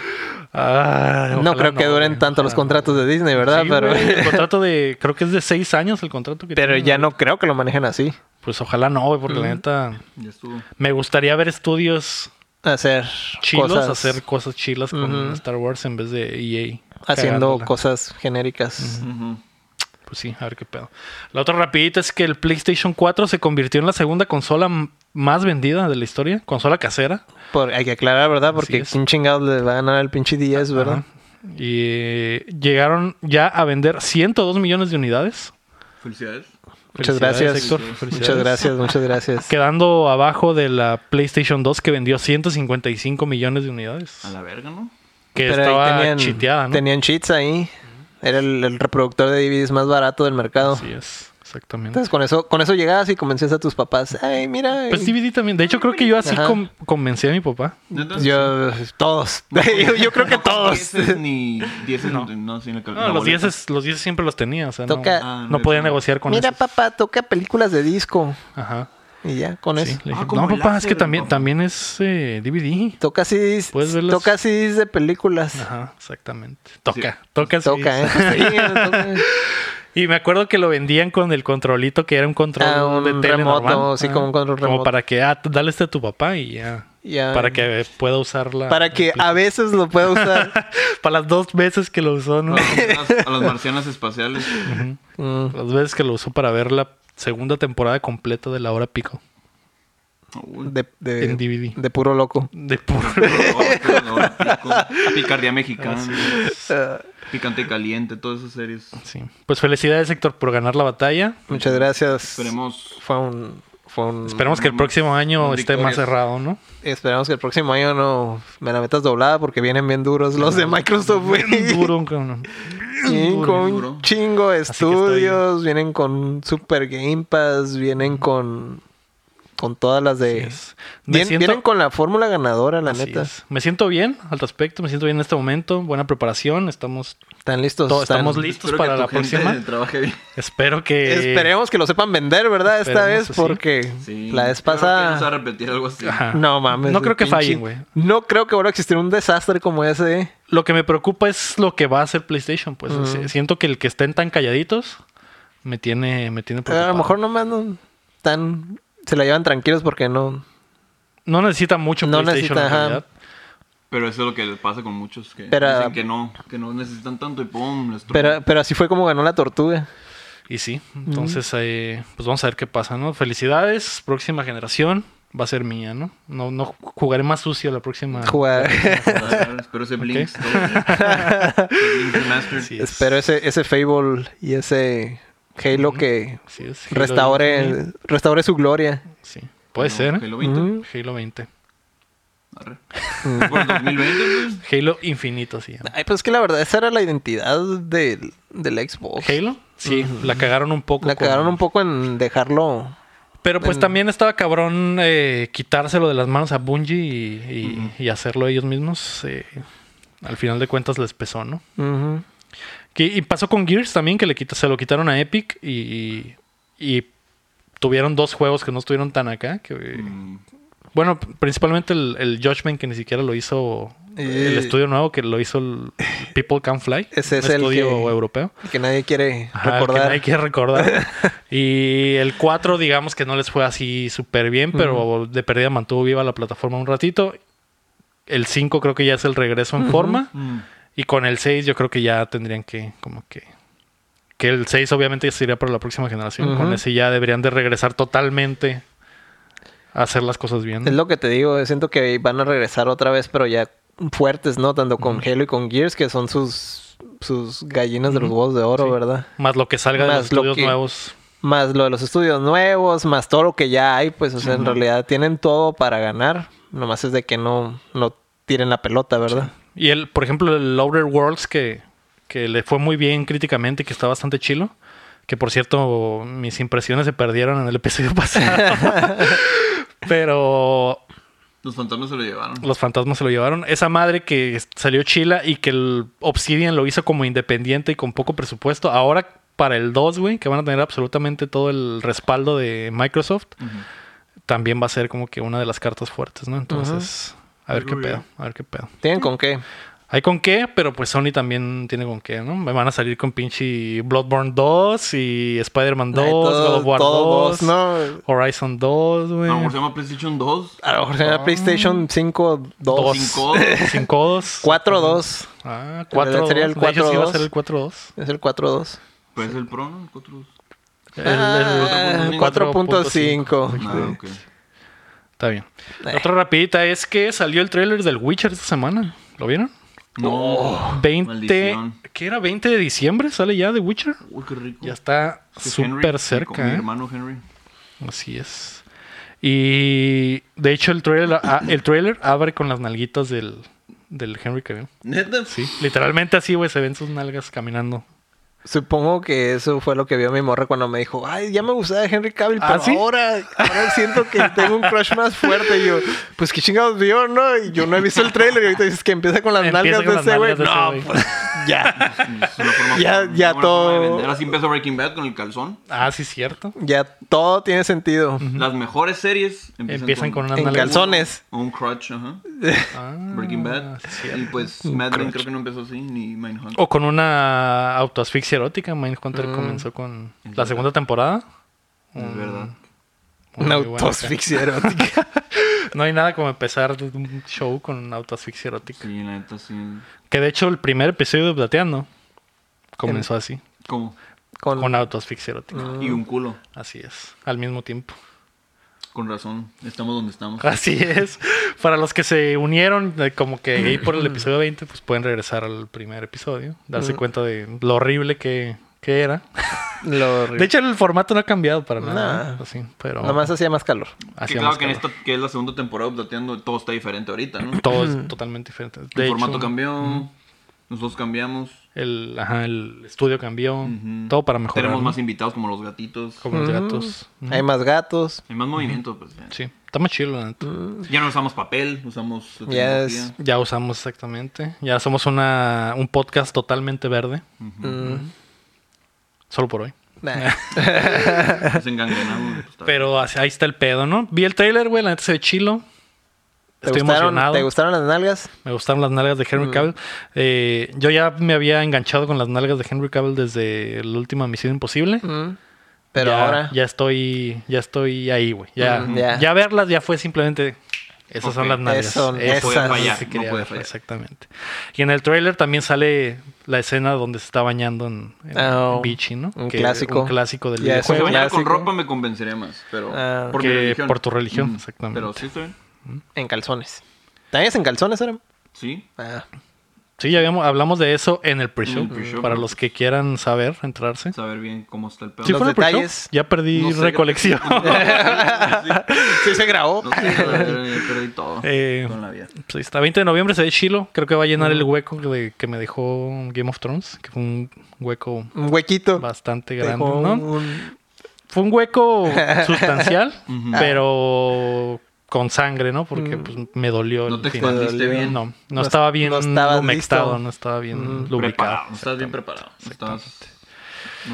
[SPEAKER 1] Ah,
[SPEAKER 2] no
[SPEAKER 1] ojalá
[SPEAKER 2] creo que duren
[SPEAKER 1] güey.
[SPEAKER 2] tanto los
[SPEAKER 1] Ojalá
[SPEAKER 2] contratos de Disney,
[SPEAKER 1] no.
[SPEAKER 2] ¿verdad?
[SPEAKER 1] Sí,
[SPEAKER 2] pero,
[SPEAKER 1] güey, el contrato de, creo que es de 6 años el contrato que
[SPEAKER 2] pero
[SPEAKER 1] tienen,
[SPEAKER 2] ya
[SPEAKER 1] güey.
[SPEAKER 2] no creo que lo manejen así.
[SPEAKER 1] Pues ojalá no, güey, porque la neta.
[SPEAKER 3] Ya estuvo.
[SPEAKER 1] Me gustaría ver estudios
[SPEAKER 2] Hacer
[SPEAKER 1] chilos,
[SPEAKER 2] cosas...
[SPEAKER 1] hacer cosas chilas con Star Wars en vez de EA.
[SPEAKER 2] haciendo
[SPEAKER 1] cagándola.
[SPEAKER 2] cosas genéricas.
[SPEAKER 3] Ujú.
[SPEAKER 1] Pues sí, a ver qué pedo. La otra rapidita es que el PlayStation 4 se convirtió en la segunda consola m- más vendida de la historia, consola casera.
[SPEAKER 2] Por- hay que aclarar, ¿verdad? Porque
[SPEAKER 1] es.
[SPEAKER 2] quién chingados le va a ganar el pinche 10, ¿verdad?
[SPEAKER 1] Ajá. Y eh, llegaron ya a vender 102 millones de unidades.
[SPEAKER 3] Felicidades.
[SPEAKER 1] Felicidades,
[SPEAKER 2] Muchas gracias.
[SPEAKER 1] Héctor.
[SPEAKER 2] Muchas
[SPEAKER 1] Felicidades.
[SPEAKER 2] gracias, muchas gracias.
[SPEAKER 1] Quedando abajo de la PlayStation 2 que vendió 155 millones de unidades.
[SPEAKER 3] A la verga, ¿no?
[SPEAKER 1] Que
[SPEAKER 2] Pero ahí
[SPEAKER 1] estaba chiteada, ¿no?
[SPEAKER 2] Tenían cheats ahí. Era el, el reproductor de DVDs más barato del mercado.
[SPEAKER 1] Así es, exactamente.
[SPEAKER 2] Entonces con eso, con eso llegabas y convencías a tus papás. Ay, mira.
[SPEAKER 1] Pues
[SPEAKER 2] eh,
[SPEAKER 1] DVD también. De hecho, creo que yo así
[SPEAKER 2] Ajá.
[SPEAKER 1] con- convencí a mi papá.
[SPEAKER 3] ¿Neta?
[SPEAKER 2] yo todos. yo, yo creo que
[SPEAKER 3] No,
[SPEAKER 2] todos.
[SPEAKER 3] dieces Ni 10 no. no, sí, en la cal-
[SPEAKER 1] No,
[SPEAKER 3] en la
[SPEAKER 1] los
[SPEAKER 3] boleta.
[SPEAKER 1] 10 los 10 siempre los tenía. O sea, no,
[SPEAKER 2] Toca-
[SPEAKER 3] Ah,
[SPEAKER 1] no
[SPEAKER 3] mira,
[SPEAKER 1] podía
[SPEAKER 3] mira.
[SPEAKER 1] negociar con
[SPEAKER 2] Mira,
[SPEAKER 1] eso.
[SPEAKER 2] papá, toca películas de disco.
[SPEAKER 1] Ajá.
[SPEAKER 2] Y ya, con
[SPEAKER 1] Sí,
[SPEAKER 2] eso.
[SPEAKER 1] le
[SPEAKER 3] Ah,
[SPEAKER 1] dije,
[SPEAKER 3] como
[SPEAKER 1] no,
[SPEAKER 3] el
[SPEAKER 1] papá, es que
[SPEAKER 3] láser,
[SPEAKER 1] también,
[SPEAKER 3] papá".
[SPEAKER 1] también es eh, DVD.
[SPEAKER 2] Toca CDs.
[SPEAKER 1] Puedes verlas.
[SPEAKER 2] Toca CDs de películas.
[SPEAKER 1] Ajá, exactamente. Toca, toca. sí.
[SPEAKER 2] Toca, ¿eh? Sí, toca.
[SPEAKER 1] Y me acuerdo que lo vendían con el controlito, que era un control
[SPEAKER 2] Ah, un
[SPEAKER 1] de tele
[SPEAKER 2] remoto,
[SPEAKER 1] normal. Ah,
[SPEAKER 2] sí, como un control remoto.
[SPEAKER 1] Como para que, ah, dale este a tu papá y ya.
[SPEAKER 2] Ya.
[SPEAKER 1] Para que pueda usarla.
[SPEAKER 2] Para que a veces lo pueda usar.
[SPEAKER 1] Para las dos veces que lo usó, ¿no?
[SPEAKER 3] A las- A las marcianas espaciales.
[SPEAKER 2] Mm.
[SPEAKER 1] las veces que lo usó para ver la segunda temporada completa de La Hora Pico.
[SPEAKER 3] Uy,
[SPEAKER 2] De, de-
[SPEAKER 1] En DVD.
[SPEAKER 2] de puro loco.
[SPEAKER 1] De puro.
[SPEAKER 3] ahora pico. Picardía mexicana. Picante y caliente, todas esas series.
[SPEAKER 1] Sí. Pues felicidades, Héctor, por ganar la batalla.
[SPEAKER 2] Muchas gracias.
[SPEAKER 3] Esperemos.
[SPEAKER 2] Fue un. Fue un
[SPEAKER 1] Esperemos que el próximo año
[SPEAKER 3] Con
[SPEAKER 1] esté más
[SPEAKER 3] victorias.
[SPEAKER 1] cerrado, ¿no?
[SPEAKER 2] Esperamos que el próximo año no me la metas doblada porque vienen bien duros los de Microsoft, güey.
[SPEAKER 1] Duro, cabrón.
[SPEAKER 2] Vienen con
[SPEAKER 3] bien
[SPEAKER 2] un
[SPEAKER 3] duro.
[SPEAKER 2] chingo de
[SPEAKER 1] Así que estoy-
[SPEAKER 2] estudios, vienen con Super Game Pass, vienen con con todas las de...
[SPEAKER 1] Mm. es. Me
[SPEAKER 2] Vien-
[SPEAKER 1] siento-
[SPEAKER 2] Vienen con la fórmula ganadora, la
[SPEAKER 1] Así
[SPEAKER 2] neta.
[SPEAKER 1] es. Me siento bien al respecto, me siento bien en este momento. Buena preparación, estamos.
[SPEAKER 2] Están listos.
[SPEAKER 1] Todo-
[SPEAKER 2] están-
[SPEAKER 1] estamos listos.
[SPEAKER 3] Espero
[SPEAKER 1] para
[SPEAKER 3] que
[SPEAKER 1] la
[SPEAKER 3] tu gente
[SPEAKER 1] próxima?
[SPEAKER 3] trabaje bien.
[SPEAKER 1] Espero que.
[SPEAKER 2] Esperemos que lo sepan vender, ¿verdad? Esta
[SPEAKER 1] Esperemos,
[SPEAKER 2] vez
[SPEAKER 1] sí.
[SPEAKER 2] porque
[SPEAKER 3] Sí.
[SPEAKER 2] la vez
[SPEAKER 3] Yo creo que
[SPEAKER 2] pasada...
[SPEAKER 3] no se va a repetir algo así.
[SPEAKER 1] Ajá.
[SPEAKER 2] No mames.
[SPEAKER 1] Ah. No creo que
[SPEAKER 2] pinche-
[SPEAKER 1] fallen, güey.
[SPEAKER 2] No creo que vuelva a existir un desastre como ese. eh.
[SPEAKER 1] Lo que me preocupa es lo que va a hacer PlayStation. Pues Si- siento que el que estén tan calladitos me tiene, me tiene
[SPEAKER 2] A
[SPEAKER 1] preocupado.
[SPEAKER 2] lo mejor nomás no tan. Se la llevan tranquilos porque no.
[SPEAKER 1] no necesita mucho
[SPEAKER 2] No
[SPEAKER 1] PlayStation
[SPEAKER 2] necesita,
[SPEAKER 1] en
[SPEAKER 2] ajá.
[SPEAKER 1] realidad.
[SPEAKER 3] Pero eso es lo que les pasa con muchos que
[SPEAKER 2] Pero-
[SPEAKER 3] dicen que no, que no necesitan tanto y pum, les truena.
[SPEAKER 2] Pero, pero así fue como ganó la tortuga.
[SPEAKER 1] Y sí, entonces eh, pues vamos a ver qué pasa, ¿no? Felicidades, próxima generación va a ser mía, ¿no? No, no jugaré más sucio la próxima.
[SPEAKER 2] Jugar.
[SPEAKER 3] Espero ese Blinks. todo. Ese Blinks Remastered.
[SPEAKER 1] Así es.
[SPEAKER 2] Espero ese, ese Fable y ese Halo que
[SPEAKER 1] Así es. Halo
[SPEAKER 2] restaure,
[SPEAKER 1] Infinite.
[SPEAKER 2] restaure su gloria.
[SPEAKER 1] Sí, puede
[SPEAKER 3] No,
[SPEAKER 1] ser. ¿eh?
[SPEAKER 3] Halo 20.
[SPEAKER 2] Ujú.
[SPEAKER 1] Halo 20.
[SPEAKER 3] Arre. Por 2020, pues.
[SPEAKER 1] Halo infinito, sí. ¿no?
[SPEAKER 2] Ay, pues es que la verdad, esa era la identidad del, del Xbox.
[SPEAKER 1] Halo. Sí, la cagaron un poco.
[SPEAKER 2] La
[SPEAKER 1] con-
[SPEAKER 2] cagaron un poco en dejarlo.
[SPEAKER 1] Pero pues
[SPEAKER 2] en-
[SPEAKER 1] también estaba cabrón eh, quitárselo de las manos a Bungie y, y- y hacerlo ellos mismos. eh, al final de cuentas les pesó, ¿no?
[SPEAKER 2] Ujú.
[SPEAKER 1] Que- y pasó con Gears también, que le quita- se lo quitaron a Epic y, y tuvieron dos juegos que no estuvieron tan acá. Que,
[SPEAKER 3] Mm,
[SPEAKER 1] Bueno, principalmente el, el Judgment, que ni siquiera lo hizo el
[SPEAKER 2] Eh.
[SPEAKER 1] estudio nuego, que lo hizo el People Can Fly,
[SPEAKER 2] Ese es
[SPEAKER 1] un
[SPEAKER 2] el
[SPEAKER 1] estudio
[SPEAKER 2] que-
[SPEAKER 1] europeo.
[SPEAKER 2] Que nadie quiere
[SPEAKER 1] Ajá, el
[SPEAKER 2] recordar.
[SPEAKER 1] Que hay que recordar. y el 4, digamos que no les fue así súper bien, pero de pérdida mantuvo viva la plataforma un ratito. El 5 creo que ya es el regreso en forma.
[SPEAKER 3] mm.
[SPEAKER 1] Y con el 6 yo creo que ya tendrían que, como que... Que el 6 obviamente sería para la próxima generación. Con
[SPEAKER 2] Ujú.
[SPEAKER 1] ese ya deberían de regresar totalmente hacer las cosas bien.
[SPEAKER 2] Es lo que te digo, eh, siento que van a regresar otra vez, pero ya fuertes, ¿no? Tanto con Halo y con Gears, que son sus, sus gallinas de los huevos de oro,
[SPEAKER 1] Sí.
[SPEAKER 2] ¿verdad?
[SPEAKER 1] Más lo que salga de
[SPEAKER 2] Más
[SPEAKER 1] los
[SPEAKER 2] lo
[SPEAKER 1] estudios
[SPEAKER 2] que-
[SPEAKER 1] nuevos.
[SPEAKER 2] Más lo de los estudios nuevos, más todo lo que ya hay, pues, o sea, en realidad tienen todo para ganar. Nomás es de que no, no tiren la pelota, ¿verdad?
[SPEAKER 1] Y el, por ejemplo, el Outer Worlds que, que le fue muy bien críticamente y que está bastante chilo. Que por cierto, mis impresiones se perdieron en el episodio pasado. Pero
[SPEAKER 3] Los fantasmas se lo llevaron.
[SPEAKER 1] los fantasmas se lo llevaron. Esa madre que salió chila y que el Obsidian lo hizo como independiente y con poco presupuesto. Ahora para el 2, güey, que van a tener absolutamente todo el respaldo de Microsoft, también va a ser como que una de las cartas fuertes, ¿no? Entonces, a ver qué
[SPEAKER 3] Algo bien.
[SPEAKER 1] pedo, a ver qué pedo.
[SPEAKER 2] ¿Tienen con qué?
[SPEAKER 1] Hay con qué, pero pues Sony también tiene con qué, ¿no? Me van a salir con pinche Bloodborne 2 y Spider-Man 2,
[SPEAKER 2] Ay,
[SPEAKER 1] God
[SPEAKER 2] todo-
[SPEAKER 1] of War
[SPEAKER 2] todo
[SPEAKER 1] 2,
[SPEAKER 2] dos, ¿no?
[SPEAKER 1] Horizon 2,
[SPEAKER 3] A
[SPEAKER 1] güey.
[SPEAKER 3] lo mejor se llama PlayStation 2.
[SPEAKER 2] A lo mejor se llama PlayStation 5, 2,
[SPEAKER 1] Ah. Dos.
[SPEAKER 3] 5.
[SPEAKER 1] 5 2.
[SPEAKER 2] 4, 2.
[SPEAKER 1] Ah, 4
[SPEAKER 2] Sería el
[SPEAKER 1] 2. De hecho, sí va a
[SPEAKER 2] 4-2.
[SPEAKER 1] ser el 4 2.
[SPEAKER 2] Es el 4, 2.
[SPEAKER 3] Pues el Pro, ¿no? El 4.
[SPEAKER 1] El- el-
[SPEAKER 2] Ah,
[SPEAKER 1] el
[SPEAKER 2] 4.5.
[SPEAKER 3] Ah, ok.
[SPEAKER 1] Está bien.
[SPEAKER 2] Eh.
[SPEAKER 1] La Otra rapidita es que salió el tráiler del Witcher esta semana. ¿Lo vieron?
[SPEAKER 3] No.
[SPEAKER 1] 20...
[SPEAKER 3] Maldición.
[SPEAKER 1] ¿Qué era? ¿20 de diciembre? ¿Sale ya The Witcher?
[SPEAKER 3] Uy, qué rico.
[SPEAKER 1] Ya está
[SPEAKER 3] Que Henry,
[SPEAKER 1] súper
[SPEAKER 3] mi-
[SPEAKER 1] cerca.
[SPEAKER 3] Mi,
[SPEAKER 1] ¿eh?
[SPEAKER 3] hermano Henry.
[SPEAKER 1] Así es. Y de hecho el trailer, ah, el trailer abre con las nalguitas del, del Henry Cavill.
[SPEAKER 3] ¿Neta?
[SPEAKER 1] Sí, literalmente así, güey, se ven sus nalgas caminando.
[SPEAKER 2] Supongo que eso fue lo que vio mi morra cuando me dijo, ay, ya me gustaba Henry Cavill,
[SPEAKER 1] ¿Ah,
[SPEAKER 2] pero
[SPEAKER 1] sí?
[SPEAKER 2] ahora, ahora siento que tengo un crush más fuerte. Y yo, pues qué chingados vio, ¿no? Y yo no he visto el trailer y ahorita dices que empieza con las
[SPEAKER 1] Empieza
[SPEAKER 2] nalgas
[SPEAKER 1] con
[SPEAKER 2] de
[SPEAKER 1] las
[SPEAKER 2] ese güey.
[SPEAKER 1] nalgas de
[SPEAKER 2] No,
[SPEAKER 1] ese güey.
[SPEAKER 2] pues ya,
[SPEAKER 3] Es una forma-
[SPEAKER 2] Ya-
[SPEAKER 3] una
[SPEAKER 2] ya
[SPEAKER 3] buena forma de
[SPEAKER 2] todo.
[SPEAKER 3] vender. Así empezó Breaking Bad con el calzón.
[SPEAKER 1] Ah, sí, cierto.
[SPEAKER 2] ya todo tiene sentido.
[SPEAKER 3] Las mejores series empiezan,
[SPEAKER 1] Empiezan con unas
[SPEAKER 2] En
[SPEAKER 1] nalgas.
[SPEAKER 2] calzón. calzones.
[SPEAKER 3] Un crutch, ajá.
[SPEAKER 1] Ah,
[SPEAKER 3] Breaking Bad. y pues Mad Men creo que no empezó así, ni Mindhunt.
[SPEAKER 1] O con una autoasfixia erótica. Mindhunter
[SPEAKER 2] Mm.
[SPEAKER 1] comenzó con la segunda temporada. Oh.
[SPEAKER 3] Es
[SPEAKER 1] Mm.
[SPEAKER 3] verdad.
[SPEAKER 1] Muy
[SPEAKER 2] Una
[SPEAKER 1] buena,
[SPEAKER 2] autoasfixia erótica.
[SPEAKER 1] acá. No hay nada como empezar un show con una autoasfixia erótica.
[SPEAKER 3] Sí, la neta, sí.
[SPEAKER 1] Que de hecho el primer episodio de Plateando comenzó así.
[SPEAKER 3] ¿Cómo?
[SPEAKER 2] Con,
[SPEAKER 1] Con autoasfixia erótica.
[SPEAKER 2] Mm.
[SPEAKER 3] Y un culo.
[SPEAKER 1] Así es. Al mismo tiempo.
[SPEAKER 3] Con razón. Estamos donde estamos.
[SPEAKER 1] Así es. Para los que se unieron, eh, como que ahí por el episodio 20, pues pueden regresar al primer episodio. Darse cuenta de lo horrible que, que era.
[SPEAKER 2] lo
[SPEAKER 1] De hecho, el formato no ha cambiado para nada.
[SPEAKER 2] Nah.
[SPEAKER 1] Así, pero
[SPEAKER 2] Nomás hacía más calor.
[SPEAKER 3] Que
[SPEAKER 1] hacía
[SPEAKER 3] claro
[SPEAKER 1] más
[SPEAKER 3] que en
[SPEAKER 1] calor.
[SPEAKER 3] esta, que es la segunda temporada, updateando, todo está diferente ahorita, ¿no?
[SPEAKER 1] Todo es totalmente diferente. De
[SPEAKER 3] el formato
[SPEAKER 1] hecho,
[SPEAKER 3] cambió, nosotros cambiamos,
[SPEAKER 1] El, ajá, el estudio cambió.
[SPEAKER 3] Ujú.
[SPEAKER 1] Todo para mejorar.
[SPEAKER 3] tenemos
[SPEAKER 1] ¿no?
[SPEAKER 3] más invitados como los gatitos,
[SPEAKER 1] Como los gatos.
[SPEAKER 2] Hay más gatos.
[SPEAKER 3] hay más movimiento, pues ya.
[SPEAKER 1] Sí, está más chido, la neta.
[SPEAKER 3] Ya no usamos papel, usamos la
[SPEAKER 2] Ya es-
[SPEAKER 3] tecnología.
[SPEAKER 1] Ya usamos exactamente. Ya somos una, un podcast totalmente verde. Solo por hoy.
[SPEAKER 2] Mm, Nah.
[SPEAKER 3] nos engangrenamos, pues, está bien.
[SPEAKER 1] Pero así- ahí está el pedo, ¿no? Vi el trailer, güey. La neta se ve chilo.
[SPEAKER 2] ¿Te,
[SPEAKER 1] Estoy
[SPEAKER 2] gustaron,
[SPEAKER 1] emocionado.
[SPEAKER 2] ¿Te Mm. gustaron las nalgas?
[SPEAKER 1] Me gustaron las nalgas de Henry Cavill. Eh, yo ya me había enganchado con las nalgas de Henry Cavill desde la última Misión Imposible.
[SPEAKER 2] Mm. Pero
[SPEAKER 1] Ya-
[SPEAKER 2] ahora...
[SPEAKER 1] Ya estoy, ya estoy ahí, güey. Ya,
[SPEAKER 2] Ujú. Ya.
[SPEAKER 1] ya verlas ya fue simplemente... Esas son
[SPEAKER 3] Ok.
[SPEAKER 1] las nalgas.
[SPEAKER 2] Eso,
[SPEAKER 1] Esas
[SPEAKER 2] podía
[SPEAKER 1] son las
[SPEAKER 3] fallar,
[SPEAKER 1] que
[SPEAKER 3] no
[SPEAKER 1] quería
[SPEAKER 3] podía
[SPEAKER 1] ver,
[SPEAKER 3] fallar.
[SPEAKER 1] Exactamente. Y en el tráiler también sale la escena donde se está bañando en, en
[SPEAKER 2] Ah,
[SPEAKER 1] Vichy, ¿no?
[SPEAKER 2] un
[SPEAKER 1] Que-
[SPEAKER 2] clásico.
[SPEAKER 1] Un clásico del
[SPEAKER 2] Ya, eso
[SPEAKER 3] Si
[SPEAKER 1] videojuego.
[SPEAKER 3] bañara con
[SPEAKER 2] clásico.
[SPEAKER 3] ropa me convencería más, pero
[SPEAKER 2] Ah,
[SPEAKER 3] por mi
[SPEAKER 1] que
[SPEAKER 3] religión.
[SPEAKER 1] por tu religión,
[SPEAKER 3] Ujú.
[SPEAKER 1] exactamente.
[SPEAKER 3] Pero sí, está bien.
[SPEAKER 2] En calzones. ¿También es en calzones, era?
[SPEAKER 3] Sí.
[SPEAKER 2] Ah.
[SPEAKER 1] Sí, ya habíamos, hablamos de eso en el pre-show.
[SPEAKER 3] En el pre-show.
[SPEAKER 1] para los que quieran saber, entrarse.
[SPEAKER 3] Saber bien cómo está el pedo.
[SPEAKER 1] Sí,
[SPEAKER 2] Los
[SPEAKER 1] fue en el pre-show.
[SPEAKER 2] detalles.
[SPEAKER 1] Ya perdí
[SPEAKER 3] No sé qué-
[SPEAKER 1] recolección.
[SPEAKER 2] Sí, se grabó.
[SPEAKER 3] No sé, perdí- perdí todo
[SPEAKER 1] Eh,
[SPEAKER 3] con la vida.
[SPEAKER 1] Pues ahí está, 20 de noviembre se ve chilo. Creo que va a llenar el hueco de- que me dejó Game of Thrones, que fue un hueco
[SPEAKER 2] Un huequito.
[SPEAKER 1] bastante
[SPEAKER 2] Dejó
[SPEAKER 1] grande, ¿no?
[SPEAKER 2] un-
[SPEAKER 1] Fue un hueco sustancial, pero con sangre, ¿no? Porque pues, me dolió.
[SPEAKER 3] No
[SPEAKER 1] el
[SPEAKER 3] te
[SPEAKER 1] fin.
[SPEAKER 3] expandiste
[SPEAKER 2] Mm. dolió.
[SPEAKER 3] bien. Mm.
[SPEAKER 1] No, no,
[SPEAKER 2] No
[SPEAKER 1] estaba
[SPEAKER 2] es-
[SPEAKER 1] bien
[SPEAKER 2] no estabas
[SPEAKER 1] humectado,
[SPEAKER 2] listo.
[SPEAKER 1] no estaba bien
[SPEAKER 3] Preparado.
[SPEAKER 1] lubricado.
[SPEAKER 3] No estás bien preparado. Estás...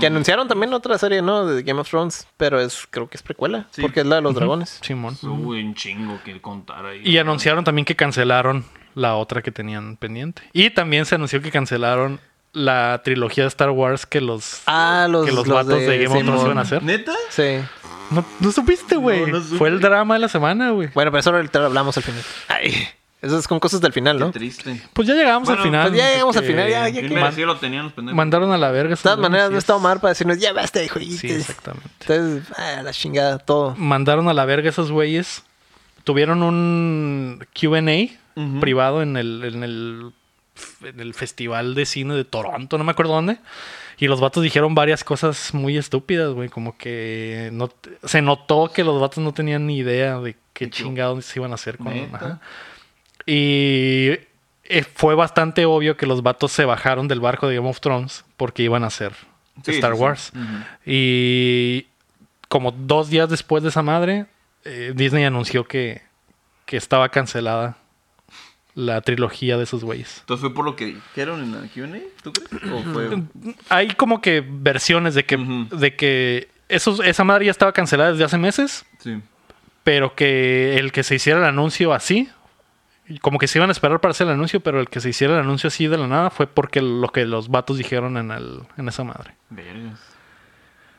[SPEAKER 2] Que anunciaron también otra serie, ¿no? De Game of Thrones. Pero es, creo que es precuela.
[SPEAKER 3] Sí.
[SPEAKER 2] Porque es la de los dragones.
[SPEAKER 1] Simón.
[SPEAKER 3] Uy, un chingo que contar ahí.
[SPEAKER 1] Y anunciaron también que cancelaron la otra que tenían pendiente. Y también se anunció que cancelaron la trilogía de Star Wars que los,
[SPEAKER 2] Ah, los,
[SPEAKER 1] que los,
[SPEAKER 2] los
[SPEAKER 1] vatos de, Game of Thrones
[SPEAKER 2] Simón.
[SPEAKER 1] iban a hacer.
[SPEAKER 3] ¿Neta?
[SPEAKER 2] Sí.
[SPEAKER 1] No, no supiste, güey.
[SPEAKER 3] No, no supe.
[SPEAKER 1] Fue el drama de la semana, güey.
[SPEAKER 2] Bueno, pero eso ahorita lo hablamos al final. Ay. Eso es con cosas del final, ¿no?
[SPEAKER 3] Qué triste.
[SPEAKER 1] Pues ya llegamos
[SPEAKER 3] Bueno,
[SPEAKER 1] al final.
[SPEAKER 2] pues ya llegamos al
[SPEAKER 1] Eh,
[SPEAKER 2] final, ya, ya
[SPEAKER 3] Bien
[SPEAKER 2] que-
[SPEAKER 3] merecido lo tenían los pendejos.
[SPEAKER 1] Mandaron a la verga.
[SPEAKER 2] De todas maneras, no está Omar para decirnos, ya basta, hijo.
[SPEAKER 1] Sí, exactamente.
[SPEAKER 2] Entonces, ah, la chingada, todo.
[SPEAKER 1] Mandaron a la verga esos güeyes tuvieron un QA privado en el, en, el, en el Festival de Cine de Toronto, no me acuerdo dónde. Y los vatos dijeron varias cosas muy estúpidas, güey. Como que no, te- se notó que los vatos no tenían ni idea de qué chingados se iban a hacer con.
[SPEAKER 3] ¿Neta?
[SPEAKER 1] ajá. Y eh, fue bastante obvio que los vatos se bajaron del barco de Game of Thrones porque iban a hacer
[SPEAKER 3] Sí,
[SPEAKER 1] Star
[SPEAKER 3] sí, sí.
[SPEAKER 1] Wars. Y como dos días después de esa madre, eh, Disney anunció que, que estaba cancelada la trilogía de esos güeyes.
[SPEAKER 3] Entonces fue por lo que dijeron en la QA, ¿tú crees? ¿O fue.?
[SPEAKER 1] Hay como que versiones de que,
[SPEAKER 3] Ujú.
[SPEAKER 1] de que esos, esa madre ya estaba cancelada desde hace meses,
[SPEAKER 3] Sí.
[SPEAKER 1] pero que el que se hiciera el anuncio así, como que se iban a esperar para hacer el anuncio, pero el que se hiciera el anuncio así de la nada fue porque lo que los vatos dijeron en, el, en esa madre.
[SPEAKER 3] Vergas.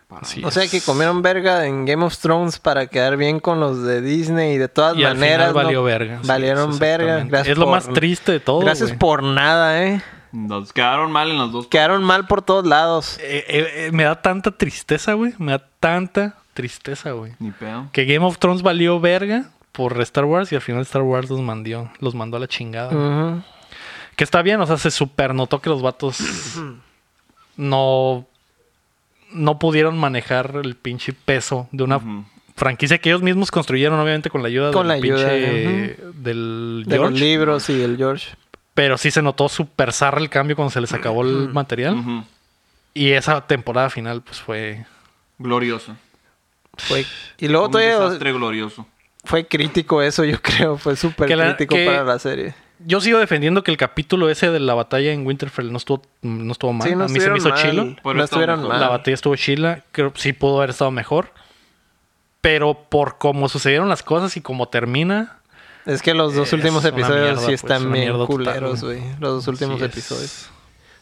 [SPEAKER 3] Para-
[SPEAKER 1] Así
[SPEAKER 2] O sea
[SPEAKER 1] es.
[SPEAKER 2] que comieron verga en Game of Thrones para quedar bien con los de Disney y de todas
[SPEAKER 1] Y al
[SPEAKER 2] maneras.
[SPEAKER 1] final valió
[SPEAKER 2] ¿no?
[SPEAKER 1] verga. sí,
[SPEAKER 2] Valieron
[SPEAKER 1] exactamente.
[SPEAKER 2] verga. Gracias
[SPEAKER 1] es lo
[SPEAKER 2] por-
[SPEAKER 1] más triste de todo.
[SPEAKER 2] Gracias
[SPEAKER 1] güey.
[SPEAKER 2] por nada, eh.
[SPEAKER 3] Nos quedaron mal en los dos.
[SPEAKER 2] Quedaron mal por todos lados.
[SPEAKER 1] Eh, eh, eh, me da tanta tristeza, güey. Me da tanta tristeza, güey.
[SPEAKER 3] Ni pedo.
[SPEAKER 1] Que Game of Thrones valió verga por Star Wars y al final Star Wars los, mandió, los mandó a la chingada.
[SPEAKER 2] Ujú.
[SPEAKER 1] Que está bien, o sea, se super notó que los vatos no, no pudieron manejar el pinche peso de una
[SPEAKER 3] Ujú.
[SPEAKER 1] franquicia que ellos mismos construyeron, obviamente, con la ayuda del
[SPEAKER 2] Con la ayuda,
[SPEAKER 1] pinche del
[SPEAKER 2] De los
[SPEAKER 1] George.
[SPEAKER 2] libros y el George.
[SPEAKER 1] pero sí se notó super zarra el cambio cuando se les acabó el material.
[SPEAKER 3] Ujú.
[SPEAKER 1] Y esa temporada final, pues fue.
[SPEAKER 3] Glorioso.
[SPEAKER 2] Fue- Y luego
[SPEAKER 3] Un
[SPEAKER 2] todavía
[SPEAKER 3] desastre glorioso.
[SPEAKER 2] fue crítico eso, yo creo. Fue súper
[SPEAKER 1] Que la-
[SPEAKER 2] crítico
[SPEAKER 1] que-
[SPEAKER 2] para la serie.
[SPEAKER 1] Yo sigo defendiendo que el capítulo ese de la batalla en Winterfell no estuvo, no estuvo mal.
[SPEAKER 2] Sí, no
[SPEAKER 1] A mí se me hizo
[SPEAKER 2] estuvieron mal.
[SPEAKER 1] chilo.
[SPEAKER 3] Podría
[SPEAKER 2] No
[SPEAKER 3] estar
[SPEAKER 2] estuvieron
[SPEAKER 3] mejor.
[SPEAKER 2] mal.
[SPEAKER 1] La batalla estuvo chila. Creo que sí pudo haber estado mejor. Pero por cómo sucedieron las cosas y cómo termina.
[SPEAKER 2] Es que los dos
[SPEAKER 1] Es
[SPEAKER 2] últimos
[SPEAKER 1] una
[SPEAKER 2] episodios
[SPEAKER 1] mierda,
[SPEAKER 2] sí
[SPEAKER 1] pues,
[SPEAKER 2] están
[SPEAKER 1] una
[SPEAKER 2] bien
[SPEAKER 1] mierda total,
[SPEAKER 2] culeros,
[SPEAKER 1] güey.
[SPEAKER 2] güey. Los dos últimos
[SPEAKER 1] sí es-
[SPEAKER 2] episodios.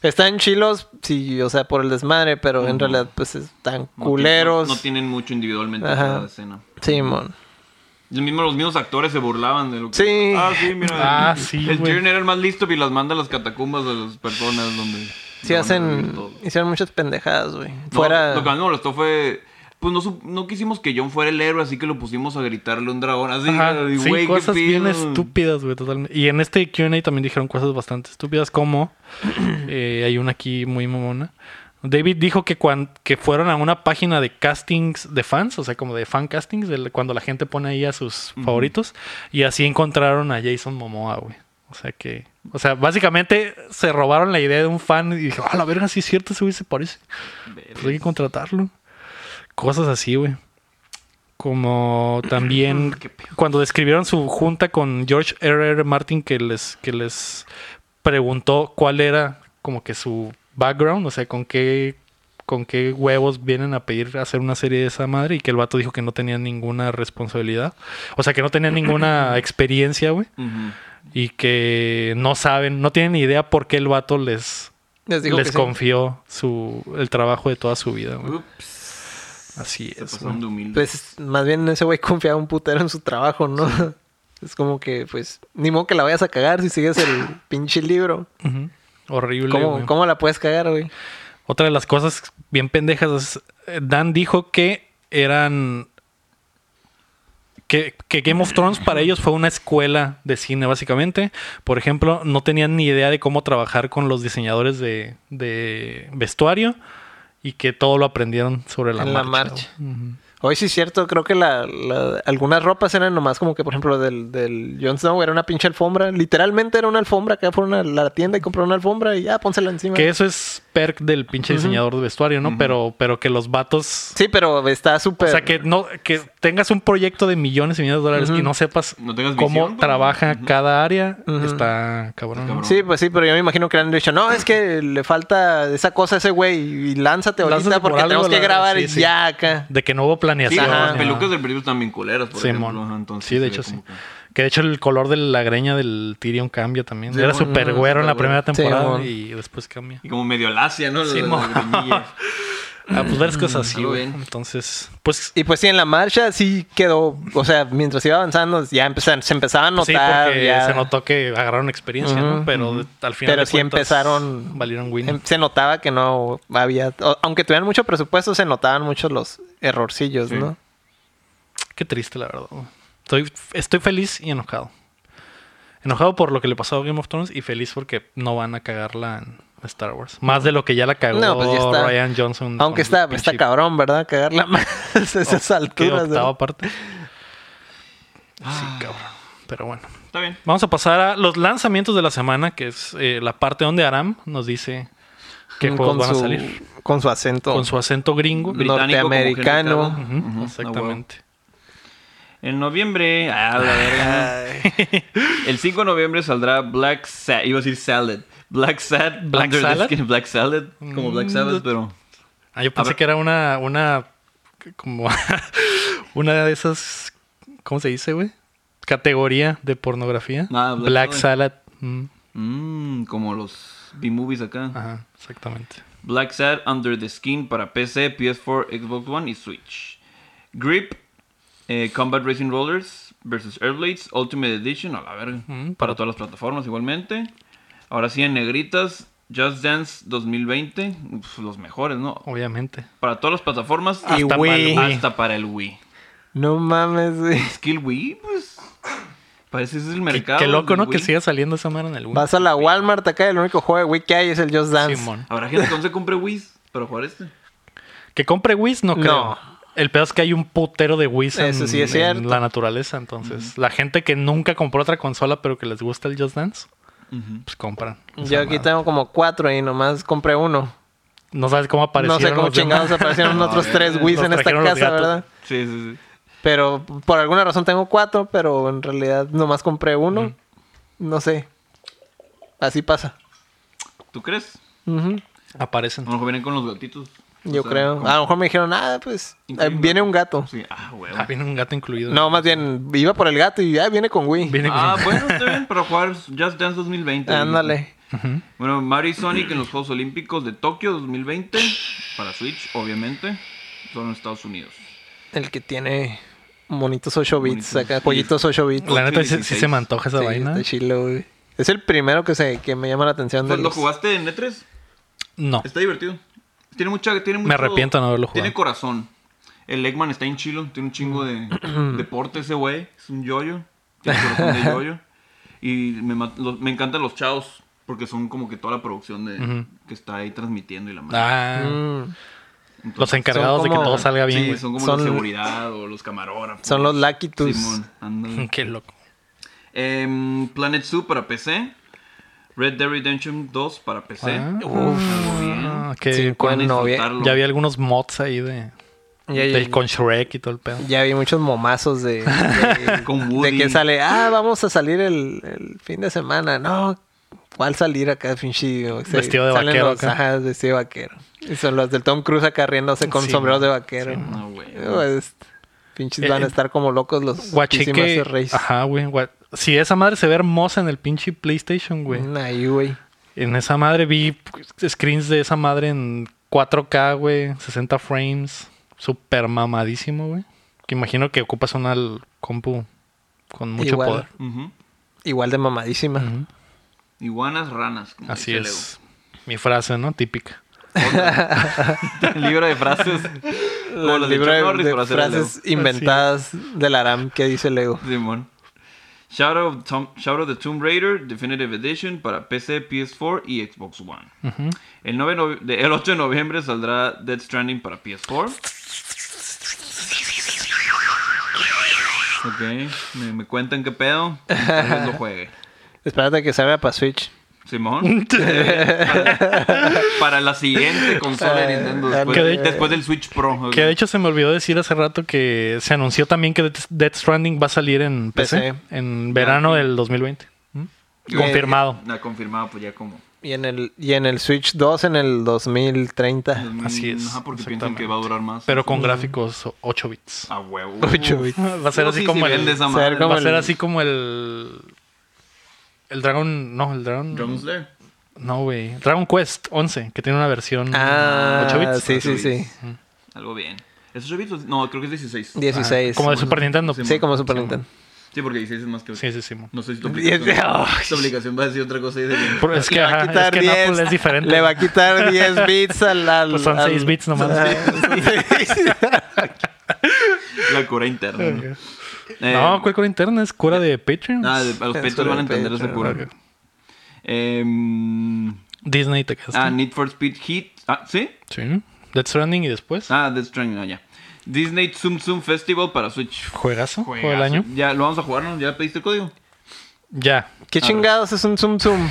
[SPEAKER 2] Están chilos, sí, o sea, por el desmadre, pero en
[SPEAKER 3] Ujú.
[SPEAKER 2] realidad, pues, están
[SPEAKER 3] No
[SPEAKER 2] culeros.
[SPEAKER 3] tienen- No, no tienen mucho individualmente
[SPEAKER 2] Ajá.
[SPEAKER 3] cada escena.
[SPEAKER 2] Sí, mon.
[SPEAKER 3] Los mismos, los mismos actores se burlaban de lo que.
[SPEAKER 2] Sí.
[SPEAKER 3] Ah, sí, mira.
[SPEAKER 1] Ah, sí,
[SPEAKER 3] El
[SPEAKER 1] güey.
[SPEAKER 3] Tyrion era el más listo y las manda a las catacumbas de las personas donde.
[SPEAKER 2] Sí
[SPEAKER 3] donde
[SPEAKER 2] hacen...
[SPEAKER 3] viven todos.
[SPEAKER 2] Hicieron muchas pendejadas, güey.
[SPEAKER 3] No,
[SPEAKER 2] Fuera...
[SPEAKER 3] Lo que más me molestó fue. Pues no, sup- no quisimos que John fuera el héroe, así que lo pusimos a gritarle un dragón. Así,
[SPEAKER 1] Ajá,
[SPEAKER 3] y,
[SPEAKER 1] sí,
[SPEAKER 3] güey, qué
[SPEAKER 1] cosas bien
[SPEAKER 3] pedo.
[SPEAKER 1] estúpidas, güey, totalmente. Y en este QA también dijeron cosas bastante estúpidas, como eh, hay una aquí muy mamona. David dijo que, cuan- que fueron a una página de castings de fans, o sea, como de fan castings, de la- cuando la gente pone ahí a sus favoritos, y así encontraron a Jason Momoa, güey. O sea que, o sea, básicamente se robaron la idea de un fan y dijo, ah, la verga, sí es cierto, ese güey se parece. Pues hay que contratarlo. Cosas así, güey. Como también
[SPEAKER 2] Ah,
[SPEAKER 1] cuando describieron su junta con George R. Martin que les, que les preguntó cuál era como que su background, o sea, con qué, con qué huevos vienen a pedir hacer una serie de esa madre y que el vato dijo que no tenía ninguna responsabilidad, o sea, que no tenía ninguna experiencia, güey,
[SPEAKER 3] Ujú.
[SPEAKER 1] y que no saben, no tienen ni idea por qué el vato les,
[SPEAKER 2] Les digo
[SPEAKER 1] les
[SPEAKER 2] que sí.
[SPEAKER 1] confió su, el trabajo de toda su vida, güey.
[SPEAKER 3] Ups,
[SPEAKER 1] Así
[SPEAKER 3] se
[SPEAKER 1] es.
[SPEAKER 3] pasaron
[SPEAKER 1] güey.
[SPEAKER 3] de humilde.
[SPEAKER 2] Pues, más bien ese güey confiaba un putero en su trabajo, ¿no? Es como que, pues, ni modo que la vayas a cagar si sigues el pinche libro.
[SPEAKER 1] Ujú. Horrible.
[SPEAKER 2] ¿Cómo,
[SPEAKER 1] güey.
[SPEAKER 2] cómo la puedes cagar, güey?
[SPEAKER 1] Otra de las cosas bien pendejas es, eh, Dan dijo que eran... Que, que Game of Thrones para ellos fue una escuela de cine, básicamente. Por ejemplo, no tenían ni idea de cómo trabajar con los diseñadores de, de vestuario y que todo lo aprendieron sobre la
[SPEAKER 2] En
[SPEAKER 1] marcha.
[SPEAKER 2] la
[SPEAKER 1] güey. Ujú.
[SPEAKER 2] Hoy sí es cierto, creo que la, la- algunas ropas eran nomás como que, por ejemplo, del, del Jon Snow era una pinche alfombra. Literalmente era una alfombra. Acá fueron a la tienda y compraron una alfombra y ya, pónsela encima.
[SPEAKER 1] Que eso es perk del pinche diseñador de vestuario, ¿no? pero, pero que los vatos
[SPEAKER 2] Sí, pero está súper...
[SPEAKER 1] O sea, que no que tengas un proyecto de millones y millones de dólares y no sepas
[SPEAKER 3] No tengas
[SPEAKER 1] cómo
[SPEAKER 3] visión, pues.
[SPEAKER 1] trabaja cada área,
[SPEAKER 2] Ujú.
[SPEAKER 1] está cabrón.
[SPEAKER 3] Está cabrón.
[SPEAKER 2] Sí, pues sí, pero yo me imagino que le han dicho, no, es que le falta esa cosa a ese güey y lánzate ahorita
[SPEAKER 1] Lánzate por
[SPEAKER 2] porque
[SPEAKER 1] algo,
[SPEAKER 2] tenemos que
[SPEAKER 1] la-
[SPEAKER 2] grabar
[SPEAKER 1] sí,
[SPEAKER 2] y
[SPEAKER 1] sí.
[SPEAKER 2] ya acá.
[SPEAKER 1] De que no hubo
[SPEAKER 3] Sí,
[SPEAKER 1] planeación.
[SPEAKER 2] Ajá.
[SPEAKER 3] las
[SPEAKER 1] ni
[SPEAKER 3] pelucas
[SPEAKER 1] nada.
[SPEAKER 3] del principio están bien culeras, por
[SPEAKER 1] Simón.
[SPEAKER 3] ejemplo. ajá, entonces
[SPEAKER 1] sí, de
[SPEAKER 3] se
[SPEAKER 1] hecho
[SPEAKER 3] ve
[SPEAKER 1] sí.
[SPEAKER 3] como que-
[SPEAKER 1] Que de hecho el color de la greña del Tyrion cambia también.
[SPEAKER 3] Sí,
[SPEAKER 1] Era
[SPEAKER 3] mon.
[SPEAKER 1] súper güero en la primera
[SPEAKER 3] Supergüero.
[SPEAKER 1] temporada
[SPEAKER 2] Simón.
[SPEAKER 1] y después cambia.
[SPEAKER 3] Y como medio lacia, ¿no? Las-
[SPEAKER 1] Simón.
[SPEAKER 3] las grimillas.
[SPEAKER 1] Ah, pues varias cosas así,
[SPEAKER 3] Algo
[SPEAKER 1] güey.
[SPEAKER 3] bien.
[SPEAKER 1] Entonces, pues
[SPEAKER 2] Y pues sí, en la marcha sí quedó, o sea, mientras iba avanzando ya empezan- se empezaba a
[SPEAKER 1] pues sí,
[SPEAKER 2] notar.
[SPEAKER 1] porque
[SPEAKER 2] ya.
[SPEAKER 1] se notó que agarraron experiencia, ¿no?
[SPEAKER 2] Ujú,
[SPEAKER 1] Pero de- al final
[SPEAKER 2] Pero
[SPEAKER 1] de
[SPEAKER 2] sí
[SPEAKER 1] cuentas,
[SPEAKER 2] empezaron-
[SPEAKER 1] valieron win.
[SPEAKER 2] Em- Se notaba que no había, o- aunque tuvieran mucho presupuesto, se notaban muchos los errorcillos,
[SPEAKER 3] Sí.
[SPEAKER 2] ¿no?
[SPEAKER 1] Qué triste, la verdad. güey. Estoy, estoy feliz y enojado. Enojado por lo que le pasó a Game of Thrones y feliz porque no van a cagarla en Star Wars. Más de lo que ya la cagó
[SPEAKER 2] No, pues ya está.
[SPEAKER 1] Ryan Johnson.
[SPEAKER 2] Aunque
[SPEAKER 1] con
[SPEAKER 2] está,
[SPEAKER 1] el
[SPEAKER 2] está
[SPEAKER 1] pinche-
[SPEAKER 2] cabrón, ¿verdad? Cagarla más a esas
[SPEAKER 1] ¿qué,
[SPEAKER 2] alturas.
[SPEAKER 1] octava
[SPEAKER 2] ¿no? Ah.
[SPEAKER 1] parte. Sí, cabrón. Pero bueno.
[SPEAKER 3] Está bien.
[SPEAKER 1] Vamos a pasar a los lanzamientos de la semana, que es eh, la parte donde Aram nos dice qué juegos
[SPEAKER 2] Mm, Con
[SPEAKER 1] van a
[SPEAKER 2] su-
[SPEAKER 1] salir.
[SPEAKER 2] Con su acento.
[SPEAKER 1] Con su acento gringo.
[SPEAKER 2] Gringo. norteamericano.
[SPEAKER 3] como
[SPEAKER 1] Ujú,
[SPEAKER 3] Henry Cavill. Ujú,
[SPEAKER 1] exactamente.
[SPEAKER 3] a huevo. En noviembre. ah, la verga. El 5 de noviembre saldrá Black Sad. Iba a decir Salad. Black Sad.
[SPEAKER 1] Black
[SPEAKER 3] Under the
[SPEAKER 1] Salad?
[SPEAKER 3] Skin, Black Salad. Como Black
[SPEAKER 1] Mm,
[SPEAKER 3] Sabbath, pero.
[SPEAKER 1] Ah, yo pensé
[SPEAKER 3] ver.
[SPEAKER 1] que era una, una, como una de esas, ¿cómo se dice, güey? Categoría de pornografía.
[SPEAKER 3] Ah,
[SPEAKER 1] Black,
[SPEAKER 3] Black
[SPEAKER 1] Salad. Mm,
[SPEAKER 3] mm, como los B-movies acá.
[SPEAKER 1] ajá, exactamente.
[SPEAKER 3] Black Sad Under the Skin para PC, PS4, Xbox One y Switch. Grip, eh, Combat Racing Rollers versus Airblades Ultimate Edition, a la verga.
[SPEAKER 1] Mm,
[SPEAKER 3] para todas las plataformas igualmente. Ahora sí en negritas, Just Dance 2020, uf, los mejores, ¿no?
[SPEAKER 1] Obviamente.
[SPEAKER 3] Para todas las plataformas,
[SPEAKER 2] Y
[SPEAKER 3] hasta,
[SPEAKER 2] Wii.
[SPEAKER 3] Para el, hasta para el Wii.
[SPEAKER 2] No mames, güey.
[SPEAKER 3] Skill Wii, pues. Parece ese es el
[SPEAKER 1] Qué,
[SPEAKER 3] mercado.
[SPEAKER 1] qué loco,
[SPEAKER 3] del
[SPEAKER 1] ¿no? Que
[SPEAKER 3] Wii.
[SPEAKER 1] siga saliendo esa madre en el Wii.
[SPEAKER 2] Vas a la Walmart acá, el único juego de Wii que hay es el Just Dance.
[SPEAKER 1] Simón.
[SPEAKER 3] Habrá gente que no se compre Wii para jugar este.
[SPEAKER 1] Que compre Wii's no creo.
[SPEAKER 2] No.
[SPEAKER 1] El pedo es que hay un putero de Wii's en,
[SPEAKER 2] Eso sí es cierto.
[SPEAKER 1] en la naturaleza. Entonces, la gente que nunca compró otra consola, pero que les gusta el Just Dance,
[SPEAKER 3] Ujú.
[SPEAKER 1] pues compran. esa
[SPEAKER 2] Yo aquí
[SPEAKER 1] madre.
[SPEAKER 2] tengo como cuatro y nomás compré uno.
[SPEAKER 1] No sabes cómo aparecieron.
[SPEAKER 2] no sé cómo
[SPEAKER 1] los demás.
[SPEAKER 2] chingados aparecieron otros
[SPEAKER 3] No,
[SPEAKER 2] tres
[SPEAKER 3] eh,
[SPEAKER 2] Wii's
[SPEAKER 1] los
[SPEAKER 2] en esta
[SPEAKER 1] trajeron los
[SPEAKER 2] casa,
[SPEAKER 1] gatos.
[SPEAKER 2] ¿verdad?
[SPEAKER 3] Sí, sí, sí.
[SPEAKER 2] Pero por alguna razón tengo cuatro, pero en realidad nomás compré uno. No sé. Así pasa.
[SPEAKER 3] ¿Tú crees?
[SPEAKER 2] Ujú.
[SPEAKER 1] Aparecen.
[SPEAKER 3] A lo mejor vienen con los gatitos.
[SPEAKER 2] Yo
[SPEAKER 3] O sea,
[SPEAKER 2] creo.
[SPEAKER 3] como-
[SPEAKER 2] A lo mejor me dijeron, ah, pues eh,
[SPEAKER 3] Increíble.
[SPEAKER 2] viene un gato.
[SPEAKER 3] Sí, ah, huevo.
[SPEAKER 1] Ah, viene un gato incluido.
[SPEAKER 2] No, más bien iba por el gato y ya viene con Wii.
[SPEAKER 1] Viene con-
[SPEAKER 3] Ah, bueno, está bien para jugar Just Dance 2020.
[SPEAKER 2] Ándale.
[SPEAKER 1] Ujú.
[SPEAKER 3] Bueno, Mario y Sonic en los Juegos Olímpicos de Tokio 2020 para Switch, obviamente, son en Estados Unidos.
[SPEAKER 2] El que tiene monitos 8 bits
[SPEAKER 3] Monitos.
[SPEAKER 2] acá, pollitos 8 bits.
[SPEAKER 1] La neta, sí,
[SPEAKER 3] 8 y
[SPEAKER 1] sí se me antoja esa
[SPEAKER 2] Sí,
[SPEAKER 1] vaina.
[SPEAKER 2] está chilo, güey. Es el primero que se que me llama la atención de
[SPEAKER 3] Pues, ¿Lo
[SPEAKER 2] los...
[SPEAKER 3] jugaste en E3?
[SPEAKER 1] No.
[SPEAKER 3] Está divertido. Tiene mucha, tiene mucho,
[SPEAKER 1] Me arrepiento de no haberlo
[SPEAKER 3] Tiene
[SPEAKER 1] jugado.
[SPEAKER 3] corazón. El Eggman está en chilo, tiene un chingo de deporte ese güey, es un yoyo, tiene corazón de yoyo. Y me, ma- los- me encantan los chavos porque son como que toda la producción de
[SPEAKER 1] Ujú.
[SPEAKER 3] que está ahí transmitiendo y la madre.
[SPEAKER 1] Ah,
[SPEAKER 2] Mm,
[SPEAKER 3] Entonces,
[SPEAKER 1] los encargados de que
[SPEAKER 2] como-
[SPEAKER 1] todo salga bien.
[SPEAKER 3] sí,
[SPEAKER 1] güey.
[SPEAKER 3] son como
[SPEAKER 2] Son-
[SPEAKER 3] la seguridad o los camarógrafos.
[SPEAKER 2] son los Lucky Tus.
[SPEAKER 3] Simón, ándale.
[SPEAKER 1] Qué loco.
[SPEAKER 3] Em, Planet Zoo para PC. Red Dead Redemption 2 para PC.
[SPEAKER 1] Ah,
[SPEAKER 3] Algo bien.
[SPEAKER 1] Ah, que
[SPEAKER 2] Cinco en
[SPEAKER 3] Van a
[SPEAKER 2] novie-
[SPEAKER 3] disfrutarlo.
[SPEAKER 1] ya vi algunos mods ahí de,
[SPEAKER 2] Ya, ya-
[SPEAKER 1] de- con Shrek y todo el pedo.
[SPEAKER 2] ya vi muchos momazos de, de,
[SPEAKER 3] Eh, Con
[SPEAKER 2] de
[SPEAKER 3] Woody.
[SPEAKER 2] que sale, ah, vamos a salir el, el fin de semana. No, ¿cuál salir acá, pinche? O sea,
[SPEAKER 1] Vestido de
[SPEAKER 2] salen
[SPEAKER 1] vaquero
[SPEAKER 2] Los,
[SPEAKER 1] acá.
[SPEAKER 2] ajá, vestido de vaquero. Y son los del Tom Cruise acá riéndose con
[SPEAKER 1] Sí,
[SPEAKER 2] sombreros de
[SPEAKER 1] man.
[SPEAKER 2] vaquero.
[SPEAKER 1] Sí,
[SPEAKER 3] No, güey.
[SPEAKER 2] Pues, pinches
[SPEAKER 1] Eh,
[SPEAKER 2] van a estar como locos los
[SPEAKER 1] Guaché que-
[SPEAKER 2] pisimazos reyes.
[SPEAKER 1] Ajá, güey. gua- Si esa madre se ve hermosa en el pinche PlayStation, güey.
[SPEAKER 2] Mm, Ahí, güey.
[SPEAKER 1] En esa madre vi screens de esa madre en 4K, güey. 60 frames. Súper mamadísimo, güey. Que imagino que ocupas una l- compu con mucho
[SPEAKER 2] Igual.
[SPEAKER 1] poder.
[SPEAKER 3] Ujú.
[SPEAKER 2] Igual de mamadísima.
[SPEAKER 1] Ujú.
[SPEAKER 3] Iguanas, ranas. como
[SPEAKER 1] Así
[SPEAKER 3] dice
[SPEAKER 1] es. Mi frase, ¿no? Típica.
[SPEAKER 3] Leo. Libro de frases. Como los de
[SPEAKER 2] libro
[SPEAKER 3] Chuck
[SPEAKER 2] de-
[SPEAKER 3] Norris
[SPEAKER 2] de
[SPEAKER 3] por hacer el Leo.
[SPEAKER 1] Ah,
[SPEAKER 2] frases inventadas del Aram que dice Lego.
[SPEAKER 3] Simón. Shadow of, Tom- Shadow of the Tomb Raider Definitive Edition para PC, PS4 y Xbox One.
[SPEAKER 1] Ujú.
[SPEAKER 3] El, 9 de nove- de- el 8 de noviembre saldrá Dead Stranding para PS4. Ok, me, me cuentan qué pedo. Tal vez lo juegue.
[SPEAKER 2] Espérate que salga para Switch.
[SPEAKER 3] Simón. para, para la siguiente consola de Nintendo. Después,
[SPEAKER 1] Ah, que de-
[SPEAKER 3] después del Switch Pro. ok.
[SPEAKER 1] Que de hecho se me olvidó decir hace rato que se anunció también que Death- Death Stranding va a salir en PC,
[SPEAKER 2] PC.
[SPEAKER 1] en verano del 2020. ¿Mm?
[SPEAKER 2] Eh,
[SPEAKER 1] Confirmado.
[SPEAKER 3] La confirmada, pues ya como.
[SPEAKER 2] Y en el, y en el Switch 2 en el 2030.
[SPEAKER 1] Así es,
[SPEAKER 3] Ajá, porque piensan que
[SPEAKER 1] exactamente.
[SPEAKER 3] va a durar más.
[SPEAKER 1] Pero
[SPEAKER 2] mm.
[SPEAKER 1] con gráficos 8
[SPEAKER 2] Ah,
[SPEAKER 1] bits.
[SPEAKER 3] A huevo.
[SPEAKER 2] Ocho bits.
[SPEAKER 1] Va a ser así como el-
[SPEAKER 2] va a ser como
[SPEAKER 1] Va a
[SPEAKER 2] el-
[SPEAKER 1] ser así como el. El Dragon. No, el Dragon.
[SPEAKER 3] Dragon Slayer.
[SPEAKER 1] No, güey. Dragon Quest 11, que tiene una versión.
[SPEAKER 2] Ah,
[SPEAKER 1] ¿Ocho bits?
[SPEAKER 2] sí,
[SPEAKER 3] Ocho
[SPEAKER 2] sí, sí.
[SPEAKER 3] bits. Algo bien. ¿Es 8 bits? o- No, creo que es 16.
[SPEAKER 2] 16.
[SPEAKER 1] como de Super Nintendo.
[SPEAKER 3] Sí,
[SPEAKER 2] Sí, como Super
[SPEAKER 1] Sí,
[SPEAKER 2] Nintendo.
[SPEAKER 3] Sí, porque 16 es más que 8.
[SPEAKER 1] Sí, sí, sí. mo.
[SPEAKER 3] No sé si tu
[SPEAKER 2] Diez-
[SPEAKER 3] aplicación,
[SPEAKER 2] Ay.
[SPEAKER 3] tu aplicación va a decir otra cosa. Y de-
[SPEAKER 1] Por- es que,
[SPEAKER 2] Le va a
[SPEAKER 1] ajá, es
[SPEAKER 2] quitar
[SPEAKER 1] que en
[SPEAKER 2] 10.
[SPEAKER 1] Apple es diferente.
[SPEAKER 2] Le va a quitar 10 bits al. al-
[SPEAKER 1] Pues son
[SPEAKER 2] al-
[SPEAKER 1] 6 bits nomás.
[SPEAKER 2] Ah,
[SPEAKER 3] La cura interna. ¿no? Eh,
[SPEAKER 1] no, pues, ¿cuál cura interna? Es cura de Patreon.
[SPEAKER 3] ah, de- a los pechos van a entender ese cura.
[SPEAKER 1] Ok.
[SPEAKER 3] Em,
[SPEAKER 1] Disney te quedaste.
[SPEAKER 3] ah, Need for Speed Heat. Ah, ¿sí?
[SPEAKER 1] sí. Death Stranding y después.
[SPEAKER 3] Ah, Death Stranding, ah, ya. Disney Tsum Tsum Festival para Switch.
[SPEAKER 1] Juegazo. Juego del
[SPEAKER 5] Juegazo.
[SPEAKER 1] año.
[SPEAKER 3] Ya lo vamos a jugar, ¿no? ¿Ya pediste el código?
[SPEAKER 1] Ya.
[SPEAKER 2] ¿Qué chingados es un zoom zoom?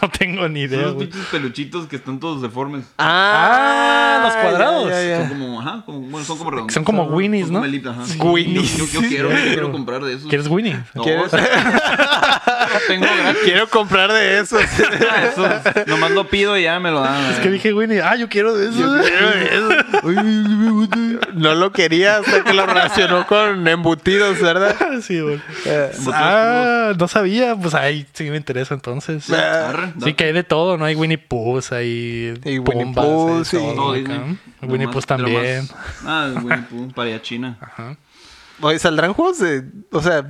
[SPEAKER 1] No tengo ni
[SPEAKER 3] Son
[SPEAKER 1] idea,
[SPEAKER 3] los
[SPEAKER 1] güey.
[SPEAKER 3] pinches peluchitos que están todos deformes.
[SPEAKER 1] Ah, los
[SPEAKER 2] ya,
[SPEAKER 1] cuadrados.
[SPEAKER 2] ya, ya.
[SPEAKER 3] Son como, ajá, como, bueno, son como redondos.
[SPEAKER 1] Son como Winnies,
[SPEAKER 3] Son
[SPEAKER 1] ¿no?
[SPEAKER 3] como elip- ajá.
[SPEAKER 1] Sí.
[SPEAKER 2] Winnies.
[SPEAKER 3] Yo, yo- yo quiero, yo quiero comprar de esos.
[SPEAKER 1] ¿Quieres Winnie?
[SPEAKER 3] No,
[SPEAKER 2] ¿Quieres? Ah,
[SPEAKER 3] no tengo gratis.
[SPEAKER 2] Quiero comprar de esos.
[SPEAKER 3] Esos, nomás lo pido y ya me lo dan.
[SPEAKER 1] Es que dije Winnie. Ah, yo quiero de eso.
[SPEAKER 2] no lo quería hasta que lo relacionó con embutidos, ¿verdad?
[SPEAKER 1] sí, güey.
[SPEAKER 3] Eh,
[SPEAKER 1] Ah, no sabía. Pues ahí sí me interesa entonces.
[SPEAKER 3] Arre,
[SPEAKER 1] Ah, Sí,
[SPEAKER 3] da-
[SPEAKER 1] que hay de todo, ¿no? Hay Winnie Pooh, hay
[SPEAKER 2] Y Winnie
[SPEAKER 1] bombas,
[SPEAKER 2] Pooh,
[SPEAKER 1] hay
[SPEAKER 2] sí.
[SPEAKER 1] todo
[SPEAKER 3] Todo
[SPEAKER 1] acá.
[SPEAKER 3] Disney.
[SPEAKER 1] Winnie
[SPEAKER 3] Nomás-
[SPEAKER 1] Pooh también.
[SPEAKER 3] nomás- Ah, el Winnie Pooh, para allá China.
[SPEAKER 1] Ajá.
[SPEAKER 2] Oye, ¿saldrán juegos de...? O sea,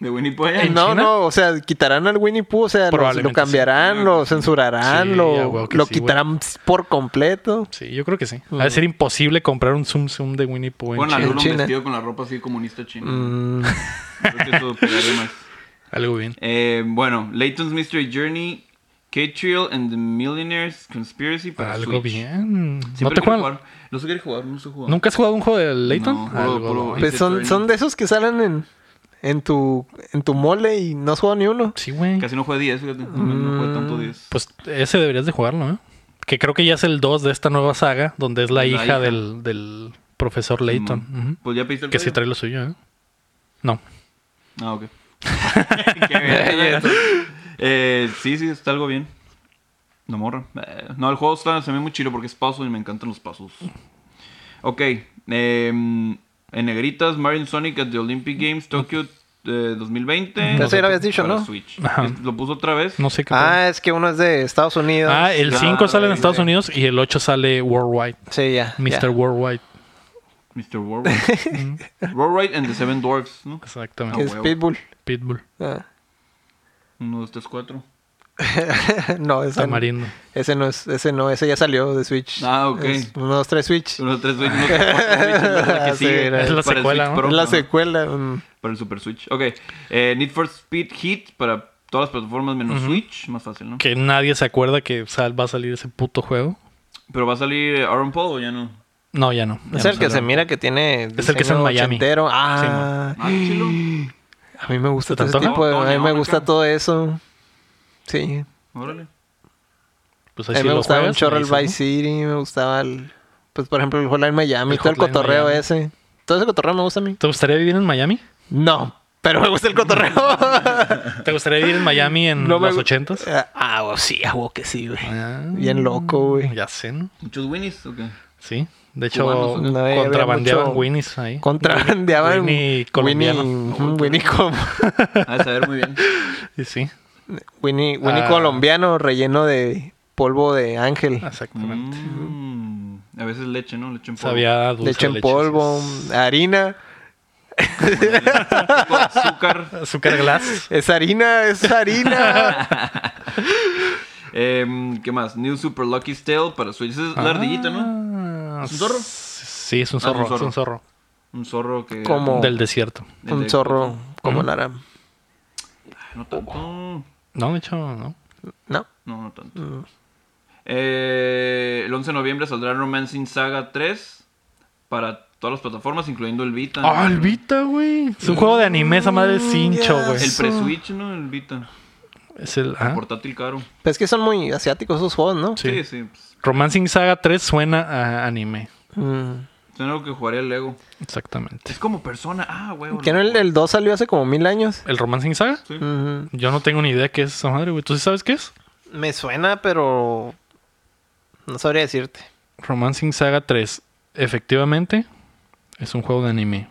[SPEAKER 3] De Winnie Pooh eh. allá.
[SPEAKER 1] ¿En
[SPEAKER 2] no,
[SPEAKER 1] China?
[SPEAKER 2] no, o sea, quitarán al Winnie Pooh, o sea, lo,
[SPEAKER 1] Probablemente
[SPEAKER 2] lo cambiarán,
[SPEAKER 3] sí.
[SPEAKER 2] lo censurarán,
[SPEAKER 1] Sí, a
[SPEAKER 2] lo,
[SPEAKER 1] huevo que
[SPEAKER 2] lo
[SPEAKER 1] sí, güey.
[SPEAKER 2] quitarán por completo.
[SPEAKER 1] Sí, yo creo que sí. Va a ser imposible comprar un Zoom Zoom de Winnie Pooh en
[SPEAKER 3] Bueno,
[SPEAKER 1] China.
[SPEAKER 3] alguno
[SPEAKER 2] China.
[SPEAKER 3] vestido con la ropa así comunista china.
[SPEAKER 2] Mm,
[SPEAKER 3] Creo que eso pegaría más.
[SPEAKER 1] Algo bien.
[SPEAKER 3] Eh, bueno, Layton's Mystery Journey, Catriel and the Millionaires Conspiracy para
[SPEAKER 1] Algo
[SPEAKER 3] Switch.
[SPEAKER 1] bien. ¿No
[SPEAKER 3] Siempre
[SPEAKER 1] te
[SPEAKER 3] quiero
[SPEAKER 1] juegan?
[SPEAKER 3] jugar. No sé qué jugar, no sé jugar.
[SPEAKER 1] ¿Nunca has jugado un juego de Layton?
[SPEAKER 3] No, puro-
[SPEAKER 1] Algo
[SPEAKER 3] puro-
[SPEAKER 1] bien.
[SPEAKER 2] pues son, son de esos que salen en, en, tu, en tu mole y no has jugado ni uno.
[SPEAKER 1] Sí, güey.
[SPEAKER 3] Casi no jugué 10, fíjate. No, no jugué tanto 10.
[SPEAKER 1] Pues ese deberías de jugarlo, ¿eh? Que creo que ya es el 2 de esta nueva saga, donde es la,
[SPEAKER 3] La
[SPEAKER 1] hija,
[SPEAKER 3] hija.
[SPEAKER 1] Del, del profesor Layton.
[SPEAKER 3] Simón.
[SPEAKER 1] Ujú.
[SPEAKER 3] Pues ya pediste el
[SPEAKER 1] Que sí
[SPEAKER 3] código?
[SPEAKER 1] trae lo suyo, ¿eh? No.
[SPEAKER 3] Ah, ok. Qué bien. eh, sí, sí, está algo bien. No morra. Eh, no, el juego está, se ve muy chido porque es paso y me encantan los pasos. Ok. eh, en negritas, Mario and Sonic at the Olympic Games Tokyo eh, 2020.
[SPEAKER 2] Eso ya lo habías dicho,
[SPEAKER 3] Para
[SPEAKER 2] ¿no?
[SPEAKER 3] Switch.
[SPEAKER 1] Ajá.
[SPEAKER 3] Es- Lo puso otra vez.
[SPEAKER 1] No sé qué.
[SPEAKER 2] Ah, es que uno es de Estados Unidos.
[SPEAKER 1] Ah, el
[SPEAKER 3] Ah,
[SPEAKER 1] 5 sale en
[SPEAKER 3] sí.
[SPEAKER 1] Estados Unidos y el 8 sale worldwide.
[SPEAKER 2] Sí, ya.
[SPEAKER 1] Mr.
[SPEAKER 2] ya.
[SPEAKER 1] Worldwide.
[SPEAKER 3] Mr. Warwick. Warwick and the Seven Dwarfs, ¿no?
[SPEAKER 2] Que
[SPEAKER 1] Exactamente.
[SPEAKER 2] es
[SPEAKER 3] huevo.
[SPEAKER 2] Pitbull.
[SPEAKER 1] Pitbull.
[SPEAKER 2] Ah.
[SPEAKER 3] Uno, dos, tres, cuatro.
[SPEAKER 2] no, ese,
[SPEAKER 1] Tamarindo.
[SPEAKER 2] ese no es, ese no, ese ya salió de Switch.
[SPEAKER 3] Ah, ok.
[SPEAKER 2] Es uno, dos, tres Switch.
[SPEAKER 3] Uno, tres, Switch, uno, tres, cuatro, Switch, es la que
[SPEAKER 2] Sí,
[SPEAKER 3] sigue.
[SPEAKER 2] era-
[SPEAKER 1] Es la
[SPEAKER 3] Para el
[SPEAKER 1] secuela,
[SPEAKER 3] Switch
[SPEAKER 1] ¿no?
[SPEAKER 3] Pro.
[SPEAKER 2] Es la
[SPEAKER 3] Ajá.
[SPEAKER 2] secuela. mm.
[SPEAKER 3] Para el Super Switch. Ok. Eh, Need for Speed Heat para todas las plataformas menos Switch. Más fácil, ¿no?
[SPEAKER 1] Que nadie se acuerda que sal- va a salir ese puto juego.
[SPEAKER 3] Pero va a salir eh, Aaron Paul o ya no.
[SPEAKER 1] No, ya no. Ya
[SPEAKER 2] Es
[SPEAKER 1] no
[SPEAKER 2] el que
[SPEAKER 1] salió.
[SPEAKER 2] se mira que tiene.
[SPEAKER 1] Es el que está en
[SPEAKER 2] diseño
[SPEAKER 1] Miami.
[SPEAKER 2] ochentero.
[SPEAKER 1] Sí,
[SPEAKER 2] Ah,
[SPEAKER 1] man.
[SPEAKER 3] Ah, qué chilo.
[SPEAKER 2] a mí me gusta
[SPEAKER 1] ¿Te
[SPEAKER 2] todo ese
[SPEAKER 1] antoja?
[SPEAKER 2] tipo de-
[SPEAKER 3] Todo
[SPEAKER 2] A mí me
[SPEAKER 3] neón
[SPEAKER 2] gusta
[SPEAKER 3] acá.
[SPEAKER 2] todo eso. Sí.
[SPEAKER 3] Órale.
[SPEAKER 1] Pues
[SPEAKER 2] A
[SPEAKER 1] ahí
[SPEAKER 2] mí
[SPEAKER 1] sí
[SPEAKER 2] me
[SPEAKER 1] lo
[SPEAKER 2] gustaba
[SPEAKER 1] juegas,
[SPEAKER 2] un chorro
[SPEAKER 1] me
[SPEAKER 2] el
[SPEAKER 1] dices,
[SPEAKER 2] Vice
[SPEAKER 1] ¿no?
[SPEAKER 2] City. Me gustaba el. Pues por ejemplo, el Hotline Miami.
[SPEAKER 1] El
[SPEAKER 2] todo el
[SPEAKER 1] Hotline
[SPEAKER 2] cotorreo
[SPEAKER 1] Miami.
[SPEAKER 2] ese. Todo ese cotorreo me gusta a mí.
[SPEAKER 1] ¿Te gustaría vivir en Miami?
[SPEAKER 2] No, pero me gusta el cotorreo.
[SPEAKER 1] ¿Te gustaría vivir en Miami en
[SPEAKER 2] No me
[SPEAKER 1] los
[SPEAKER 2] gu-
[SPEAKER 1] ochentas?
[SPEAKER 2] Ah, o sí, a huevo que sí, güey.
[SPEAKER 1] Ah,
[SPEAKER 2] Bien loco, güey.
[SPEAKER 1] ya sé, ¿no?
[SPEAKER 3] ¿Muchos Winnies o qué?
[SPEAKER 1] Sí. De hecho,
[SPEAKER 3] Cubanos, eh,
[SPEAKER 2] ¿no? No, ya había
[SPEAKER 1] contrabandeaban
[SPEAKER 2] mucho-
[SPEAKER 1] Winnies ahí.
[SPEAKER 2] Contrabandeaban.
[SPEAKER 1] Winnie colombiano.
[SPEAKER 2] Winnie, Winnie com-
[SPEAKER 3] Ah, de saber muy bien.
[SPEAKER 1] Y sí,
[SPEAKER 2] Winnie- Winnie
[SPEAKER 1] Ah.
[SPEAKER 2] colombiano relleno de polvo de ángel.
[SPEAKER 1] Ah, exactamente.
[SPEAKER 3] Mm, a veces leche, ¿no? Leche en polvo.
[SPEAKER 1] Sabía dulce
[SPEAKER 2] leche en
[SPEAKER 1] leche,
[SPEAKER 2] polvo,
[SPEAKER 1] sí,
[SPEAKER 2] harina.
[SPEAKER 3] Con azúcar.
[SPEAKER 1] es- Azúcar glass.
[SPEAKER 2] Es harina, es harina.
[SPEAKER 3] Em, ¿Qué más? New Super Lucky Tale para Switch. Esa es
[SPEAKER 1] Ah.
[SPEAKER 3] la ardillita, ¿no?
[SPEAKER 1] ¿no?
[SPEAKER 3] ¿Es un zorro?
[SPEAKER 1] Ah, Sí, es un
[SPEAKER 3] Ah, es un
[SPEAKER 1] zorro. es un zorro.
[SPEAKER 3] Un zorro que...
[SPEAKER 2] Como-
[SPEAKER 1] Del desierto.
[SPEAKER 2] Un zorro como Nara.
[SPEAKER 3] No tanto.
[SPEAKER 1] No, de hecho, no.
[SPEAKER 2] ¿No?
[SPEAKER 3] No, no tanto. Eh, el 11 de noviembre saldrá Romancing Saga 3 para todas las plataformas, incluyendo el Vita.
[SPEAKER 1] ¡Ah, el Vita, güey! Es un juego de anime, esa madre es cincho,
[SPEAKER 2] ya
[SPEAKER 1] güey.
[SPEAKER 3] Mm, El pre-Switch, ¿no? El Vita.
[SPEAKER 1] Es el. ajá.
[SPEAKER 3] Portátil caro.
[SPEAKER 2] Pues es que son muy asiáticos esos juegos, ¿no?
[SPEAKER 1] ¿Ah? Sí.
[SPEAKER 3] Sí, sí. pues,
[SPEAKER 1] Romancing Saga 3 suena a anime.
[SPEAKER 2] Mm.
[SPEAKER 3] suena algo que jugaría el Lego.
[SPEAKER 1] Exactamente.
[SPEAKER 3] Es como persona. Ah, huevo.
[SPEAKER 2] Que no, el, el 2 salió hace como mil años.
[SPEAKER 1] ¿El Romancing Saga?
[SPEAKER 3] Sí.
[SPEAKER 2] Ujú.
[SPEAKER 1] Yo no tengo ni idea qué es esa madre, güey. ¿Tú sí sabes qué es?
[SPEAKER 2] Me suena, pero no sabría decirte.
[SPEAKER 1] Romancing Saga 3. Efectivamente, es un juego de anime.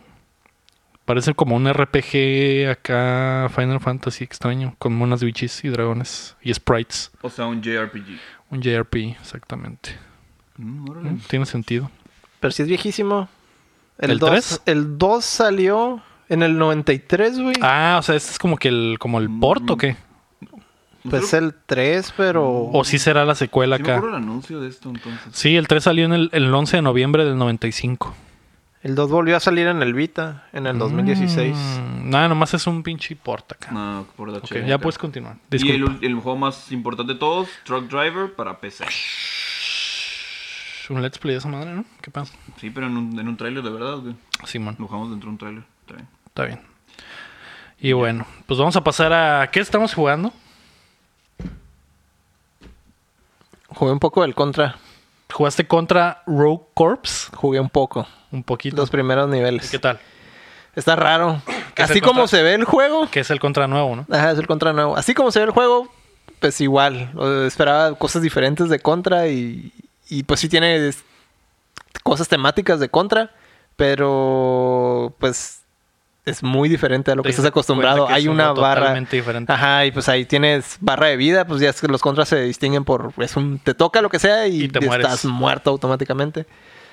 [SPEAKER 1] Parece como un RPG acá, Final Fantasy extraño, con monas bichis y dragones y sprites.
[SPEAKER 3] O sea, un JRPG.
[SPEAKER 1] Un JRPG, exactamente.
[SPEAKER 3] Mm, órale.
[SPEAKER 1] Mm, Tiene sentido.
[SPEAKER 2] Pero si es viejísimo.
[SPEAKER 1] ¿El
[SPEAKER 2] dos-
[SPEAKER 1] tres?
[SPEAKER 2] El 2 salió en el 93, güey.
[SPEAKER 1] Ah, o sea, este es como que el, como el port o
[SPEAKER 3] Mm.
[SPEAKER 1] qué.
[SPEAKER 2] Pues el 3, pero...
[SPEAKER 1] O sí será la secuela
[SPEAKER 3] Sí me
[SPEAKER 1] acá.
[SPEAKER 3] acuerdo el anuncio de esto entonces.
[SPEAKER 1] Sí, el 3 salió en el, el 11 de noviembre del 95.
[SPEAKER 2] El 2 volvió a salir en el Vita en el 2016.
[SPEAKER 1] Mm, nada, nomás es un pinche porta acá.
[SPEAKER 3] No, por la
[SPEAKER 1] Ok,
[SPEAKER 3] chévere.
[SPEAKER 1] ya puedes continuar.
[SPEAKER 3] Y
[SPEAKER 1] Disculpa.
[SPEAKER 3] el, ul- el juego más importante de todos, Truck Driver para PC.
[SPEAKER 1] Un let's play de esa madre, ¿no? ¿Qué pasa?
[SPEAKER 3] Sí, pero en un, en un tráiler de verdad, güey.
[SPEAKER 1] Simón,
[SPEAKER 3] Lo jugamos dentro de un tráiler. Está bien.
[SPEAKER 1] está bien. Y bueno, pues vamos a pasar a... ¿Qué estamos jugando?
[SPEAKER 2] Jugué un poco del Contra.
[SPEAKER 1] ¿Jugaste contra Rogue Corps?
[SPEAKER 2] Jugué un poco.
[SPEAKER 1] Un poquito.
[SPEAKER 2] Los primeros
[SPEAKER 1] ¿Y
[SPEAKER 2] niveles.
[SPEAKER 1] ¿Qué tal?
[SPEAKER 2] Está raro.
[SPEAKER 1] ¿Qué es
[SPEAKER 2] Así
[SPEAKER 1] el
[SPEAKER 2] como
[SPEAKER 1] Contra?
[SPEAKER 2] se ve el juego.
[SPEAKER 1] Que es el contra nuevo, ¿no?
[SPEAKER 2] Ajá, es el Contra nuevo. Así como se ve el juego, pues igual. O sea, esperaba cosas diferentes de Contra y, y pues sí tiene es- cosas temáticas de Contra, pero pues es muy diferente a lo
[SPEAKER 1] Te
[SPEAKER 2] que estás
[SPEAKER 1] diste
[SPEAKER 2] acostumbrado.
[SPEAKER 1] cuenta que
[SPEAKER 2] Hay
[SPEAKER 1] es
[SPEAKER 2] una
[SPEAKER 1] uno
[SPEAKER 2] barra.
[SPEAKER 1] totalmente diferente.
[SPEAKER 2] Ajá, y pues ahí tienes barra de vida, pues ya es que los Contras se distinguen por es un te toca lo que sea y,
[SPEAKER 1] Y te mueres.
[SPEAKER 2] estás muerto automáticamente.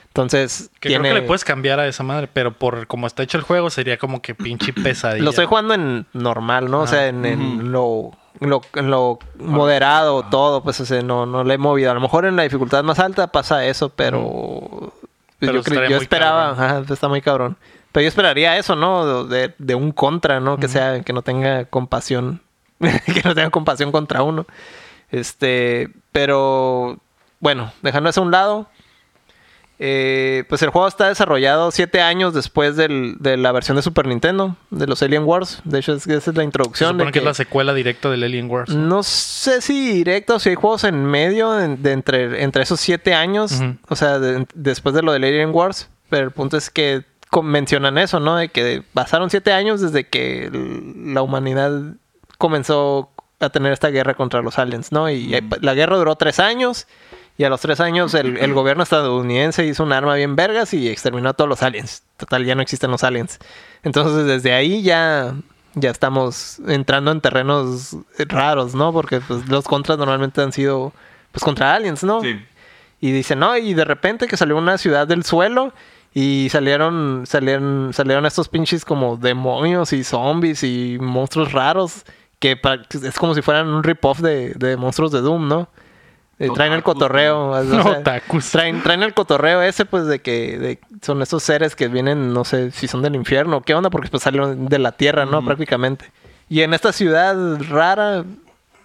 [SPEAKER 2] Entonces,
[SPEAKER 1] Que
[SPEAKER 2] tiene
[SPEAKER 1] creo que le puedes cambiar a esa madre, pero por como está hecho el juego sería como que pinche pesadilla. Ah.
[SPEAKER 2] Lo estoy jugando en normal, ¿no? O sea, en, en lo, lo, en lo moderado,
[SPEAKER 1] Ah.
[SPEAKER 2] todo, pues o sea, no, no le he movido. A lo mejor en la dificultad más alta pasa eso, pero,
[SPEAKER 1] Pero
[SPEAKER 2] yo, cre-
[SPEAKER 1] estaría
[SPEAKER 2] yo
[SPEAKER 1] muy
[SPEAKER 2] esperaba,
[SPEAKER 1] cabrón.
[SPEAKER 2] ajá, está muy cabrón. Pero yo esperaría eso, ¿no? De, de un contra, ¿no? Que sea, que no tenga compasión, que no tenga compasión contra uno. Este, pero bueno, dejando eso a un lado, eh, pues el juego está desarrollado siete años después del- de la versión de Super Nintendo, de los Alien Wars. De hecho, es, esa es la
[SPEAKER 1] Se
[SPEAKER 2] introducción. de Mm,
[SPEAKER 1] supone que es la secuela directa del Alien Wars.
[SPEAKER 2] no sé si directo o si hay juegos en medio de, de entre, entre esos siete años,
[SPEAKER 1] Ujú.
[SPEAKER 2] o sea, de- después de lo del Alien Wars, pero el punto es que con- mencionan eso, ¿no? De que pasaron siete años desde que el- la humanidad comenzó a tener esta guerra contra los aliens, ¿no? Y eh, la guerra duró tres años. Y a los tres años el, el gobierno estadounidense hizo un arma bien vergas y exterminó a todos los aliens. Total, ya no existen los aliens. Entonces desde ahí ya, ya estamos entrando en terrenos raros, ¿no? Porque pues, los contras normalmente han sido pues contra aliens,
[SPEAKER 1] Oh.
[SPEAKER 2] ¿no?
[SPEAKER 3] Sí.
[SPEAKER 2] Y dicen, no, y de repente que salió una ciudad del suelo y salieron, salieron, salieron estos pinches como demonios y zombies y monstruos raros que pra- es como si fueran un rip-off de, de monstruos de Doom, ¿no? Eh, traen el
[SPEAKER 3] Otakus,
[SPEAKER 2] cotorreo. o sea,
[SPEAKER 1] Otakus.
[SPEAKER 2] traen, traen el cotorreo ese, pues, de que de- son estos seres que vienen, no sé si son del infierno o qué onda, porque pues salieron de la tierra, ¿no? Prácticamente. Y en esta ciudad rara,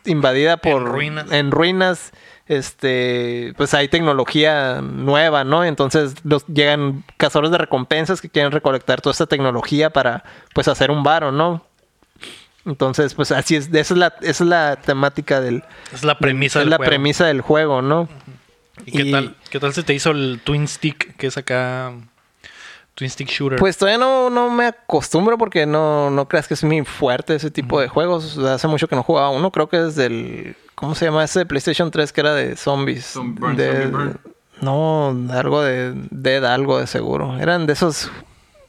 [SPEAKER 2] invadida por...
[SPEAKER 1] ruinas.
[SPEAKER 2] en ruinas, este, pues hay tecnología nueva, ¿no? Entonces los, llegan cazadores de recompensas que quieren recolectar toda esta tecnología para, pues, hacer un varo, ¿no? Entonces, pues así es, esa es la, esa es la temática del...
[SPEAKER 1] Es la premisa
[SPEAKER 2] es
[SPEAKER 1] del
[SPEAKER 2] la
[SPEAKER 1] juego.
[SPEAKER 2] premisa del juego, ¿no?
[SPEAKER 1] ¿Y qué
[SPEAKER 2] y-
[SPEAKER 1] tal? ¿Qué tal se te hizo el Twin Stick que es acá? Twin Stick Shooter.
[SPEAKER 2] Pues todavía no, no me acostumbro porque no, no creas que es muy fuerte ese tipo de juegos. O sea, hace mucho que no jugaba uno, creo que desde el... ¿Cómo se llama ese de PlayStation 3 que era de zombies?
[SPEAKER 3] Zombie Burn,
[SPEAKER 2] De-
[SPEAKER 3] Zombie Burn.
[SPEAKER 2] No, algo de Dead, algo de seguro. Eran de esos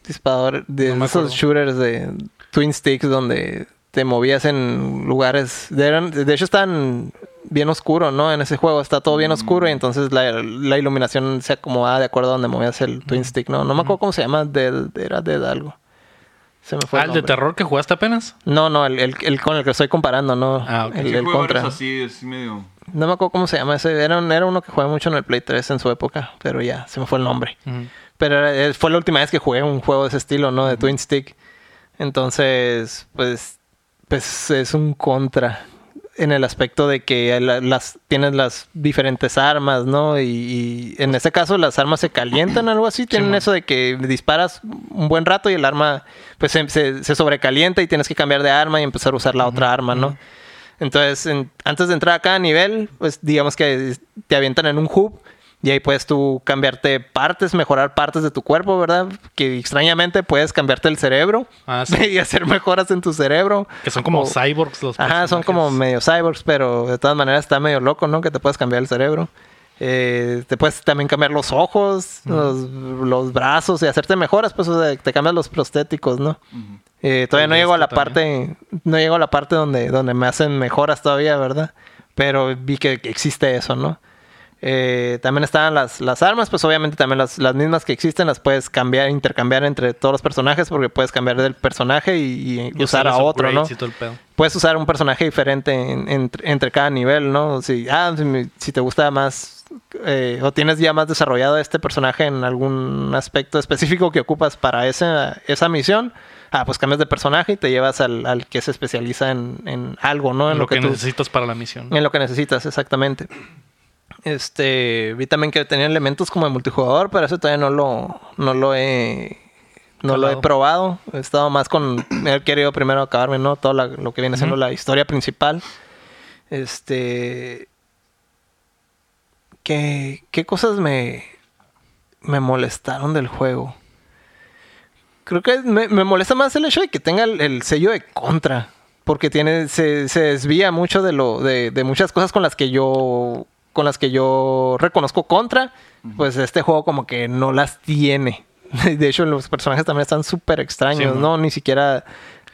[SPEAKER 2] disparadores, de
[SPEAKER 1] No me
[SPEAKER 2] esos
[SPEAKER 1] acuerdo.
[SPEAKER 2] shooters de Twin Sticks donde te movías en lugares... de- eran- de hecho están bien oscuro, ¿no? En ese juego está todo bien oscuro y
[SPEAKER 1] Mm.
[SPEAKER 2] entonces la, la iluminación se acomodaba de acuerdo a donde movías
[SPEAKER 1] Mm.
[SPEAKER 2] el Twin Stick, ¿no? No me acuerdo cómo se llama, Dead- era Dead algo. Se me fue.
[SPEAKER 1] ah,
[SPEAKER 2] el
[SPEAKER 1] el de
[SPEAKER 2] nombre.
[SPEAKER 1] terror que jugaste apenas.
[SPEAKER 2] No, no, el, el- el con el que estoy comparando, ¿no?
[SPEAKER 1] Ah, ok.
[SPEAKER 2] El,
[SPEAKER 3] Sí,
[SPEAKER 2] el
[SPEAKER 3] jugué
[SPEAKER 2] contra.
[SPEAKER 3] varios así, así medio...
[SPEAKER 2] No me acuerdo cómo se llama ese. Era, un- era uno que jugué mucho en el Play 3 en su época, pero ya, se me fue el nombre.
[SPEAKER 1] Ujú.
[SPEAKER 2] Pero era- eh, fue la última vez que jugué un juego de ese estilo, ¿no? De Twin Stick. Entonces, pues, pues es un contra en el aspecto de que la- las, tienes las diferentes armas, ¿no? Y, y en este caso las armas se calientan, algo así. Tienen
[SPEAKER 1] Simón.
[SPEAKER 2] eso de que disparas un buen rato y el arma pues se, se- se sobrecalienta y tienes que cambiar de arma y empezar a usar la otra arma, ¿no? Entonces, en- antes de entrar a cada nivel, pues digamos que es- te avientan en un hub y ahí puedes tú cambiarte partes, mejorar partes de tu cuerpo, ¿verdad? Que extrañamente puedes cambiarte el cerebro
[SPEAKER 1] Ah, sí.
[SPEAKER 2] y hacer mejoras en tu cerebro.
[SPEAKER 1] Que son como
[SPEAKER 2] O-
[SPEAKER 1] cyborgs los
[SPEAKER 2] Ajá, son
[SPEAKER 1] personajes.
[SPEAKER 2] como medio cyborgs, pero de todas maneras está medio loco, ¿no? Que te puedes cambiar el cerebro. Eh, te puedes también cambiar los ojos, los, los brazos y hacerte mejoras, pues o sea, te cambian los prostéticos, ¿no? Eh, todavía
[SPEAKER 1] El
[SPEAKER 2] no llego a la
[SPEAKER 1] resto
[SPEAKER 2] parte, no llego a la parte donde, donde me hacen mejoras todavía, ¿verdad? Pero vi que, que existe eso, ¿no? Eh, también estaban las, las armas, pues obviamente también las, las mismas que existen las puedes cambiar, intercambiar entre todos los personajes porque puedes cambiar del personaje y, y
[SPEAKER 1] Y
[SPEAKER 2] usar a
[SPEAKER 1] hacerles
[SPEAKER 2] otro, ¿no?
[SPEAKER 1] upgrades y todo el pedo.
[SPEAKER 2] puedes usar un personaje diferente en- entre, entre cada nivel, ¿no? Si, ah, si, me- si te gusta más eh, o tienes ya más desarrollado este personaje en algún aspecto específico que ocupas para esa, esa misión, ah, pues cambias de personaje y te llevas al, al que se especializa en, en algo, ¿no? En
[SPEAKER 1] lo, que,
[SPEAKER 2] tú-
[SPEAKER 1] necesitas para la misión.
[SPEAKER 2] en lo que necesitas, exactamente. Este, vi también que tenía elementos como de multijugador, pero eso todavía no lo, no lo he, no lo he
[SPEAKER 1] Calado.
[SPEAKER 2] probado. He estado más con, he querido primero acabarme, ¿no? Todo la- lo que viene siendo la historia principal. Este, ¿qué, qué cosas me, me molestaron del juego? Creo que me, me molesta más el hecho de que tenga el, el sello de contra. Porque tiene, se, se desvía mucho de lo, de, de muchas cosas con las que yo. con las que yo reconozco contra. Pues este juego como que no las tiene. De hecho, los personajes también están súper extraños,
[SPEAKER 1] Sí,
[SPEAKER 2] ¿no? Ni siquiera.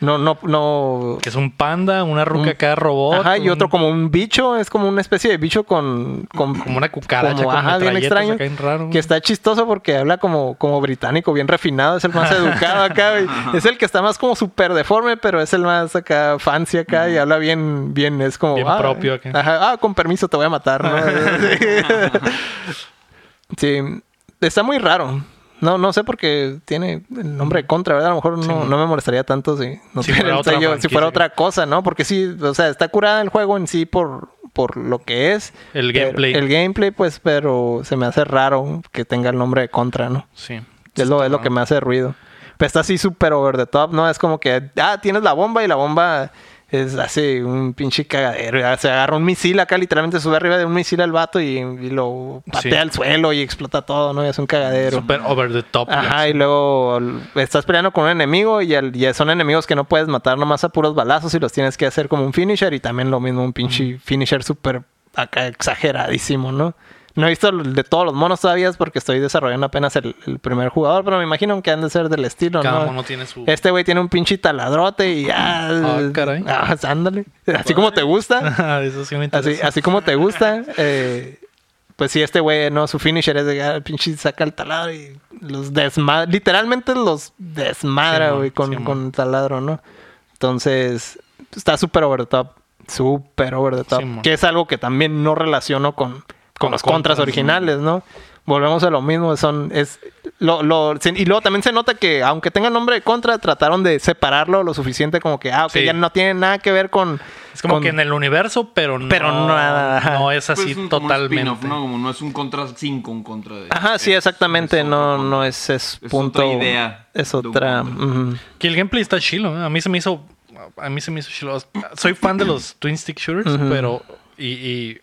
[SPEAKER 2] No, no, no.
[SPEAKER 1] Que es un panda, una ruca
[SPEAKER 2] Un-
[SPEAKER 1] acá robot.
[SPEAKER 2] Ajá, y
[SPEAKER 1] un-
[SPEAKER 2] otro como un bicho, es como una especie de bicho con. con
[SPEAKER 1] como una cucaracha.
[SPEAKER 2] como,
[SPEAKER 1] con
[SPEAKER 2] ajá, bien
[SPEAKER 1] metralletas
[SPEAKER 2] extraño.
[SPEAKER 1] acá, bien raro.
[SPEAKER 2] Que está chistoso porque habla como, como británico, bien refinado, es el más educado acá, güey. Es el que está más como súper deforme, pero es el más acá fancy acá y habla bien, bien, es como.
[SPEAKER 1] Bien
[SPEAKER 2] ah,
[SPEAKER 1] propio acá.
[SPEAKER 2] ajá, ah, con permiso te voy a matar, ¿no? sí. Está muy raro. No, no sé por qué tiene el nombre de contra, ¿verdad? A lo mejor no, no me molestaría tanto si no
[SPEAKER 1] Si
[SPEAKER 2] tuviera
[SPEAKER 1] fuera
[SPEAKER 2] el
[SPEAKER 1] otra
[SPEAKER 2] sello, si
[SPEAKER 1] franquicia.
[SPEAKER 2] fuera otra cosa, ¿no? Porque sí, o sea, está curada el juego en sí por, por lo que es.
[SPEAKER 1] El
[SPEAKER 2] Pero-
[SPEAKER 1] gameplay.
[SPEAKER 2] El gameplay, pues, pero se me hace raro que tenga el nombre de contra, ¿no?
[SPEAKER 1] Sí.
[SPEAKER 2] Es lo, es lo que me hace ruido. Pero está así súper over the top, ¿no? Es como que, ah, tienes la bomba y la bomba es así un pinche cagadero. ya Se agarra un misil acá, literalmente sube arriba de un misil al vato y, y lo patea
[SPEAKER 1] Sí.
[SPEAKER 2] al suelo y explota todo, ¿no? Y es un cagadero.
[SPEAKER 1] Super over the top.
[SPEAKER 2] Ajá,
[SPEAKER 1] ya.
[SPEAKER 2] y luego l- estás peleando con un enemigo y, al- y son enemigos que no puedes matar nomás a puros balazos y los tienes que hacer como un finisher y también lo mismo, un pinche finisher súper acá exageradísimo, ¿no? No he visto el de todos los monos todavía es porque estoy desarrollando apenas el, el primer jugador, pero me imagino que han de ser del estilo,
[SPEAKER 1] Cada
[SPEAKER 2] ¿no?
[SPEAKER 1] mono tiene su.
[SPEAKER 2] Este güey tiene un pinche taladrote y ya.
[SPEAKER 1] Ah, caray.
[SPEAKER 2] Ah, ándale. Así como te gusta.
[SPEAKER 1] Ajá, Eso sí me
[SPEAKER 2] Así, ah,
[SPEAKER 1] interesa.
[SPEAKER 2] así como te gusta. eh, pues sí, este güey, no, su finisher es de ah, pinche saca el taladro y los desmadra. Literalmente los desmadra,
[SPEAKER 1] Simón,
[SPEAKER 2] güey, con,
[SPEAKER 1] Simón.
[SPEAKER 2] con el taladro, ¿no? Entonces, está súper over the top. Súper over the top.
[SPEAKER 1] Simón.
[SPEAKER 2] que es algo que también no relaciono con, con,
[SPEAKER 1] Con
[SPEAKER 2] los
[SPEAKER 1] contras,
[SPEAKER 2] contras originales, ¿no? Volvemos a lo mismo, son, es, lo, lo- se- y luego también se nota que, aunque tenga nombre de contra, trataron de separarlo lo suficiente como que, ah, ok,
[SPEAKER 1] Sí.
[SPEAKER 2] ya no tiene nada que ver con...
[SPEAKER 1] Es como
[SPEAKER 2] con-
[SPEAKER 1] que en el universo, pero no.
[SPEAKER 2] Pero nada, ajá.
[SPEAKER 1] No es
[SPEAKER 3] Pues
[SPEAKER 1] así
[SPEAKER 3] es un- como un
[SPEAKER 1] totalmente.
[SPEAKER 3] spin-off, ¿no? Como no es un contra 5, un contra de.
[SPEAKER 2] Ajá, sí,
[SPEAKER 3] Este, es-
[SPEAKER 2] exactamente.
[SPEAKER 3] es otro
[SPEAKER 2] no,
[SPEAKER 3] contra.
[SPEAKER 2] no es, es
[SPEAKER 3] otra
[SPEAKER 2] punto.
[SPEAKER 3] idea
[SPEAKER 2] Es
[SPEAKER 3] de un
[SPEAKER 2] otra.
[SPEAKER 3] contra.
[SPEAKER 2] ujú.
[SPEAKER 1] Que el gameplay está chilo. ¿eh? A mí se me hizo. A mí se me hizo chilo. Soy fan de los Twin Stick Shooters,
[SPEAKER 2] Ujú.
[SPEAKER 1] pero. Y, y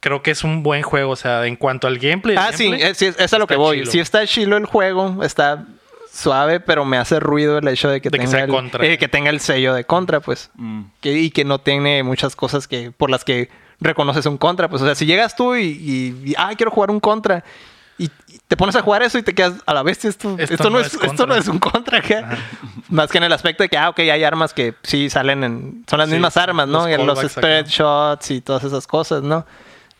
[SPEAKER 1] creo que es un buen juego. O sea, en cuanto al gameplay. el
[SPEAKER 2] Ah, sí,
[SPEAKER 1] gameplay,
[SPEAKER 2] es, sí, es, es a lo
[SPEAKER 1] está
[SPEAKER 2] que voy.
[SPEAKER 1] chilo.
[SPEAKER 2] Sí está chilo el juego, está suave, pero me hace ruido el hecho de que,
[SPEAKER 1] De que
[SPEAKER 2] tenga,
[SPEAKER 1] sea
[SPEAKER 2] el,
[SPEAKER 1] contra.
[SPEAKER 2] eh, que tenga el sello de contra, pues.
[SPEAKER 3] Mm.
[SPEAKER 2] Que, y que no tiene muchas cosas que por las que reconoces un contra. Pues, o sea, si llegas tú y, y- y, ah, quiero jugar un contra. Y, y te pones a jugar eso y te quedas a la bestia. Esto, esto, no, es, esto
[SPEAKER 1] contra".
[SPEAKER 2] no es un contra. ¿qué? Más que en el aspecto de que, ah, ok, hay armas que sí salen en. Son las
[SPEAKER 1] Sí,
[SPEAKER 2] mismas armas, ¿no?
[SPEAKER 1] los
[SPEAKER 2] Y Los,
[SPEAKER 1] callbacks
[SPEAKER 2] spread
[SPEAKER 1] acá.
[SPEAKER 2] shots y todas esas cosas, ¿no?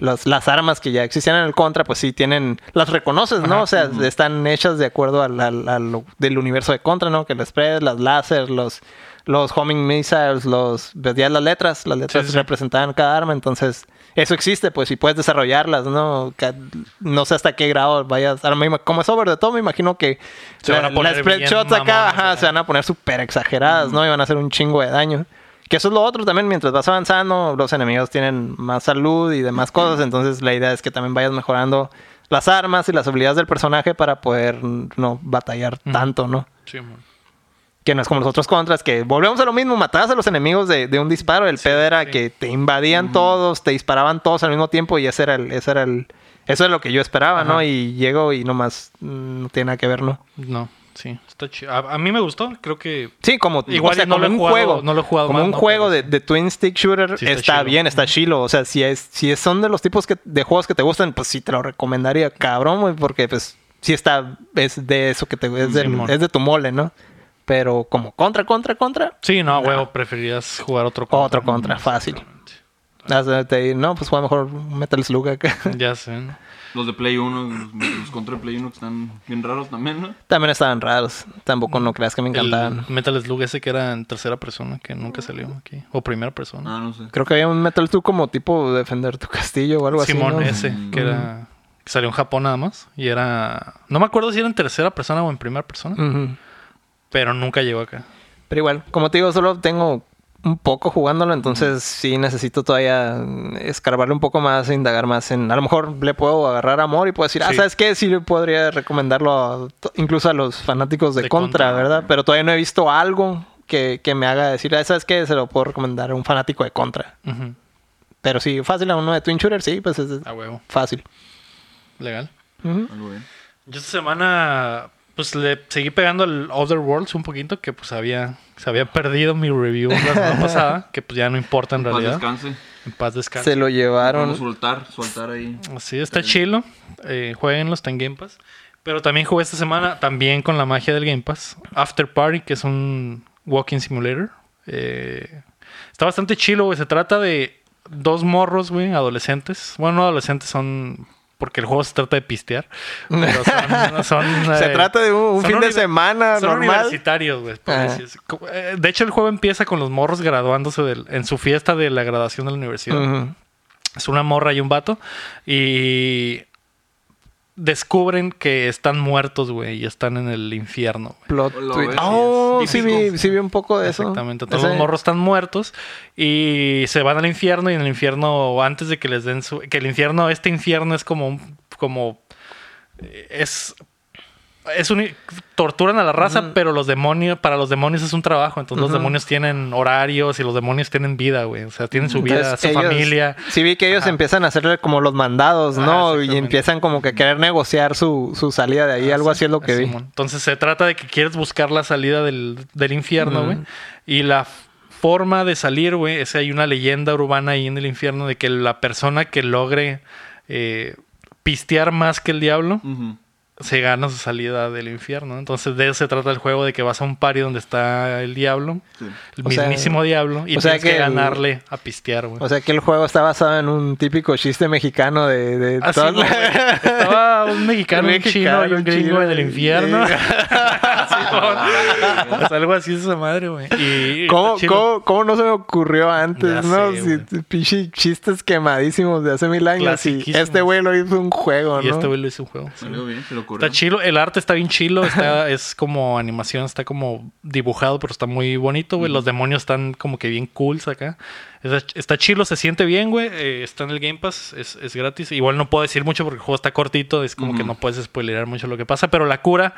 [SPEAKER 2] Los- las armas que ya existían en el contra, pues sí tienen. Las reconoces, ¿no?
[SPEAKER 1] Ajá.
[SPEAKER 2] o sea, están hechas de acuerdo al, al- a lo- del universo de contra, ¿no? Que el spread, las láser, los. Los homing missiles, los. Veías las letras, las letras
[SPEAKER 1] Sí, sí.
[SPEAKER 2] representaban cada arma, entonces. Eso existe, pues, y puedes desarrollarlas, ¿no? Ca- No sé hasta qué grado vayas. Ahora mismo, como es over de todo, me imagino que
[SPEAKER 1] Se van a
[SPEAKER 2] la-
[SPEAKER 1] poner
[SPEAKER 2] las spread
[SPEAKER 1] bien
[SPEAKER 2] shots acá,
[SPEAKER 1] mamonas
[SPEAKER 2] ajá,
[SPEAKER 1] acá.
[SPEAKER 2] se van a poner súper exageradas, ¿no? Y van a hacer un chingo de daño. Que eso es lo otro también, mientras vas avanzando, los enemigos tienen más salud y demás cosas, entonces la idea es que también vayas mejorando las armas y las habilidades del personaje para poder no batallar
[SPEAKER 1] Ujú.
[SPEAKER 2] tanto, ¿no?
[SPEAKER 1] Sí, man.
[SPEAKER 2] Que no es como los otros contras, que volvemos a lo mismo, matabas a los enemigos de, de un disparo. El pedo era
[SPEAKER 1] sí.
[SPEAKER 2] que te invadían todos, te disparaban todos al mismo tiempo y ese era el, ese era el, eso es lo que yo esperaba, ¿no?
[SPEAKER 1] Ajá.
[SPEAKER 2] Y llego y nomás mm, no tiene nada que ver, ¿no?
[SPEAKER 1] No, sí. Está chido. A, a mí me gustó. Creo que.
[SPEAKER 2] Sí, como,
[SPEAKER 1] Igual
[SPEAKER 2] o sea,
[SPEAKER 1] y no
[SPEAKER 2] como
[SPEAKER 1] lo he
[SPEAKER 2] un
[SPEAKER 1] jugado-
[SPEAKER 2] juego.
[SPEAKER 1] no lo he jugado
[SPEAKER 2] como
[SPEAKER 1] más,
[SPEAKER 2] un
[SPEAKER 1] ¿no?
[SPEAKER 2] juego de,
[SPEAKER 1] Pero
[SPEAKER 2] de Twin Stick Shooter
[SPEAKER 1] Sí, está
[SPEAKER 2] está,
[SPEAKER 1] chilo.
[SPEAKER 2] bien, está chilo. O sea, si es, si es son de los tipos que, de juegos que te gustan, pues sí te lo recomendaría, cabrón, güey, porque pues sí está, es de eso que te es, del-
[SPEAKER 1] Mm, Simón.
[SPEAKER 2] es de tu mole, ¿no? Pero como contra, contra, contra,
[SPEAKER 1] Sí, no, huevo. Preferirías jugar otro
[SPEAKER 2] otro contra, fácil. Haz de- te- no, pues fue mejor Metal Slug acá.
[SPEAKER 1] Ya sé. ¿no?
[SPEAKER 3] Los de Play 1, los, los contra de Play 1 que están bien raros también, ¿no?
[SPEAKER 2] También estaban raros. Tampoco no creas que me encantaban.
[SPEAKER 1] Mm. El Metal Slug ese que era en tercera persona, que nunca salió aquí. O primera persona.
[SPEAKER 3] Ah, no sé.
[SPEAKER 2] Creo que había un Metal Slug como tipo defender tu castillo o algo así.
[SPEAKER 1] Simón
[SPEAKER 2] ¿no? Mm.
[SPEAKER 1] ese, que era que salió en Japón nada más. Y era. No me acuerdo si era en tercera persona o en primera persona,
[SPEAKER 2] Ujú.
[SPEAKER 1] pero nunca llegó acá.
[SPEAKER 2] Pero igual, como te digo, solo tengo un poco jugándolo, entonces sí necesito todavía mm, escarbarle un poco más e indagar más en... A lo mejor le puedo agarrar amor y puedo decir, ah,
[SPEAKER 1] Sí.
[SPEAKER 2] ¿sabes qué? Sí le podría recomendarlo a to- incluso a los fanáticos de,
[SPEAKER 1] De
[SPEAKER 2] contra,
[SPEAKER 1] Contra.
[SPEAKER 2] ¿verdad? Pero todavía no he visto algo que, que me haga decir, ah, ¿sabes qué? Se lo puedo recomendar a un fanático de contra.
[SPEAKER 1] Ujú.
[SPEAKER 2] Pero sí, fácil a uno de Twin Shooter, sí, pues es es
[SPEAKER 1] A huevo.
[SPEAKER 2] fácil.
[SPEAKER 1] Legal.
[SPEAKER 2] Ujú.
[SPEAKER 3] Algo bien.
[SPEAKER 1] Yo esta semana, pues le seguí pegando al Other Worlds un poquito, que pues había, se había perdido mi review la semana pasada, que pues ya no importa en
[SPEAKER 3] Paz
[SPEAKER 1] realidad.
[SPEAKER 3] descanse.
[SPEAKER 1] En paz descanse.
[SPEAKER 2] Se lo
[SPEAKER 3] Vamos a
[SPEAKER 2] llevaron...
[SPEAKER 3] soltar, soltar ahí.
[SPEAKER 1] Así está chilo. Eh, jueguenlo, está en Game Pass. Pero también jugué esta semana, también con la magia del Game Pass, After Party, que es un walking simulator. Eh, está bastante chilo, güey. Se trata de dos morros, güey, adolescentes. Bueno, no adolescentes, son... Porque el juego se trata de pistear. Pero son, son,
[SPEAKER 2] Se
[SPEAKER 1] eh,
[SPEAKER 2] trata de un, un
[SPEAKER 1] son
[SPEAKER 2] fin de
[SPEAKER 1] univer-
[SPEAKER 2] semana
[SPEAKER 1] son
[SPEAKER 2] normal.
[SPEAKER 1] universitarios, güey. por
[SPEAKER 2] Ajá.
[SPEAKER 1] decir. Eh, De hecho, el juego empieza con los morros graduándose del- en su fiesta de la graduación de la universidad.
[SPEAKER 2] Ujú.
[SPEAKER 1] Es una morra y un vato. Y descubren que están muertos, güey, y están en el infierno. güey.
[SPEAKER 2] Plot
[SPEAKER 3] Lo
[SPEAKER 2] twist.
[SPEAKER 3] ves,
[SPEAKER 2] Oh,
[SPEAKER 3] sí es
[SPEAKER 2] sí vi,
[SPEAKER 3] típico.
[SPEAKER 2] sí vi un poco de eso.
[SPEAKER 1] Exactamente. Todos los
[SPEAKER 2] Ese-
[SPEAKER 1] morros están muertos y se van al infierno y en el infierno, antes de que les den su... Que el infierno, este infierno es como... un- como eh, es... Es un, torturan a la raza, pero los demonios, para los demonios es un trabajo. Entonces los
[SPEAKER 2] Ujú.
[SPEAKER 1] demonios tienen horarios y los demonios tienen vida, güey. O sea, tienen su vida,
[SPEAKER 2] Entonces,
[SPEAKER 1] su
[SPEAKER 2] ellos-
[SPEAKER 1] familia.
[SPEAKER 2] Sí vi que ellos empiezan a hacerle como los mandados,
[SPEAKER 1] Ajá,
[SPEAKER 2] ¿no? Y
[SPEAKER 1] exactamente. Ah,
[SPEAKER 2] empiezan como que a querer negociar su, su salida de ahí, algo así es lo que vi.
[SPEAKER 1] Simón. Entonces se trata de que quieres buscar la salida del, del infierno,
[SPEAKER 2] Mm.
[SPEAKER 1] güey. Y la f- forma de salir, güey, es que hay una leyenda urbana ahí en el infierno de que la persona que logre eh, pistear más que el diablo
[SPEAKER 3] Ujú.
[SPEAKER 1] se gana su salida del infierno. Entonces de eso se trata el juego, de que vas a un party donde está el diablo,
[SPEAKER 3] Sí.
[SPEAKER 1] el
[SPEAKER 2] O sea,
[SPEAKER 1] mismísimo diablo, y
[SPEAKER 2] o sea
[SPEAKER 1] tienes que,
[SPEAKER 2] que el-
[SPEAKER 1] ganarle a pistear, güey.
[SPEAKER 2] O sea que el juego está basado en un típico chiste mexicano de... de
[SPEAKER 1] Así, Ah,
[SPEAKER 2] todas
[SPEAKER 1] güey.
[SPEAKER 2] las-
[SPEAKER 1] Estaba un mexicano, un chino y
[SPEAKER 2] Mexicano,
[SPEAKER 1] un gringo
[SPEAKER 2] chino,
[SPEAKER 1] en el
[SPEAKER 2] y-
[SPEAKER 1] infierno. Simón.
[SPEAKER 3] Ah,
[SPEAKER 1] Pues algo así es esa madre, güey. Y
[SPEAKER 2] ¿Cómo,
[SPEAKER 1] está chido.
[SPEAKER 2] cómo, cómo no se me ocurrió antes,
[SPEAKER 1] Ya
[SPEAKER 2] no?
[SPEAKER 1] sé,
[SPEAKER 2] Si- pinche chistes quemadísimos de hace mil años y
[SPEAKER 1] Clasiquísimos.
[SPEAKER 2] este güey lo hizo un juego, ¿no?
[SPEAKER 1] Y este güey lo hizo un juego.
[SPEAKER 3] Salió bien, se lo ocurrió.
[SPEAKER 1] Está chilo, el arte está bien chilo, está, es como animación, está como dibujado, pero está muy bonito, güey. Los demonios están como que bien cool acá. Está, está chilo, se siente bien, güey. eh, está en el Game Pass, es, es gratis. Igual no puedo decir mucho porque el juego está cortito, es como que
[SPEAKER 3] Ujú.
[SPEAKER 1] no puedes spoilear mucho lo que pasa, pero la cura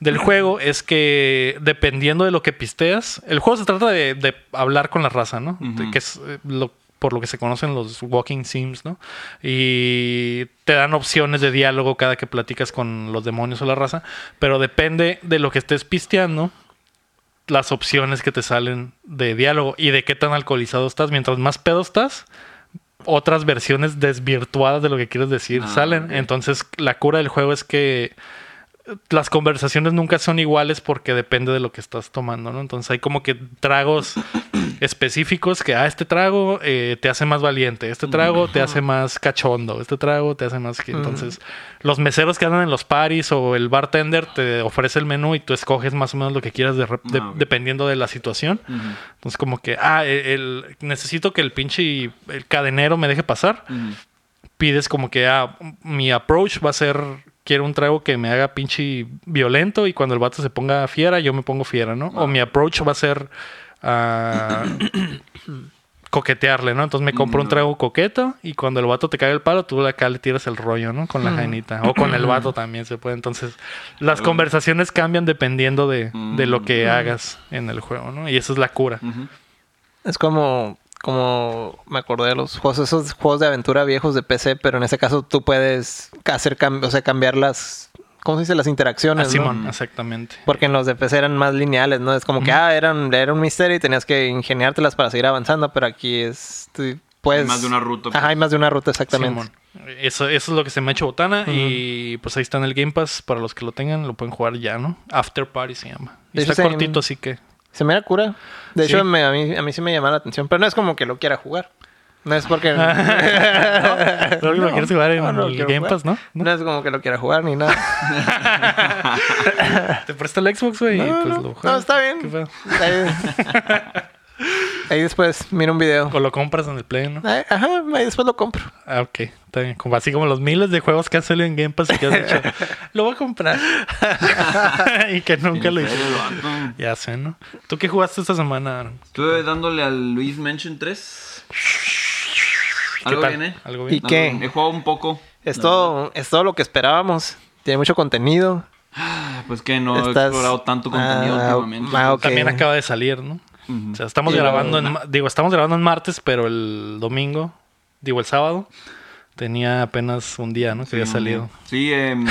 [SPEAKER 1] del juego es que dependiendo de lo que pisteas, el juego se trata de, de hablar con la raza, ¿no?
[SPEAKER 3] Ujú.
[SPEAKER 1] Que es eh, lo- por lo que se conocen los walking sims, ¿no? Y te dan opciones de diálogo cada que platicas con los demonios o la raza, pero depende de lo que estés pisteando las opciones que te salen de diálogo y de qué tan alcoholizado estás. Mientras más pedo estás, otras versiones desvirtuadas de lo que quieres decir
[SPEAKER 3] Ah,
[SPEAKER 1] salen.
[SPEAKER 3] ok.
[SPEAKER 1] Entonces, la cura del juego es que las conversaciones nunca son iguales porque depende de lo que estás tomando, ¿no? Entonces hay como que tragos específicos que, ah, este trago eh, te hace más valiente, este trago te hace más cachondo, este trago te hace más... que- Entonces los meseros que andan en los paris o el bartender te ofrece el menú y tú escoges más o menos lo que quieras de- de-
[SPEAKER 3] Ah, ok.
[SPEAKER 1] dependiendo de la situación.
[SPEAKER 3] Ujú.
[SPEAKER 1] Entonces como que, ah, el, el- necesito que el pinche el cadenero me deje pasar
[SPEAKER 3] Ujú.
[SPEAKER 1] pides como que ah, mi approach va a ser quiero un trago que me haga pinche violento y cuando el vato se ponga fiera yo me pongo fiera, ¿no? O mi approach va a ser ah, coquetearle, ¿no? Entonces me compro un trago coqueto y cuando el vato te cae el palo tú acá le tiras el rollo, ¿no? Con la jainita o con el vato también se puede. Entonces las
[SPEAKER 3] Órale.
[SPEAKER 1] conversaciones cambian dependiendo de, de lo
[SPEAKER 3] Mm.
[SPEAKER 1] que hagas en el juego, ¿no? Y esa es la cura.
[SPEAKER 3] Ujú.
[SPEAKER 2] Es como, como me acordé de los juegos, esos juegos de aventura viejos de PC, pero en ese caso tú puedes hacer cambios, o sea, cambiar las, ¿cómo se dice? Las interacciones,
[SPEAKER 1] Ah,
[SPEAKER 2] ¿no?
[SPEAKER 1] Simón, exactamente.
[SPEAKER 2] Porque en los de PC eran más lineales, ¿no? Es como que, ah, eran, era un misterio y tenías que ingeniártelas para seguir avanzando, pero aquí es, tú puedes...
[SPEAKER 3] Hay más de una ruta, pues.
[SPEAKER 2] Ajá, hay más de una ruta, exactamente.
[SPEAKER 1] Simón. Eso, eso es lo que se me ha hecho botana. Y pues ahí está en el Game Pass. Para los que lo tengan, lo pueden jugar ya, ¿no? After Party se llama. Y
[SPEAKER 2] De hecho,
[SPEAKER 1] está
[SPEAKER 2] se-
[SPEAKER 1] cortito, así que.
[SPEAKER 2] Se me da cura. De
[SPEAKER 1] Sí.
[SPEAKER 2] hecho, me- a, mí, a mí sí me llama la atención, pero no es como que lo quiera jugar. No es porque...
[SPEAKER 1] Creo que lo quieres jugar en
[SPEAKER 2] no, no lo
[SPEAKER 1] el
[SPEAKER 2] quiero
[SPEAKER 1] Game
[SPEAKER 2] jugar.
[SPEAKER 1] Pass, ¿no?
[SPEAKER 2] No es como que lo quiera jugar ni nada.
[SPEAKER 1] Te presta el Xbox, güey. y
[SPEAKER 2] No,
[SPEAKER 1] pues
[SPEAKER 2] no.
[SPEAKER 1] lo
[SPEAKER 2] No,
[SPEAKER 1] juegas.
[SPEAKER 2] está
[SPEAKER 1] ¿Qué
[SPEAKER 2] bien.
[SPEAKER 1] pedo?
[SPEAKER 2] Está bien. Ahí después mira un video.
[SPEAKER 1] O lo compras en el Play, ¿no?
[SPEAKER 2] Ay, Ajá, ahí después lo compro.
[SPEAKER 1] Ah, ok. Está bien. Como, así como los miles de juegos que han salido en Game Pass y que has dicho, lo voy a comprar. y que nunca lo hice. Ya sé, ¿no? ¿Tú qué jugaste esta semana, Adam?
[SPEAKER 3] Estuve dándole al Luis Mansion 3.
[SPEAKER 1] ¿Qué
[SPEAKER 3] ¿Algo
[SPEAKER 1] tal?
[SPEAKER 3] viene?
[SPEAKER 1] ¿Algo
[SPEAKER 2] ¿Y
[SPEAKER 1] bien?
[SPEAKER 2] qué?
[SPEAKER 3] He jugado un poco.
[SPEAKER 2] Es
[SPEAKER 3] la
[SPEAKER 2] todo, es todo lo que esperábamos. Tiene mucho contenido.
[SPEAKER 3] verdad. Pues que no he
[SPEAKER 2] Estás-
[SPEAKER 3] explorado tanto contenido
[SPEAKER 2] Ah,
[SPEAKER 3] últimamente.
[SPEAKER 2] ah, ok.
[SPEAKER 1] También acaba de salir, ¿no?
[SPEAKER 3] Ujú.
[SPEAKER 1] O sea, estamos
[SPEAKER 2] Y luego-
[SPEAKER 1] grabando en... ma- Digo, estamos grabando en martes, pero el domingo... Digo, el sábado... Tenía apenas un día, ¿no? Que había
[SPEAKER 3] Sí,
[SPEAKER 1] salido.
[SPEAKER 3] Sí, em,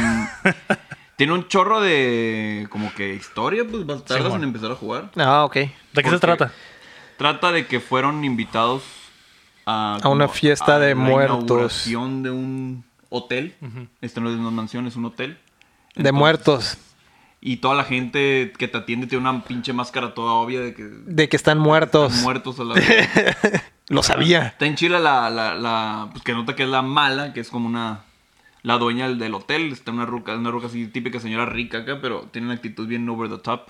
[SPEAKER 3] tiene un chorro de como que historia, pues vas- tardas
[SPEAKER 1] bueno.
[SPEAKER 3] en empezar a jugar.
[SPEAKER 2] Ah, ok.
[SPEAKER 1] ¿De qué se
[SPEAKER 3] Porque-
[SPEAKER 1] trata?
[SPEAKER 3] Trata de que fueron invitados a,
[SPEAKER 2] A una fiesta de muertos.
[SPEAKER 3] La inauguración de un hotel. Este no es una mansión, es un hotel.
[SPEAKER 2] De muertos.
[SPEAKER 3] Y toda la gente que te atiende tiene una pinche máscara toda obvia de que
[SPEAKER 2] De que están muertos.
[SPEAKER 3] están muertos a la vez.
[SPEAKER 2] Lo sabía.
[SPEAKER 3] Está en Chile la, la, la- pues que nota que es la mala, que es como una, la dueña del, del hotel, está una ruca, una ruca así típica señora rica acá, pero tiene una actitud bien over the top.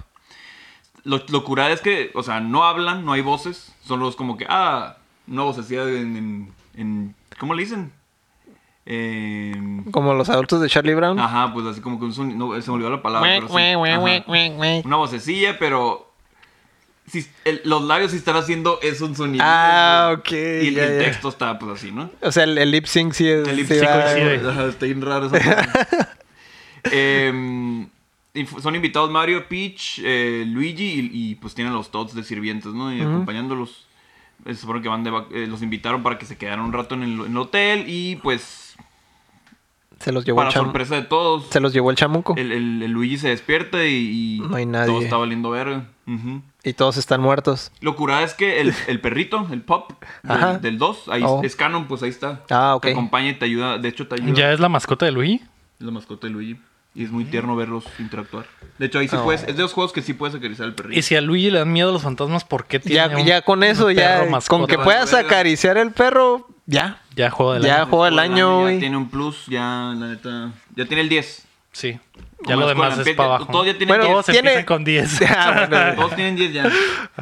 [SPEAKER 3] Lo, lo curada es que, o sea, no hablan, no hay voces, solo es como que, ah, una vocecilla en, en, en- ¿cómo le dicen? Eh, En-
[SPEAKER 2] Como los adultos de Charlie Brown.
[SPEAKER 3] ajá, pues así como que un sonido, no, se me olvidó la palabra.
[SPEAKER 4] Wee,
[SPEAKER 3] pero sí,
[SPEAKER 4] wee, wee,
[SPEAKER 3] ajá.
[SPEAKER 4] wee, wee, wee.
[SPEAKER 3] Una vocecilla, pero sí, el- los labios sí están haciendo es un sonido.
[SPEAKER 2] Ah, ok.
[SPEAKER 3] Y el,
[SPEAKER 2] ya,
[SPEAKER 3] el
[SPEAKER 2] ya.
[SPEAKER 3] texto está pues así, ¿no?
[SPEAKER 2] O sea, el, el lip sync sí es.
[SPEAKER 3] El lip
[SPEAKER 2] sí ah,
[SPEAKER 3] sync
[SPEAKER 2] va-
[SPEAKER 1] coincide.
[SPEAKER 3] Ajá, Está bien raro esa cosa. Em, y fu- son invitados Mario, Peach, eh, Luigi y, y, pues tienen los tots de sirvientes, ¿no? Y acompañándolos. eh, Supongo que van de vac- eh, los invitaron para que se quedaran un rato en el, en el hotel y pues
[SPEAKER 2] Se los llevó
[SPEAKER 3] para
[SPEAKER 2] el chamuco.
[SPEAKER 3] sorpresa de todos,
[SPEAKER 2] Se los llevó el chamuco.
[SPEAKER 3] el, el- el Luigi se despierta y, y
[SPEAKER 2] No hay nadie.
[SPEAKER 3] todo está valiendo verga. Ujú.
[SPEAKER 2] Y todos están muertos.
[SPEAKER 3] Lo curada es que el, el perrito, el pop
[SPEAKER 2] Ajá.
[SPEAKER 3] del- del 2, ahí
[SPEAKER 2] Oh.
[SPEAKER 3] es canon, pues ahí está.
[SPEAKER 2] Ah, ok.
[SPEAKER 3] Te acompaña y te ayuda, de hecho te ayuda.
[SPEAKER 1] ¿Ya es la mascota de Luigi?
[SPEAKER 3] Es la mascota de Luigi. Y es muy tierno verlos interactuar. De hecho, ahí
[SPEAKER 2] Oh.
[SPEAKER 3] sí puedes. Es de los juegos que sí puedes acariciar al perrito.
[SPEAKER 1] Y si a Luigi le dan miedo los fantasmas, ¿por qué tiene
[SPEAKER 2] Ya,
[SPEAKER 1] un-
[SPEAKER 2] ya con eso,
[SPEAKER 1] un
[SPEAKER 2] ya.
[SPEAKER 1] perro mascota?
[SPEAKER 2] Con que
[SPEAKER 3] Vale,
[SPEAKER 2] puedas
[SPEAKER 3] verga.
[SPEAKER 2] acariciar el perro, ya.
[SPEAKER 1] Ya juego del
[SPEAKER 2] ya
[SPEAKER 1] año.
[SPEAKER 2] juego del
[SPEAKER 3] Por el
[SPEAKER 2] año,
[SPEAKER 3] ya
[SPEAKER 2] güey.
[SPEAKER 3] tiene un plus, ya, la neta. Ya tiene el 10.
[SPEAKER 1] Sí.
[SPEAKER 3] Como
[SPEAKER 1] Ya lo
[SPEAKER 3] es
[SPEAKER 1] demás
[SPEAKER 3] con
[SPEAKER 1] es
[SPEAKER 3] Ampeg-
[SPEAKER 1] para abajo.
[SPEAKER 3] Todos ya tienen
[SPEAKER 2] Bueno,
[SPEAKER 3] 10.
[SPEAKER 1] Todos
[SPEAKER 2] tiene-
[SPEAKER 1] empiezan con 10.
[SPEAKER 2] Ah, bueno.
[SPEAKER 3] Todos tienen 10 ya.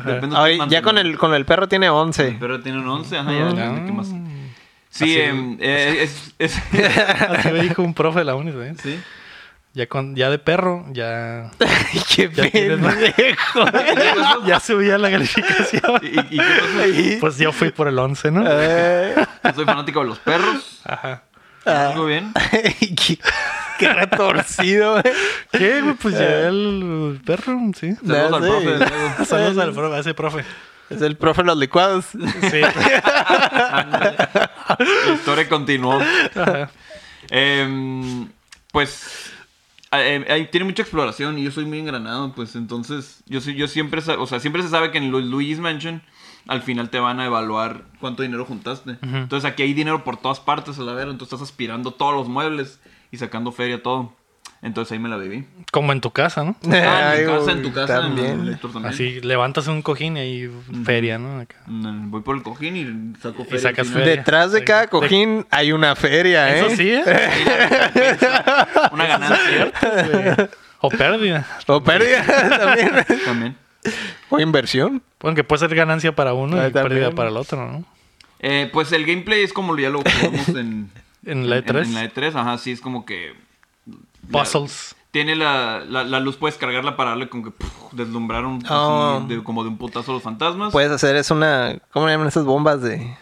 [SPEAKER 3] Depende
[SPEAKER 2] Ahora,
[SPEAKER 3] de tu
[SPEAKER 2] ya con el, con el perro tiene 11.
[SPEAKER 3] Pero tienen 11, ajá, ya. depende de qué más.
[SPEAKER 1] Así
[SPEAKER 3] Sí, em, eh, es. es-
[SPEAKER 1] Así me dijo un profe de la uni, ¿eh?
[SPEAKER 3] sí.
[SPEAKER 1] Ya, con, ya de perro, ya.
[SPEAKER 2] ¡Qué
[SPEAKER 1] Ya tienes más.
[SPEAKER 2] pendejo!
[SPEAKER 1] ya subía la calificación.
[SPEAKER 3] Y, y- y yo
[SPEAKER 1] Pues yo fui por el 11, ¿no?
[SPEAKER 3] Ah,
[SPEAKER 2] Eh,
[SPEAKER 3] soy- soy fanático de los perros.
[SPEAKER 1] Ajá.
[SPEAKER 3] Muy bien.
[SPEAKER 2] Ah. qué, qué retorcido, güey.
[SPEAKER 1] ¿Qué, güey? Pues ya el perro, sí.
[SPEAKER 3] Saludos al
[SPEAKER 2] Ya sé.
[SPEAKER 3] profe. Diego.
[SPEAKER 1] Saludos al profe, a ese profe.
[SPEAKER 2] Es el profe de los licuados.
[SPEAKER 1] Sí.
[SPEAKER 3] La historia continuó.
[SPEAKER 1] Ajá.
[SPEAKER 3] Em, pues a- em, ahí tiene mucha exploración y yo soy muy engranado, pues entonces yo soy, yo siempre, sa- o sea, siempre se sabe que en Lu- Luigi's Mansion al final te van a evaluar cuánto dinero juntaste. Entonces aquí hay dinero por todas partes a la vera, entonces estás aspirando todos los muebles y sacando feria todo. Entonces ahí me la viví.
[SPEAKER 1] Como en tu casa, ¿no?
[SPEAKER 3] Ah, en
[SPEAKER 2] Ay,
[SPEAKER 3] mi casa, en
[SPEAKER 2] güey,
[SPEAKER 3] tu casa, en- en
[SPEAKER 2] También.
[SPEAKER 3] Héctor también.
[SPEAKER 1] Así levantas un cojín y ahí feria, ¿no? Acá.
[SPEAKER 3] Mm, Voy por el cojín y saco feria. al
[SPEAKER 1] sacas
[SPEAKER 3] final.
[SPEAKER 1] feria.
[SPEAKER 2] Detrás de cada cojín hay una feria, ¿eh?
[SPEAKER 1] Eso sí, ¿eh?
[SPEAKER 3] Una ganancia
[SPEAKER 1] O pérdida.
[SPEAKER 2] O pérdida también.
[SPEAKER 3] también.
[SPEAKER 2] O inversión.
[SPEAKER 1] Bueno, que puede ser ganancia para uno
[SPEAKER 2] Ah,
[SPEAKER 1] y pérdida
[SPEAKER 2] también.
[SPEAKER 1] para el otro, ¿no?
[SPEAKER 3] Eh, pues el gameplay es como ya lo jugamos en,
[SPEAKER 1] En la E E3.
[SPEAKER 3] En,
[SPEAKER 2] E
[SPEAKER 3] la E3, ajá, sí, es como que.
[SPEAKER 1] Puzzles.
[SPEAKER 3] Tiene la, la, la luz, puedes cargarla para darle como que puf, deslumbrar un-
[SPEAKER 2] Oh. Pues-
[SPEAKER 3] así, de- como de un putazo a los fantasmas.
[SPEAKER 2] Puedes hacer, es una. ¿Cómo le llaman esas bombas de.?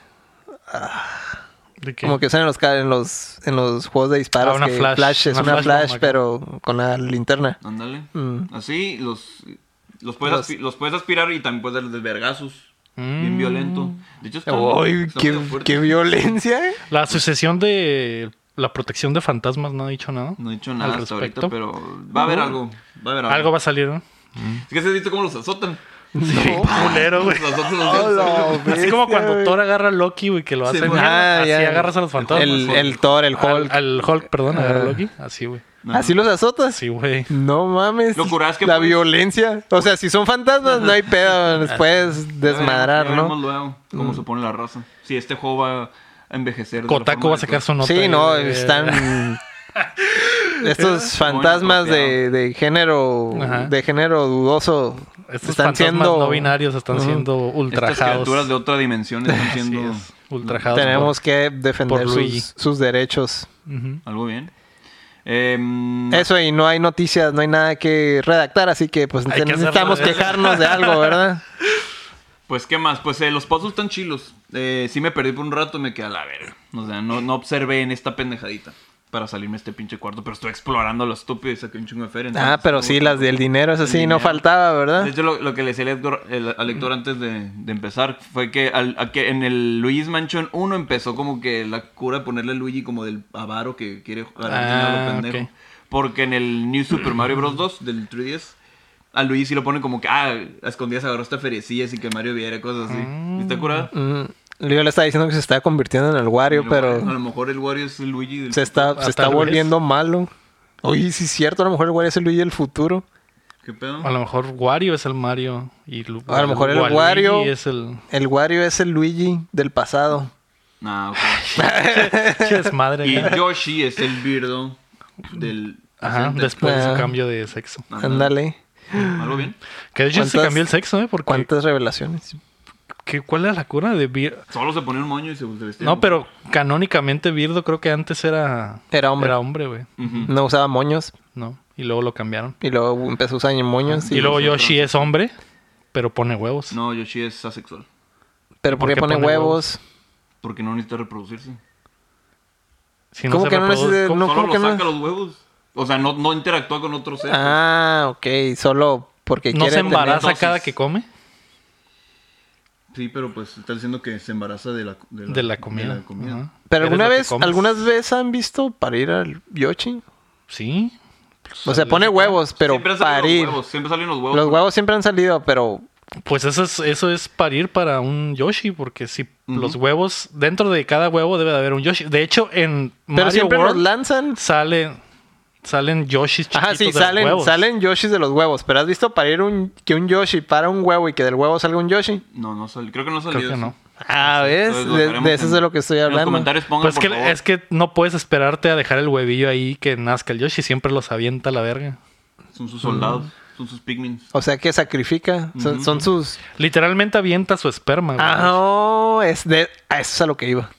[SPEAKER 1] ¿De qué?
[SPEAKER 2] Como que usan en los, ca- en los, en los juegos de disparos.
[SPEAKER 1] Ah, una
[SPEAKER 2] que
[SPEAKER 1] flash,
[SPEAKER 2] es
[SPEAKER 1] una flash
[SPEAKER 2] una, flash,
[SPEAKER 1] bomba, acá.
[SPEAKER 2] pero con la linterna.
[SPEAKER 3] Ándale.
[SPEAKER 2] Mm.
[SPEAKER 3] Así, los. Los puedes,
[SPEAKER 2] Los-
[SPEAKER 3] aspi- los puedes aspirar y también puedes darles desvergazos. Bien
[SPEAKER 1] Mm.
[SPEAKER 3] violento. De hecho, está.
[SPEAKER 2] ¡Uy, qué, qué violencia! ¿eh?
[SPEAKER 1] La sucesión de la protección de fantasmas no ha dicho nada.
[SPEAKER 3] No he dicho
[SPEAKER 1] al
[SPEAKER 3] nada hasta ahorita,
[SPEAKER 1] respecto.
[SPEAKER 3] pero va a haber algo. Va a haber algo.
[SPEAKER 1] Algo va a salir, ¿no?
[SPEAKER 3] Es que se ha visto cómo los azotan.
[SPEAKER 1] Sí, culero, güey.
[SPEAKER 3] Los azotan, los
[SPEAKER 2] Hola,
[SPEAKER 3] azotan.
[SPEAKER 1] Así como cuando
[SPEAKER 2] bestia, Pues este, güey.
[SPEAKER 1] Thor agarra a Loki, güey, que lo hace
[SPEAKER 3] Sí, güey.
[SPEAKER 1] mierda,
[SPEAKER 2] Ah,
[SPEAKER 1] así
[SPEAKER 2] ya.
[SPEAKER 1] agarras a los fantasmas.
[SPEAKER 2] El,
[SPEAKER 1] güey.
[SPEAKER 2] el Thor, el Hulk.
[SPEAKER 1] Al, al Hulk, perdón, agarra a
[SPEAKER 2] Ah.
[SPEAKER 1] Loki. Así, güey.
[SPEAKER 3] Ajá.
[SPEAKER 2] ¿Así los azotas?
[SPEAKER 1] Así, güey.
[SPEAKER 2] No mames.
[SPEAKER 3] Lo curado es que
[SPEAKER 2] la
[SPEAKER 3] puedes-
[SPEAKER 2] violencia. O sea, si son fantasmas, no hay pedo. Les puedes
[SPEAKER 3] Ya veremos-
[SPEAKER 2] desmadrar,
[SPEAKER 3] ya veremos
[SPEAKER 2] ¿no? Mm.
[SPEAKER 3] luego cómo se pone la raza. Si este juego va a envejecer. de la
[SPEAKER 1] Kotaku
[SPEAKER 3] forma
[SPEAKER 1] va a sacar su nota.
[SPEAKER 2] Sí, no,
[SPEAKER 1] de-
[SPEAKER 2] están. Estos fantasmas de, de género
[SPEAKER 1] Ajá.
[SPEAKER 2] de género dudoso
[SPEAKER 1] Estos
[SPEAKER 2] Están
[SPEAKER 1] fantasmas
[SPEAKER 2] siendo-
[SPEAKER 1] no binarios están
[SPEAKER 2] Ujú.
[SPEAKER 1] siendo
[SPEAKER 3] Estas
[SPEAKER 1] ultrajados.
[SPEAKER 3] criaturas de otra dimensión están
[SPEAKER 1] Así
[SPEAKER 3] siendo
[SPEAKER 1] es, ultrajados.
[SPEAKER 2] Tenemos que
[SPEAKER 1] por
[SPEAKER 2] defender
[SPEAKER 1] Luigi.
[SPEAKER 2] sus, sus derechos.
[SPEAKER 1] por- Ujú.
[SPEAKER 3] algo bien. Em,
[SPEAKER 2] Eso, y no hay noticias, no hay nada que redactar, así que pues
[SPEAKER 1] Hay que
[SPEAKER 2] necesitamos
[SPEAKER 1] hacerlo.
[SPEAKER 2] quejarnos de algo, ¿verdad?
[SPEAKER 3] Pues, ¿qué más? Pues eh, los puzzles están chilos. Eh, sí me perdí por un rato y me quedé a la verga. O sea, no, no observé en esta pendejadita para salirme de este pinche cuarto, pero estoy explorando lo estúpido y saqué un chingo de feria. entonces,
[SPEAKER 2] Ah, pero
[SPEAKER 3] estuvo
[SPEAKER 2] sí, las
[SPEAKER 3] chido.
[SPEAKER 2] del dinero, eso
[SPEAKER 3] El
[SPEAKER 2] sí, no
[SPEAKER 3] dinero.
[SPEAKER 2] faltaba,
[SPEAKER 1] Ah.
[SPEAKER 2] ¿verdad?
[SPEAKER 3] De hecho, lo, lo que le decía al Héctor- el- al
[SPEAKER 1] Mm.
[SPEAKER 3] lector antes de, de empezar fue que, al- a que en el Luigi's Mansion 1 empezó como que la cura de ponerle a Luigi como del avaro que quiere jugar
[SPEAKER 1] Ah,
[SPEAKER 3] a pendejo.
[SPEAKER 1] ok.
[SPEAKER 3] Porque en el New Super Mario Bros. 2 del 3DS, a Luigi sí lo ponen como que, ah, a escondidas agarró esta ferecilla sin que Mario viera cosas así. ¿Está curada?
[SPEAKER 2] Mm, Yo le estaba diciendo que se está convirtiendo en el Wario,
[SPEAKER 3] A lo
[SPEAKER 2] pero
[SPEAKER 3] mejor el Wario es el Luigi del
[SPEAKER 2] se está,
[SPEAKER 1] Ah,
[SPEAKER 2] se está
[SPEAKER 1] tal vez.
[SPEAKER 2] volviendo malo. Oye, sí es cierto, a lo mejor el Wario es el Luigi del futuro.
[SPEAKER 3] ¿Qué pedo?
[SPEAKER 1] A lo mejor Wario es el Mario y Lu-
[SPEAKER 2] A lo mejor el
[SPEAKER 1] Waluigi
[SPEAKER 2] Wario-
[SPEAKER 1] es el
[SPEAKER 2] El Wario es el Luigi del pasado.
[SPEAKER 3] Nah, ok.
[SPEAKER 1] Che, desmadre.
[SPEAKER 3] Y
[SPEAKER 1] acá.
[SPEAKER 3] Yoshi es el Birdo del...
[SPEAKER 1] Ajá,
[SPEAKER 3] presente.
[SPEAKER 1] después de su
[SPEAKER 2] Ah.
[SPEAKER 1] cambio de sexo.
[SPEAKER 2] Ándale.
[SPEAKER 3] ¿Algo bien?
[SPEAKER 1] Que de hecho se
[SPEAKER 2] ¿Cuántas-
[SPEAKER 1] cambió el sexo, ¿eh? Porque,
[SPEAKER 2] ¿Cuántas revelaciones?
[SPEAKER 1] ¿qué- ¿Cuál era la cura de Birdo?
[SPEAKER 3] Solo se ponía un moño y se se vestía.
[SPEAKER 1] No, pero canónicamente Birdo creo que antes era...
[SPEAKER 2] Era hombre.
[SPEAKER 1] Era hombre, güey.
[SPEAKER 3] Ujú.
[SPEAKER 2] No usaba moños
[SPEAKER 1] No. Y luego lo cambiaron.
[SPEAKER 2] y luego empezó a usar moños.
[SPEAKER 1] y
[SPEAKER 2] Y,
[SPEAKER 1] luego
[SPEAKER 3] sí,
[SPEAKER 1] Yoshi es hombre, pero pone huevos.
[SPEAKER 3] No, Yoshi es asexual.
[SPEAKER 2] pero
[SPEAKER 1] ¿por
[SPEAKER 2] ¿por qué
[SPEAKER 1] qué
[SPEAKER 2] pone
[SPEAKER 1] pone
[SPEAKER 2] huevos?
[SPEAKER 3] Porque no necesita reproducirse.
[SPEAKER 1] Si
[SPEAKER 2] ¿Cómo
[SPEAKER 1] se
[SPEAKER 2] que no
[SPEAKER 1] reproduce-
[SPEAKER 2] necesita-
[SPEAKER 1] ¿cómo?
[SPEAKER 2] No,
[SPEAKER 3] Solo
[SPEAKER 2] ¿cómo
[SPEAKER 3] lo
[SPEAKER 2] que no?
[SPEAKER 3] saca los huevos. O sea, no, no interactúa con otro ser.
[SPEAKER 2] Ah, ok. Solo porque
[SPEAKER 1] ¿No
[SPEAKER 2] quiere
[SPEAKER 1] se embaraza
[SPEAKER 3] tener dosis.
[SPEAKER 1] cada que come?
[SPEAKER 3] Sí, pero pues está diciendo que se embaraza de la, de la,
[SPEAKER 1] De la comida.
[SPEAKER 3] de la comida.
[SPEAKER 1] Ajá.
[SPEAKER 2] Pero
[SPEAKER 1] Eres
[SPEAKER 2] alguna
[SPEAKER 1] lo que
[SPEAKER 2] vez,
[SPEAKER 1] comes.
[SPEAKER 2] algunas veces han visto parir al Yoshi.
[SPEAKER 1] Sí.
[SPEAKER 2] O sea, pone huevos, pero
[SPEAKER 3] siempre salen
[SPEAKER 2] parir.
[SPEAKER 3] los huevos. Siempre salen los huevos.
[SPEAKER 2] Los huevos siempre han salido, pero
[SPEAKER 1] Pues eso es, eso es parir para un Yoshi, porque si
[SPEAKER 3] Ujú.
[SPEAKER 1] los huevos, dentro de cada huevo debe de haber un Yoshi. De hecho, en
[SPEAKER 2] pero
[SPEAKER 1] Mario
[SPEAKER 2] siempre los
[SPEAKER 1] World
[SPEAKER 2] lanzan.
[SPEAKER 1] sale, salen Yoshis chiquitos
[SPEAKER 2] Ajá, sí,
[SPEAKER 1] de los
[SPEAKER 2] salen,
[SPEAKER 1] huevos.
[SPEAKER 2] salen Yoshis de los huevos, pero ¿has visto parir un, que un Yoshi para un huevo y que del huevo salga un Yoshi?
[SPEAKER 3] No, no salió. Creo que no salió.
[SPEAKER 1] Creo que
[SPEAKER 3] eso.
[SPEAKER 1] no.
[SPEAKER 2] Ah, ¿ves?
[SPEAKER 3] Entonces, lo
[SPEAKER 2] De,
[SPEAKER 3] veremos
[SPEAKER 2] de eso es
[SPEAKER 3] en-
[SPEAKER 2] de lo que estoy
[SPEAKER 3] En los
[SPEAKER 2] hablando.
[SPEAKER 3] comentarios pongan,
[SPEAKER 1] Pues
[SPEAKER 3] por
[SPEAKER 1] que,
[SPEAKER 3] favor.
[SPEAKER 1] es que no puedes esperarte a dejar el huevillo ahí que nazca el Yoshi. Siempre los avienta a la verga.
[SPEAKER 3] Son sus soldados. Son sus pigmins.
[SPEAKER 2] O sea que sacrifica. Son,
[SPEAKER 3] Ujú.
[SPEAKER 2] son sus.
[SPEAKER 1] Literalmente avienta su esperma. güey.
[SPEAKER 2] Ah, no, es de. A eso es a lo que iba.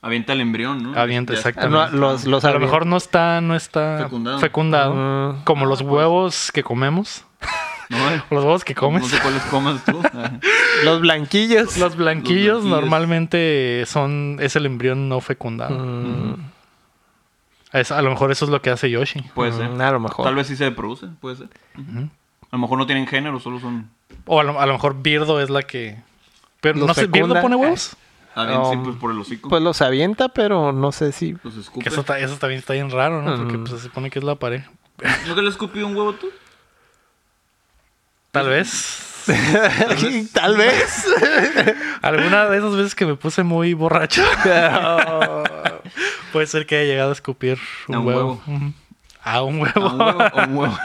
[SPEAKER 3] Avienta el embrión, ¿no?
[SPEAKER 1] Avienta,
[SPEAKER 3] Ya está.
[SPEAKER 1] exacto.
[SPEAKER 2] Ah, no, los, los
[SPEAKER 1] a lo
[SPEAKER 2] avi-
[SPEAKER 1] mejor no está, no está fecundado.
[SPEAKER 3] Fecundado.
[SPEAKER 2] Mm.
[SPEAKER 1] Como los huevos que comemos.
[SPEAKER 3] No, eh.
[SPEAKER 1] Los huevos que comes.
[SPEAKER 3] No sé cuáles comas tú.
[SPEAKER 2] Los blanquillos.
[SPEAKER 1] Los blanquillos
[SPEAKER 3] blanquillos.
[SPEAKER 1] normalmente son es el embrión no fecundado.
[SPEAKER 2] Mm,
[SPEAKER 1] Es- a lo mejor eso es lo que hace Yoshi.
[SPEAKER 3] Puede ser.
[SPEAKER 2] mm, a lo mejor.
[SPEAKER 3] Tal vez sí se reproduce. Puede ser. A lo mejor no tienen género, solo son.
[SPEAKER 1] O a lo, a lo mejor Birdo es la que pero
[SPEAKER 2] Los
[SPEAKER 1] no sé, Birdo
[SPEAKER 2] fecunda.
[SPEAKER 1] pone huevos.
[SPEAKER 3] Avienta sí,
[SPEAKER 2] Um,
[SPEAKER 3] pues, por el hocico.
[SPEAKER 2] Pues los avienta, pero no sé si.
[SPEAKER 3] los escupe.
[SPEAKER 1] Que eso, ta- eso también está bien raro, ¿no? Porque
[SPEAKER 2] Mm.
[SPEAKER 1] pues, se supone que es la pareja.
[SPEAKER 3] ¿Nunca le escupí un huevo tú?
[SPEAKER 1] Tal vez.
[SPEAKER 2] Tal vez.
[SPEAKER 1] Alguna de esas veces que me puse muy borracho. Puede ser que haya llegado a escupir un,
[SPEAKER 3] A un Ah.
[SPEAKER 1] huevo. Ujú. A un huevo.
[SPEAKER 3] ¿A un huevo? ¿A un huevo?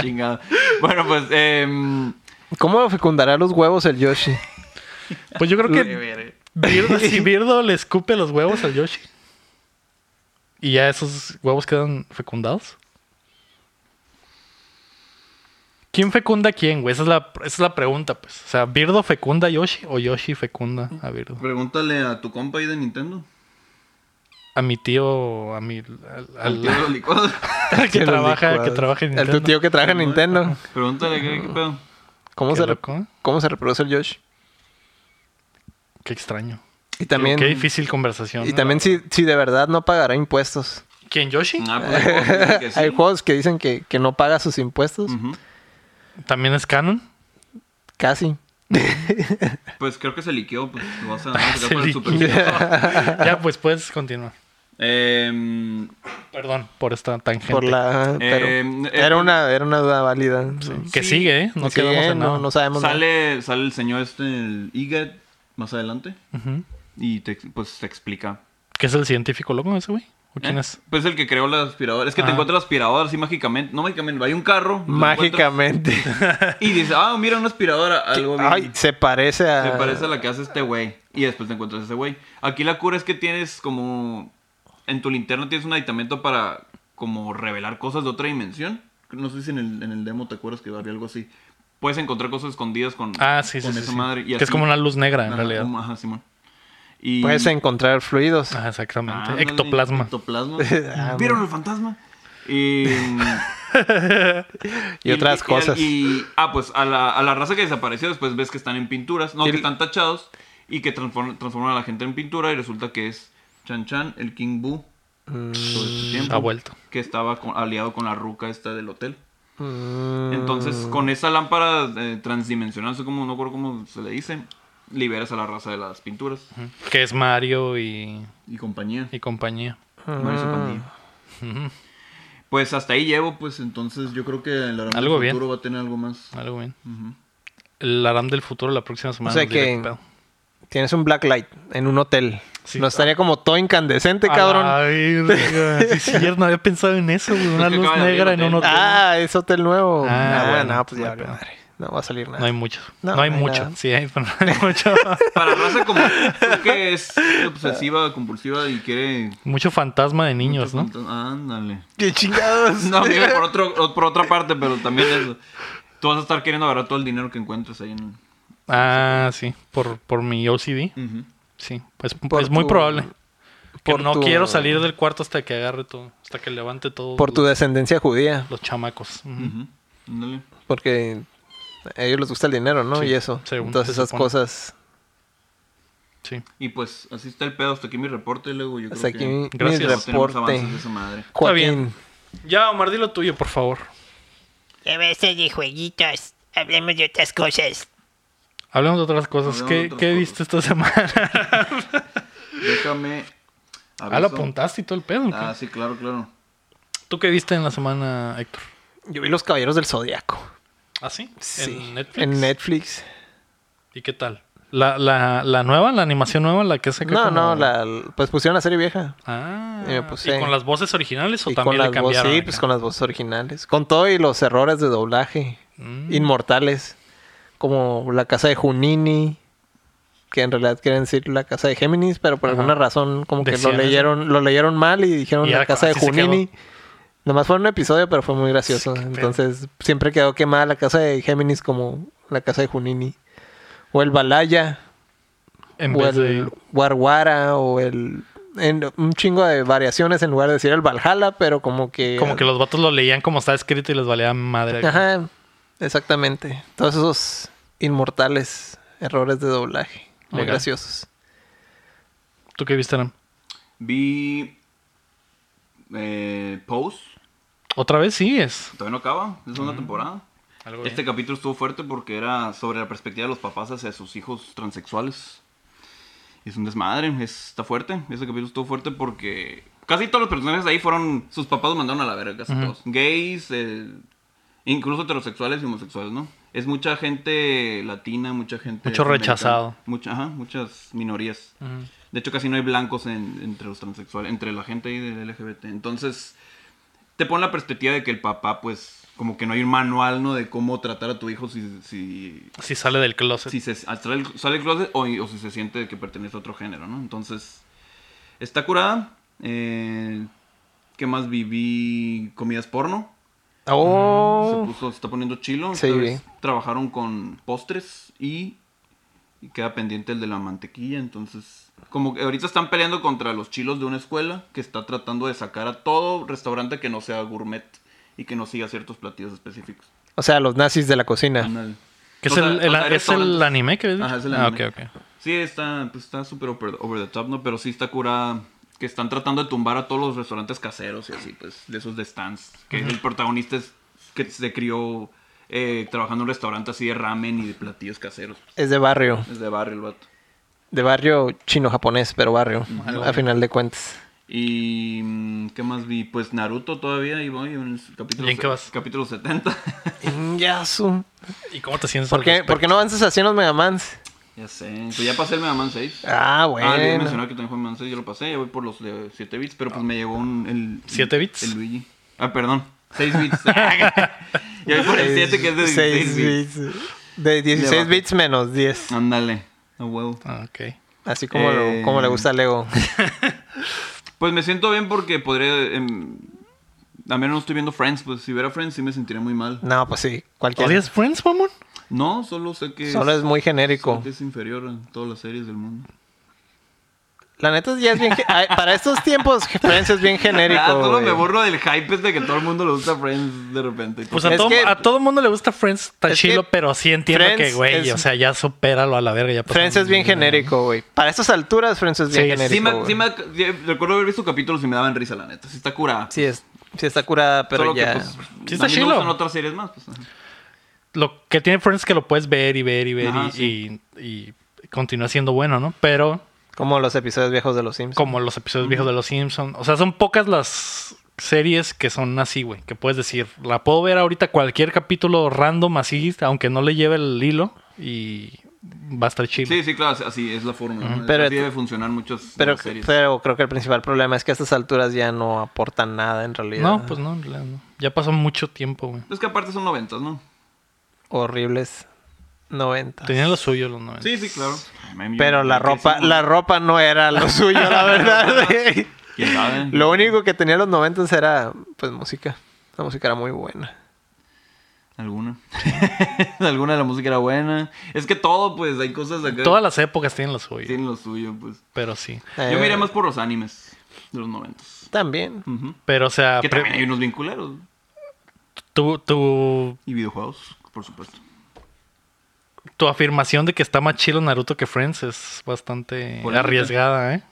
[SPEAKER 3] Chingada. Bueno, pues, eh,
[SPEAKER 2] ¿Cómo fecundará los huevos el Yoshi?
[SPEAKER 1] Pues yo creo que Birdo, si Birdo le escupe los huevos al Yoshi. Y ya esos huevos quedan fecundados. ¿Quién fecunda a quién, güey? Esa es, la, esa es la pregunta, pues. O sea, ¿Birdo fecunda a Yoshi o Yoshi fecunda a Birdo?
[SPEAKER 3] pregúntale a tu compa ahí de Nintendo.
[SPEAKER 1] A mi tío, a mi... al-
[SPEAKER 3] Al
[SPEAKER 1] al-
[SPEAKER 3] tío de los licuados.
[SPEAKER 1] al que,
[SPEAKER 2] De los
[SPEAKER 1] trabaja, que
[SPEAKER 2] licuados.
[SPEAKER 1] trabaja en
[SPEAKER 2] El tu
[SPEAKER 1] Nintendo.
[SPEAKER 2] tío que trabaja en Nintendo.
[SPEAKER 3] Pregúntale qué, qué pedo.
[SPEAKER 2] ¿Cómo
[SPEAKER 1] Qué
[SPEAKER 2] se, re-
[SPEAKER 1] loco, ¿eh?
[SPEAKER 2] ¿Cómo se reproduce el Yoshi?
[SPEAKER 1] Qué extraño.
[SPEAKER 2] Y
[SPEAKER 1] También,
[SPEAKER 2] también,
[SPEAKER 1] qué, difícil conversación.
[SPEAKER 2] y
[SPEAKER 1] ¿no?
[SPEAKER 2] también si, si de verdad no pagará impuestos.
[SPEAKER 1] ¿Quién, Yoshi?
[SPEAKER 3] Ah, pues, hay juegos que dicen que sí.
[SPEAKER 2] Hay juegos que dicen que, que no paga sus impuestos.
[SPEAKER 3] Ujú.
[SPEAKER 1] ¿También es canon?
[SPEAKER 2] Casi.
[SPEAKER 3] Pues creo que se liqueó, pues lo vas a vas a
[SPEAKER 1] Se
[SPEAKER 3] sacar por el
[SPEAKER 1] liqueó.
[SPEAKER 3] super.
[SPEAKER 1] ya, pues puedes continuar.
[SPEAKER 3] Eh,
[SPEAKER 1] Perdón por esta tangente.
[SPEAKER 2] Por la, pero
[SPEAKER 3] Eh, eh,
[SPEAKER 2] era, una, era una duda válida.
[SPEAKER 1] Que sigue, ¿eh? No
[SPEAKER 2] Sí,
[SPEAKER 1] quedamos en nada.
[SPEAKER 2] no, no sabemos. nada.
[SPEAKER 3] sale, sale el señor este, el Igat, más adelante.
[SPEAKER 1] Ujú.
[SPEAKER 3] Y te, pues te explica.
[SPEAKER 1] ¿Qué es el científico loco ese güey? ¿O quién
[SPEAKER 3] ¿Eh?
[SPEAKER 1] es?
[SPEAKER 3] Pues el que creó la aspiradora. Es que
[SPEAKER 1] Ah.
[SPEAKER 3] te encuentra la aspiradora así mágicamente. No mágicamente, hay un carro. lo encuentras
[SPEAKER 2] Mágicamente.
[SPEAKER 3] Y dice, ah, mira una aspiradora. Algo bien.
[SPEAKER 2] Ay, se parece a.
[SPEAKER 3] Me parece a la que hace este güey. Y después te encuentras a ese güey. Aquí la cura es que tienes como. En tu linterna tienes un aditamento para como revelar cosas de otra dimensión. No sé si en el, en el demo te acuerdas que había algo así. puedes encontrar cosas escondidas con,
[SPEAKER 1] Ah, sí, sí.
[SPEAKER 3] con
[SPEAKER 1] sí,
[SPEAKER 3] esa
[SPEAKER 1] sí.
[SPEAKER 3] madre. Y
[SPEAKER 1] que
[SPEAKER 3] así-
[SPEAKER 1] es como una luz negra, en
[SPEAKER 3] Ajá,
[SPEAKER 1] realidad.
[SPEAKER 3] um, Ajá, Simón. Y,
[SPEAKER 2] Puedes encontrar fluidos.
[SPEAKER 1] Ah, exactamente.
[SPEAKER 3] Ándale,
[SPEAKER 1] Ectoplasma.
[SPEAKER 3] Ectoplasma.
[SPEAKER 2] Ah,
[SPEAKER 3] ¿Vieron el fantasma? Y,
[SPEAKER 2] Y otras cosas.
[SPEAKER 3] Y, ah, pues a la, a la raza que desapareció después ves que están en pinturas, no,
[SPEAKER 2] Y-
[SPEAKER 3] que están tachados y que transform- transforman a la gente en pintura y resulta que es Chan Chan, el King Boo. todo este tiempo,
[SPEAKER 1] Ha vuelto.
[SPEAKER 3] Que estaba con- aliado con la ruca esta del hotel.
[SPEAKER 2] Mm,
[SPEAKER 3] Entonces, con esa lámpara eh, transdimensional, no sé cómo, no recuerdo cómo se le dice, liberas a la raza de las pinturas
[SPEAKER 1] Que es Mario y,
[SPEAKER 3] y compañía.
[SPEAKER 1] y compañía.
[SPEAKER 3] Mauricio
[SPEAKER 1] Ah.
[SPEAKER 3] Pandilla. Pues hasta ahí llevo, pues entonces yo creo que el Aram del
[SPEAKER 1] Algo bien.
[SPEAKER 3] futuro va a tener algo más.
[SPEAKER 1] Algo bien.
[SPEAKER 3] Ujú.
[SPEAKER 1] El Aram del futuro la próxima semana.
[SPEAKER 2] O sea
[SPEAKER 1] nos dirá
[SPEAKER 2] que-
[SPEAKER 1] qué pedo.
[SPEAKER 2] Tienes un black light en un hotel.
[SPEAKER 1] Sí. ah.
[SPEAKER 2] no estaría como todo incandescente,
[SPEAKER 1] A
[SPEAKER 2] este cabrón.
[SPEAKER 1] la verga. Sí, sí, ayer no había pensado en eso, güey. Una
[SPEAKER 3] que
[SPEAKER 1] luz
[SPEAKER 3] acaba de abrir
[SPEAKER 1] negra en
[SPEAKER 3] hotel.
[SPEAKER 1] un hotel.
[SPEAKER 2] Ah, es hotel nuevo.
[SPEAKER 1] Ah,
[SPEAKER 2] Ah,
[SPEAKER 1] bueno,
[SPEAKER 2] no, pues
[SPEAKER 1] no
[SPEAKER 2] ya
[SPEAKER 1] hay
[SPEAKER 2] valió
[SPEAKER 1] pedo.
[SPEAKER 2] madre. No va a salir nada.
[SPEAKER 1] No hay mucho. No,
[SPEAKER 2] No,
[SPEAKER 1] hay
[SPEAKER 2] no hay
[SPEAKER 1] mucho.
[SPEAKER 2] nada.
[SPEAKER 1] Sí, hay, pero no hay mucho.
[SPEAKER 3] Para raza como tú que es obsesiva, compulsiva y quiere...
[SPEAKER 1] mucho fantasma de niños, ¿no?
[SPEAKER 3] Entonces, Ándale.
[SPEAKER 2] ¡Qué chingados!
[SPEAKER 3] No, amigo, por, otro, o- por otra parte, pero también eso. Tú vas a estar queriendo agarrar todo el dinero que encuentres ahí en...
[SPEAKER 1] Ah, sí. Por, por mi OCD.
[SPEAKER 3] Ujú.
[SPEAKER 1] Sí. Pues
[SPEAKER 2] Por
[SPEAKER 1] es muy
[SPEAKER 2] tu-
[SPEAKER 1] probable. Que
[SPEAKER 2] por
[SPEAKER 1] no
[SPEAKER 2] tu-
[SPEAKER 1] quiero salir del cuarto hasta que agarre todo. Hasta que levante todo.
[SPEAKER 2] Por tu descendencia judía.
[SPEAKER 1] Los chamacos. Ujú.
[SPEAKER 3] Ujú. Ándale.
[SPEAKER 2] Porque a ellos les gusta el dinero, ¿no?
[SPEAKER 1] Sí,
[SPEAKER 2] y eso.
[SPEAKER 1] según
[SPEAKER 2] Entonces
[SPEAKER 1] se
[SPEAKER 2] esas
[SPEAKER 1] supone.
[SPEAKER 2] cosas.
[SPEAKER 1] Sí.
[SPEAKER 3] Y pues así está el pedo. Hasta aquí mi reporte, luego yo creo
[SPEAKER 2] Hasta aquí
[SPEAKER 3] que...
[SPEAKER 2] mi,
[SPEAKER 1] Gracias.
[SPEAKER 2] mi
[SPEAKER 1] No
[SPEAKER 3] tenemos
[SPEAKER 2] reporte.
[SPEAKER 3] avances de esa madre.
[SPEAKER 1] bien.
[SPEAKER 2] Joaquín.
[SPEAKER 1] Ya, Omar, di lo tuyo, por favor.
[SPEAKER 4] Ya basta de jueguitos. Hablemos de otras cosas.
[SPEAKER 1] Hablemos de otras cosas.
[SPEAKER 3] Hablemos de
[SPEAKER 1] ¿Qué,
[SPEAKER 3] otras
[SPEAKER 1] qué
[SPEAKER 3] cosas.
[SPEAKER 1] viste esta semana?
[SPEAKER 3] Déjame...
[SPEAKER 1] ah, lo
[SPEAKER 3] aviso.
[SPEAKER 1] apuntaste y todo el pedo. ¿o qué?
[SPEAKER 3] Ah, sí, claro, claro.
[SPEAKER 1] ¿Tú qué viste en la semana, Héctor?
[SPEAKER 2] Yo vi Los Caballeros del Zodiaco.
[SPEAKER 1] ¿Ah, sí?
[SPEAKER 2] Sí.
[SPEAKER 1] En Netflix.
[SPEAKER 2] En Netflix.
[SPEAKER 1] ¿Y qué tal? ¿La, la, la nueva, la animación nueva, la que saca
[SPEAKER 2] No,
[SPEAKER 1] como-
[SPEAKER 2] no, la, pues pusieron la serie vieja.
[SPEAKER 1] Ah,
[SPEAKER 2] Y me puse-
[SPEAKER 1] ¿y con las voces originales o
[SPEAKER 2] Y
[SPEAKER 1] también le
[SPEAKER 2] con las voces,
[SPEAKER 1] cambiaron?
[SPEAKER 2] sí,
[SPEAKER 1] acá?
[SPEAKER 2] pues con las voces originales. Con todo y los errores de doblaje.
[SPEAKER 1] Mm.
[SPEAKER 2] Inmortales. Como la casa de Junini. Que en realidad quieren decir la casa de Géminis, pero por
[SPEAKER 1] Ajá.
[SPEAKER 2] alguna razón, como que
[SPEAKER 1] Decían
[SPEAKER 2] lo
[SPEAKER 1] eso.
[SPEAKER 2] leyeron, lo leyeron mal y dijeron
[SPEAKER 1] Y ya
[SPEAKER 2] la casa de
[SPEAKER 1] así se quedó.
[SPEAKER 2] Junini. Nomás fue un episodio, pero fue muy gracioso.
[SPEAKER 1] Sí, qué pedo.
[SPEAKER 2] Entonces, siempre quedó quemada la casa de Géminis como la casa de Junini. O el Balaya,
[SPEAKER 1] En
[SPEAKER 2] o
[SPEAKER 1] vez de...
[SPEAKER 2] el Warwara, o el. en- un chingo de variaciones en lugar de decir el Valhalla, pero como que.
[SPEAKER 1] Como que los vatos lo leían como estaba escrito y les valía madre.
[SPEAKER 2] Ajá, exactamente. Todos esos inmortales errores de doblaje. Muy
[SPEAKER 1] Oigan.
[SPEAKER 2] graciosos.
[SPEAKER 1] ¿Tú qué viste, Aram?
[SPEAKER 3] Vi... Eh, Pose.
[SPEAKER 1] ¿Otra vez sigues?
[SPEAKER 3] Todavía no acaba, es una temporada.
[SPEAKER 1] Algo
[SPEAKER 3] Este capítulo estuvo fuerte porque era sobre la perspectiva de los papás hacia sus hijos transexuales. Es un desmadre, es- está fuerte. Ese capítulo estuvo fuerte porque casi todos los personajes ahí fueron. Sus papás los mandaron a la verga, casi todos. Gays, eh, incluso heterosexuales y homosexuales, ¿no? Es mucha gente latina, mucha gente.
[SPEAKER 1] Mucho
[SPEAKER 3] afroamericana,
[SPEAKER 1] rechazado.
[SPEAKER 3] mucha- ajá, muchas minorías.
[SPEAKER 1] Ujú.
[SPEAKER 3] De hecho, casi no hay blancos en- entre los transexuales, entre la gente ahí del LGBT. Entonces, te pone la perspectiva de que el papá, pues, como que no hay un manual, ¿no? De cómo tratar a tu hijo si, si,
[SPEAKER 1] Si sale del closet.
[SPEAKER 3] si se, sale, sale del closet o, o si se siente que pertenece a otro género, ¿no? Entonces, está curada. Eh, ¿Qué más viví? Comidas porno. Se
[SPEAKER 2] Oh,
[SPEAKER 3] puso, se está poniendo chilo.
[SPEAKER 2] Sí,
[SPEAKER 3] Esta
[SPEAKER 2] vi.
[SPEAKER 3] vez Trabajaron con postres y, y queda pendiente el de la mantequilla. Entonces, como que ahorita están peleando contra los chilos de una escuela que está tratando de sacar a todo restaurante que no sea gourmet y que no siga ciertos platillos específicos.
[SPEAKER 2] o sea, los nazis de la cocina.
[SPEAKER 3] Ándale.
[SPEAKER 1] ¿Qué es,
[SPEAKER 3] O sea,
[SPEAKER 1] el,
[SPEAKER 3] o
[SPEAKER 1] el-
[SPEAKER 3] sea,
[SPEAKER 1] es el
[SPEAKER 3] restaurantes.
[SPEAKER 1] anime que ves?
[SPEAKER 3] Ajá, es el anime.
[SPEAKER 1] Ah, ok, ok.
[SPEAKER 3] Sí, está pues, está súper over, over the top, ¿no? Pero sí está curada. Que están tratando de tumbar a todos los restaurantes caseros y así, pues, de esos de stands. Que el protagonista es que se crió eh, trabajando en un restaurante así de ramen y de platillos caseros.
[SPEAKER 2] Es de barrio.
[SPEAKER 3] Es de barrio el vato.
[SPEAKER 2] De barrio chino-japonés, pero barrio,
[SPEAKER 3] Algo
[SPEAKER 2] a final de cuentas.
[SPEAKER 3] Y. mm, ¿Qué más vi? Pues Naruto todavía y voy en el capítulo,
[SPEAKER 1] ¿Y en qué vas?
[SPEAKER 3] capítulo 70.
[SPEAKER 2] Yasu.
[SPEAKER 1] ¿Y cómo te sientes?
[SPEAKER 2] ¿Por
[SPEAKER 1] al
[SPEAKER 2] qué,
[SPEAKER 1] respecto?
[SPEAKER 2] ¿Por qué no avanzas así en los Megamans?
[SPEAKER 3] ya sé. Pues ya pasé el Mega Man 6.
[SPEAKER 2] Ah,
[SPEAKER 3] Ah, le
[SPEAKER 2] bueno.
[SPEAKER 3] mencionaba que también fue Mega Man 6, yo lo pasé, ya voy por los de 7 bits, pero pues me llegó un, el...
[SPEAKER 1] ¿Siete bits?
[SPEAKER 3] El Luigi. Ah, perdón, 6 bits. ya voy por el 7 que es de 16
[SPEAKER 2] Seis
[SPEAKER 3] bits.
[SPEAKER 2] bits. De 16
[SPEAKER 3] bajé.
[SPEAKER 2] bits menos 10.
[SPEAKER 3] Ándale, a huevo.
[SPEAKER 1] Ah, ok.
[SPEAKER 2] Así como, lo-
[SPEAKER 3] Eh.
[SPEAKER 2] como le gusta a Lego.
[SPEAKER 3] Pues me siento bien porque podría... em, a menos no estoy viendo Friends, pues si viera Friends sí me sentiría muy mal.
[SPEAKER 2] No, pues sí. Cualquier.
[SPEAKER 1] ¿Odias Friends, mamón?
[SPEAKER 3] No, solo sé que
[SPEAKER 2] Solo es muy
[SPEAKER 3] solo
[SPEAKER 2] genérico.
[SPEAKER 3] que es inferior a todas las series del mundo.
[SPEAKER 2] La neta ya es bien... ge- ay, Para estos tiempos, Friends es bien genérico.
[SPEAKER 3] Ah, solo
[SPEAKER 2] güey.
[SPEAKER 3] me borro del hype es de que todo el mundo le gusta Friends de repente.
[SPEAKER 1] Pues a
[SPEAKER 2] Es
[SPEAKER 1] todo,
[SPEAKER 2] que-
[SPEAKER 1] a todo mundo le gusta Friends, está
[SPEAKER 2] es que
[SPEAKER 1] chilo, pero sí entiendo que,
[SPEAKER 2] Friends
[SPEAKER 1] güey,
[SPEAKER 2] es-
[SPEAKER 1] o sea, ya supéralo a la verga. Ya pasaron
[SPEAKER 2] Friends es bien
[SPEAKER 1] mil años.
[SPEAKER 2] genérico, güey. Para estas alturas, Friends es bien
[SPEAKER 1] Sí, sí
[SPEAKER 2] genérico.
[SPEAKER 3] sí, me,
[SPEAKER 2] güey.
[SPEAKER 3] sí me- sí, recuerdo haber visto capítulos y me daban risa, la neta. Sí está curada.
[SPEAKER 2] Sí es, sí está curada, pero
[SPEAKER 3] Solo que,
[SPEAKER 2] ya...
[SPEAKER 3] pues,
[SPEAKER 1] Sí está
[SPEAKER 3] a mí
[SPEAKER 1] chilo.
[SPEAKER 3] me gustan otras series más. Pues, ajá.
[SPEAKER 1] Lo que tiene Friends es que lo puedes ver y ver y ver
[SPEAKER 3] Ajá,
[SPEAKER 1] y, y- y continúa siendo bueno, ¿no? Pero
[SPEAKER 2] Como los episodios viejos de Los Sims.
[SPEAKER 1] como los episodios viejos de Los Simpsons. O sea, son pocas las series que son así, güey. Que puedes decir, la puedo ver ahorita cualquier capítulo random así, aunque no le lleve el hilo y va a estar chido.
[SPEAKER 3] Sí, sí, claro, así es la fórmula. ¿no?
[SPEAKER 2] Pero-
[SPEAKER 3] así debe funcionar muchas
[SPEAKER 2] Pero,
[SPEAKER 3] muchas series.
[SPEAKER 2] pero creo que el principal problema es que a estas alturas ya no aportan nada en realidad.
[SPEAKER 1] No, pues no, en realidad no. Ya pasó mucho tiempo, güey.
[SPEAKER 3] Es que aparte son noventas, ¿no?
[SPEAKER 2] Horribles 90.
[SPEAKER 1] Tenían lo suyo los 90.
[SPEAKER 3] Sí, sí, claro. Ay, man, yo-
[SPEAKER 2] Pero la
[SPEAKER 3] yo crecí,
[SPEAKER 2] ropa,
[SPEAKER 3] güey.
[SPEAKER 2] la ropa no era lo suyo, la verdad. güey.
[SPEAKER 3] ¿Quién sabe?
[SPEAKER 2] Lo único que tenía los 90 era pues música. La música era muy buena.
[SPEAKER 3] Alguna. Alguna de la música era buena. Es que todo, pues, hay cosas acá.
[SPEAKER 1] Todas las épocas tienen lo suyo.
[SPEAKER 3] que tienen lo suyo, pues.
[SPEAKER 1] Pero sí.
[SPEAKER 2] Eh,
[SPEAKER 3] Yo miré más por los animes de los noventas.
[SPEAKER 2] También.
[SPEAKER 3] Ujú.
[SPEAKER 1] Pero, o sea,
[SPEAKER 3] Que
[SPEAKER 1] pre-
[SPEAKER 3] también hay unos vinculeros.
[SPEAKER 1] tu, tu,
[SPEAKER 3] Y videojuegos, por supuesto.
[SPEAKER 1] tu afirmación de que está más chido Naruto que Friends es bastante
[SPEAKER 3] Polémica.
[SPEAKER 1] arriesgada, ¿eh?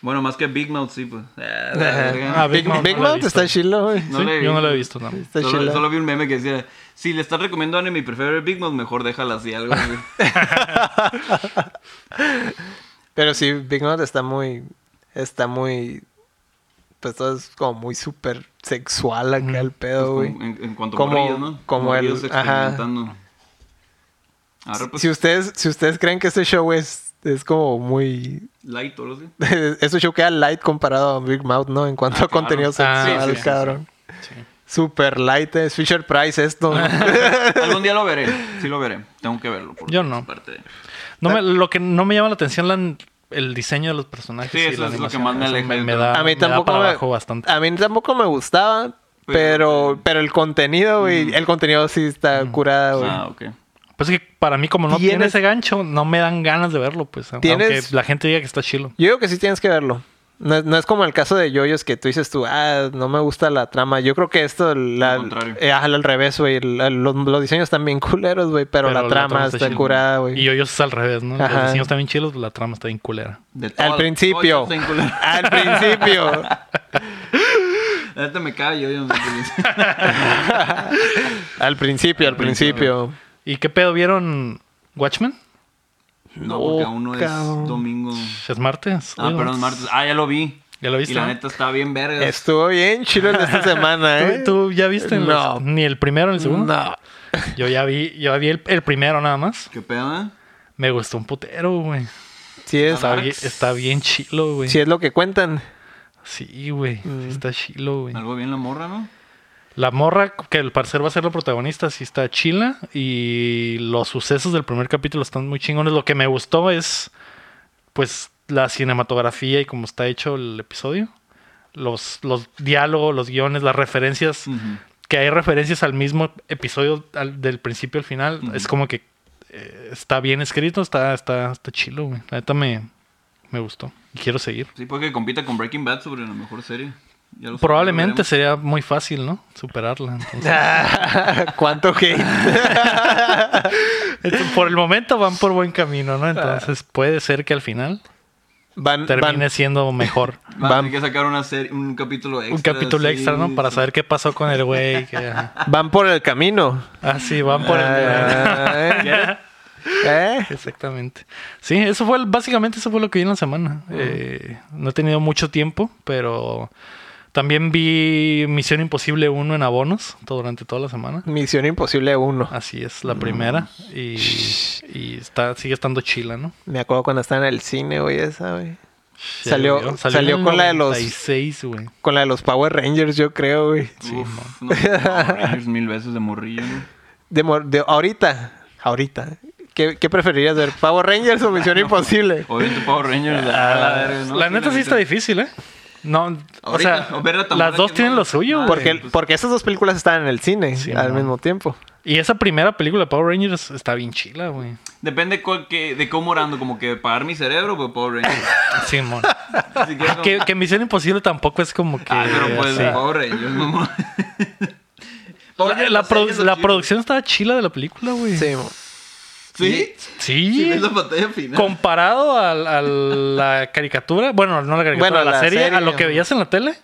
[SPEAKER 3] Bueno, más que Big Mouth, sí, pues. Eh, la verga.
[SPEAKER 1] Ah,
[SPEAKER 2] Big,
[SPEAKER 1] Big Mouth
[SPEAKER 2] Big
[SPEAKER 1] no la he
[SPEAKER 2] Mouth
[SPEAKER 1] visto.
[SPEAKER 2] está chilo, güey.
[SPEAKER 3] No
[SPEAKER 1] Sí,
[SPEAKER 3] la he
[SPEAKER 1] Yo no lo he visto,
[SPEAKER 3] visto.
[SPEAKER 1] no.
[SPEAKER 2] Está
[SPEAKER 3] Solo,
[SPEAKER 2] chila.
[SPEAKER 3] solo vi un meme que decía, si le estás recomiendo anime y prefiero ver Big Mouth, mejor déjala así algo. así".
[SPEAKER 2] Ah, Pero sí, Big Mouth está muy. Está muy. Pues todo es como muy súper sexual acá el pedo, güey.
[SPEAKER 3] Pues, como- en, en cuanto
[SPEAKER 2] Como-
[SPEAKER 3] a morrillos, ¿no?
[SPEAKER 2] como
[SPEAKER 3] Morrillos
[SPEAKER 2] el- ajá.
[SPEAKER 3] experimentando. Ahora pues
[SPEAKER 2] Si ustedes, si ustedes creen que este show es, es como muy.
[SPEAKER 3] light o algo así.
[SPEAKER 2] este show queda light comparado a Big Mouth, ¿no? En cuanto
[SPEAKER 3] Ah,
[SPEAKER 2] a contenido
[SPEAKER 1] claro. Ah,
[SPEAKER 2] sexual,
[SPEAKER 1] sí, sí, sí,
[SPEAKER 2] cabrón.
[SPEAKER 1] Sí.
[SPEAKER 2] Super light, es Fisher Price esto. ¿no?
[SPEAKER 3] Ah. Algún día lo veré, sí lo veré. Tengo que verlo. porque
[SPEAKER 1] Yo no.
[SPEAKER 3] es parte de-
[SPEAKER 1] No
[SPEAKER 2] Ah.
[SPEAKER 1] me- lo que no me llama la atención la- el diseño de los personajes.
[SPEAKER 3] Sí,
[SPEAKER 1] y
[SPEAKER 3] eso
[SPEAKER 1] la
[SPEAKER 3] es lo que
[SPEAKER 1] animación.
[SPEAKER 3] más me
[SPEAKER 1] Eso
[SPEAKER 3] aleja
[SPEAKER 1] Me,
[SPEAKER 3] del
[SPEAKER 1] me
[SPEAKER 3] tema.
[SPEAKER 1] da,
[SPEAKER 2] a mí
[SPEAKER 1] me da
[SPEAKER 2] tampoco
[SPEAKER 1] para
[SPEAKER 2] me,
[SPEAKER 1] abajo bastante.
[SPEAKER 2] a mí tampoco me gustaba, pero,
[SPEAKER 3] Pero-
[SPEAKER 2] pero el contenido, güey, el contenido sí está curado, güey.
[SPEAKER 3] Ah, ok.
[SPEAKER 1] Pues es que para mí, como no tiene
[SPEAKER 2] Tienes-
[SPEAKER 1] ese gancho, no me dan ganas de verlo, pues. Aunque
[SPEAKER 2] Tienes-
[SPEAKER 1] la gente diga que está chilo.
[SPEAKER 2] Yo digo que sí tienes que verlo. No, es- no es como el caso de Yoyos que tú dices tú, ah, no me gusta la trama. Yo creo que esto, la,
[SPEAKER 3] Al contrario.
[SPEAKER 2] eh, ajá, al revés, güey. La- Los, los diseños están bien culeros, güey, pero, la, trama está,
[SPEAKER 1] chila.
[SPEAKER 2] curada,
[SPEAKER 1] Y
[SPEAKER 2] güey.
[SPEAKER 1] yo, yo es al revés, ¿no?
[SPEAKER 2] Ajá.
[SPEAKER 1] Los diseños están bien chilos, la trama está bien culera.
[SPEAKER 3] De todas-
[SPEAKER 2] Al
[SPEAKER 3] todas
[SPEAKER 2] principio.
[SPEAKER 3] están culeras.
[SPEAKER 2] Al principio.
[SPEAKER 3] La neta me cae yo. yo no sé qué es.
[SPEAKER 2] al principio, al principio.
[SPEAKER 1] ¿Y qué pedo vieron Watchmen?
[SPEAKER 3] No, porque aún no
[SPEAKER 2] cabrón.
[SPEAKER 3] es domingo.
[SPEAKER 1] ¿Es martes?
[SPEAKER 3] Ah,
[SPEAKER 1] Oye,
[SPEAKER 3] perdón, martes. Ah, ya lo vi.
[SPEAKER 1] ¿Ya lo viste?
[SPEAKER 3] Y la neta está bien verga.
[SPEAKER 2] Estuvo bien chilo el de esta semana, ¿eh?
[SPEAKER 1] ¿Tú, tú ya viste en los-
[SPEAKER 2] No.
[SPEAKER 1] ni el primero ni el segundo?
[SPEAKER 2] No.
[SPEAKER 1] Yo ya vi, yo vi el, el primero nada más.
[SPEAKER 3] ¿Qué pedo? eh?
[SPEAKER 1] Me gustó un putero, güey.
[SPEAKER 2] Sí es,
[SPEAKER 1] Está, bien- está bien chilo, güey.
[SPEAKER 2] sí es lo que cuentan.
[SPEAKER 1] Sí, güey. Sí está chilo, güey.
[SPEAKER 3] Algo bien la morra, ¿no?
[SPEAKER 1] La morra, que el parecer va a ser la protagonista, sí está chila. Y los sucesos del primer capítulo están muy chingones. Lo que me gustó es, pues, la cinematografía y cómo está hecho el episodio. Los, los diálogos, los guiones, las referencias.
[SPEAKER 3] Ujú.
[SPEAKER 1] Que hay referencias al mismo episodio al- del principio al final.
[SPEAKER 3] Ujú.
[SPEAKER 1] Es como que eh, está bien escrito, está, está, está chilo, güey. La neta me, me gustó. Y quiero seguir.
[SPEAKER 3] Sí, puede que compita con Breaking Bad sobre la mejor serie. Ya lo-
[SPEAKER 1] Probablemente
[SPEAKER 3] ya
[SPEAKER 1] sería muy fácil, ¿no? Superarla. entonces.
[SPEAKER 2] ¿Cuánto hate?
[SPEAKER 1] Entonces, por el momento van por buen camino, ¿no?
[SPEAKER 3] Ah.
[SPEAKER 1] Entonces puede ser que al final
[SPEAKER 2] Van,
[SPEAKER 1] termine
[SPEAKER 2] van,
[SPEAKER 1] siendo mejor.
[SPEAKER 3] lo veremos. Van a
[SPEAKER 2] Van-
[SPEAKER 3] tener que sacar una serie, un capítulo extra.
[SPEAKER 1] Un capítulo
[SPEAKER 3] sí,
[SPEAKER 1] extra, ¿no? Para
[SPEAKER 3] sí.
[SPEAKER 1] saber qué pasó con el güey. que-
[SPEAKER 2] van por el camino.
[SPEAKER 1] Ah, sí, van por el...
[SPEAKER 2] Ah, ¿eh? ¿Eh?
[SPEAKER 1] Exactamente. Sí, eso fue, el- básicamente eso fue lo que vi en la semana. Eh, no he tenido mucho tiempo, pero también vi Misión Imposible 1 en abonos todo- durante toda la semana.
[SPEAKER 2] Misión Imposible 1.
[SPEAKER 1] Así es, la primera. Y, y está, sigue estando chila, ¿no?
[SPEAKER 2] Me acuerdo cuando estaba en el cine, güey, esa, güey.
[SPEAKER 1] Ya
[SPEAKER 2] Salió-
[SPEAKER 1] vieron.
[SPEAKER 2] salió
[SPEAKER 1] en el
[SPEAKER 2] con la de los-
[SPEAKER 1] 96, güey.
[SPEAKER 2] Con la de los Power Rangers, yo creo, güey.
[SPEAKER 3] Uf, no, no, Rangers mil veces de morrillo. ¿no?
[SPEAKER 2] De, mor- de ahorita, ahorita. ¿Qué, qué preferirías ver? ¿Power Rangers o Misión Imposible? Ah,
[SPEAKER 1] Ah,
[SPEAKER 3] Obviamente Power Rangers. a la verga, ¿no?
[SPEAKER 1] la neta sí está difícil, ¿eh? No, o
[SPEAKER 3] Ah, Ahorita,
[SPEAKER 1] sea,
[SPEAKER 3] o ver a Tamara
[SPEAKER 1] las dos
[SPEAKER 3] que
[SPEAKER 1] tienen
[SPEAKER 3] no-
[SPEAKER 1] lo suyo, güey.
[SPEAKER 3] Ah,
[SPEAKER 2] Porque,
[SPEAKER 3] pues-
[SPEAKER 2] porque esas dos películas estaban en el cine
[SPEAKER 1] Sí,
[SPEAKER 2] al
[SPEAKER 1] no.
[SPEAKER 2] mismo tiempo.
[SPEAKER 1] Y esa primera película de Power Rangers está bien chila, güey.
[SPEAKER 3] Depende cuál que- de cómo orando, como que pagar mi cerebro, pues Power Rangers.
[SPEAKER 1] Simón.
[SPEAKER 3] Si quieres,
[SPEAKER 1] que,
[SPEAKER 3] como-
[SPEAKER 1] que Misión Imposible tampoco es como que.
[SPEAKER 3] Ah, pero pues
[SPEAKER 1] así.
[SPEAKER 3] Power Rangers, mamón. Power
[SPEAKER 1] La,
[SPEAKER 3] Rangers,
[SPEAKER 1] la
[SPEAKER 3] los
[SPEAKER 1] produ-
[SPEAKER 3] sellos, los
[SPEAKER 1] la
[SPEAKER 3] chicos.
[SPEAKER 1] producción estaba chila de la película, güey.
[SPEAKER 2] Sí, mo.
[SPEAKER 3] Sí, sí,
[SPEAKER 1] Sí.
[SPEAKER 3] ves la pantalla final.
[SPEAKER 1] Comparado al- a, la caricatura, bueno, no la caricatura,
[SPEAKER 2] Bueno,
[SPEAKER 1] a la,
[SPEAKER 2] la
[SPEAKER 1] serie,
[SPEAKER 2] serie,
[SPEAKER 1] a lo que
[SPEAKER 2] ajá.
[SPEAKER 1] veías en la tele.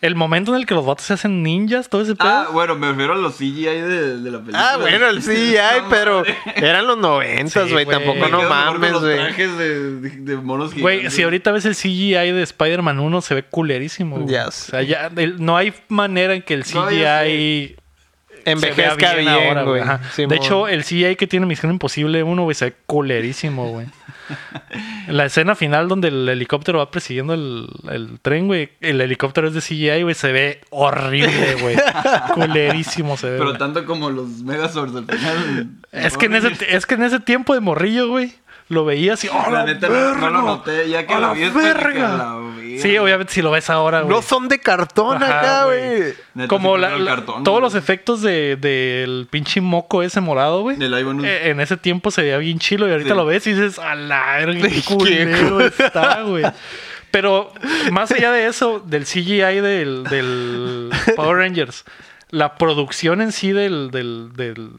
[SPEAKER 1] El momento en el que los vatos se hacen ninjas, todo ese pedo.
[SPEAKER 3] Ah, bueno, me refiero a los CGI de, de la película.
[SPEAKER 2] Ah, bueno, el CGI,
[SPEAKER 3] No,
[SPEAKER 2] pero
[SPEAKER 3] madre.
[SPEAKER 2] eran los noventas,
[SPEAKER 1] Sí,
[SPEAKER 2] güey.
[SPEAKER 1] güey.
[SPEAKER 2] Tampoco
[SPEAKER 3] Me
[SPEAKER 2] no
[SPEAKER 3] quedo mejor con
[SPEAKER 2] mames,
[SPEAKER 3] los
[SPEAKER 2] güey.
[SPEAKER 3] trajes de, de, de monos
[SPEAKER 1] Eh, Güey,
[SPEAKER 3] gigantes.
[SPEAKER 1] si ahorita ves el CGI de Spider-Man 1, se ve culerísimo. güey.
[SPEAKER 2] Ya
[SPEAKER 1] O
[SPEAKER 2] sé.
[SPEAKER 1] sea, ya el- no hay manera en que el CGI
[SPEAKER 3] No, ya
[SPEAKER 1] se
[SPEAKER 3] sé.
[SPEAKER 1] vea
[SPEAKER 2] Envejezca
[SPEAKER 1] bien ahora,
[SPEAKER 2] bien, güey.
[SPEAKER 1] Ajá.
[SPEAKER 2] Sí,
[SPEAKER 1] de
[SPEAKER 2] mo.
[SPEAKER 1] hecho, el CGI que tiene Misión Imposible 1, güey, se ve culerísimo, güey. La escena final donde el helicóptero va persiguiendo el, el tren, güey. El helicóptero es de CGI, güey. Se ve horrible, güey. Culerísimo se ve.
[SPEAKER 3] Pero
[SPEAKER 1] güey.
[SPEAKER 3] tanto como los Megazords al final.
[SPEAKER 1] Es que, en ese, es que en ese tiempo de morrillo, güey, lo veías y... ¡Oh,
[SPEAKER 3] La
[SPEAKER 1] la
[SPEAKER 3] neta no- no lo
[SPEAKER 1] verga!
[SPEAKER 3] noté, ya que
[SPEAKER 1] ¡A
[SPEAKER 3] lo
[SPEAKER 1] la
[SPEAKER 3] vi después dije,
[SPEAKER 1] verga!
[SPEAKER 3] "La verga".
[SPEAKER 1] Sí, obviamente si lo ves ahora, güey.
[SPEAKER 2] No son de cartón
[SPEAKER 1] Ajá,
[SPEAKER 2] acá,
[SPEAKER 1] güey.
[SPEAKER 2] güey.
[SPEAKER 3] Neta,
[SPEAKER 1] Como
[SPEAKER 3] sí
[SPEAKER 1] la-
[SPEAKER 3] compró el
[SPEAKER 1] la-
[SPEAKER 3] cartón,
[SPEAKER 1] todos
[SPEAKER 3] güey.
[SPEAKER 1] los efectos de- del pinche moco ese morado, güey.
[SPEAKER 3] Del Ivanus.
[SPEAKER 1] Eh, en ese tiempo se veía bien chilo y ahorita
[SPEAKER 3] Sí.
[SPEAKER 1] lo ves y dices, a la verga, qué
[SPEAKER 2] Qué
[SPEAKER 1] culero está, güey. Pero más allá de eso, del CGI del, del Power Rangers, la producción en sí del, del, del-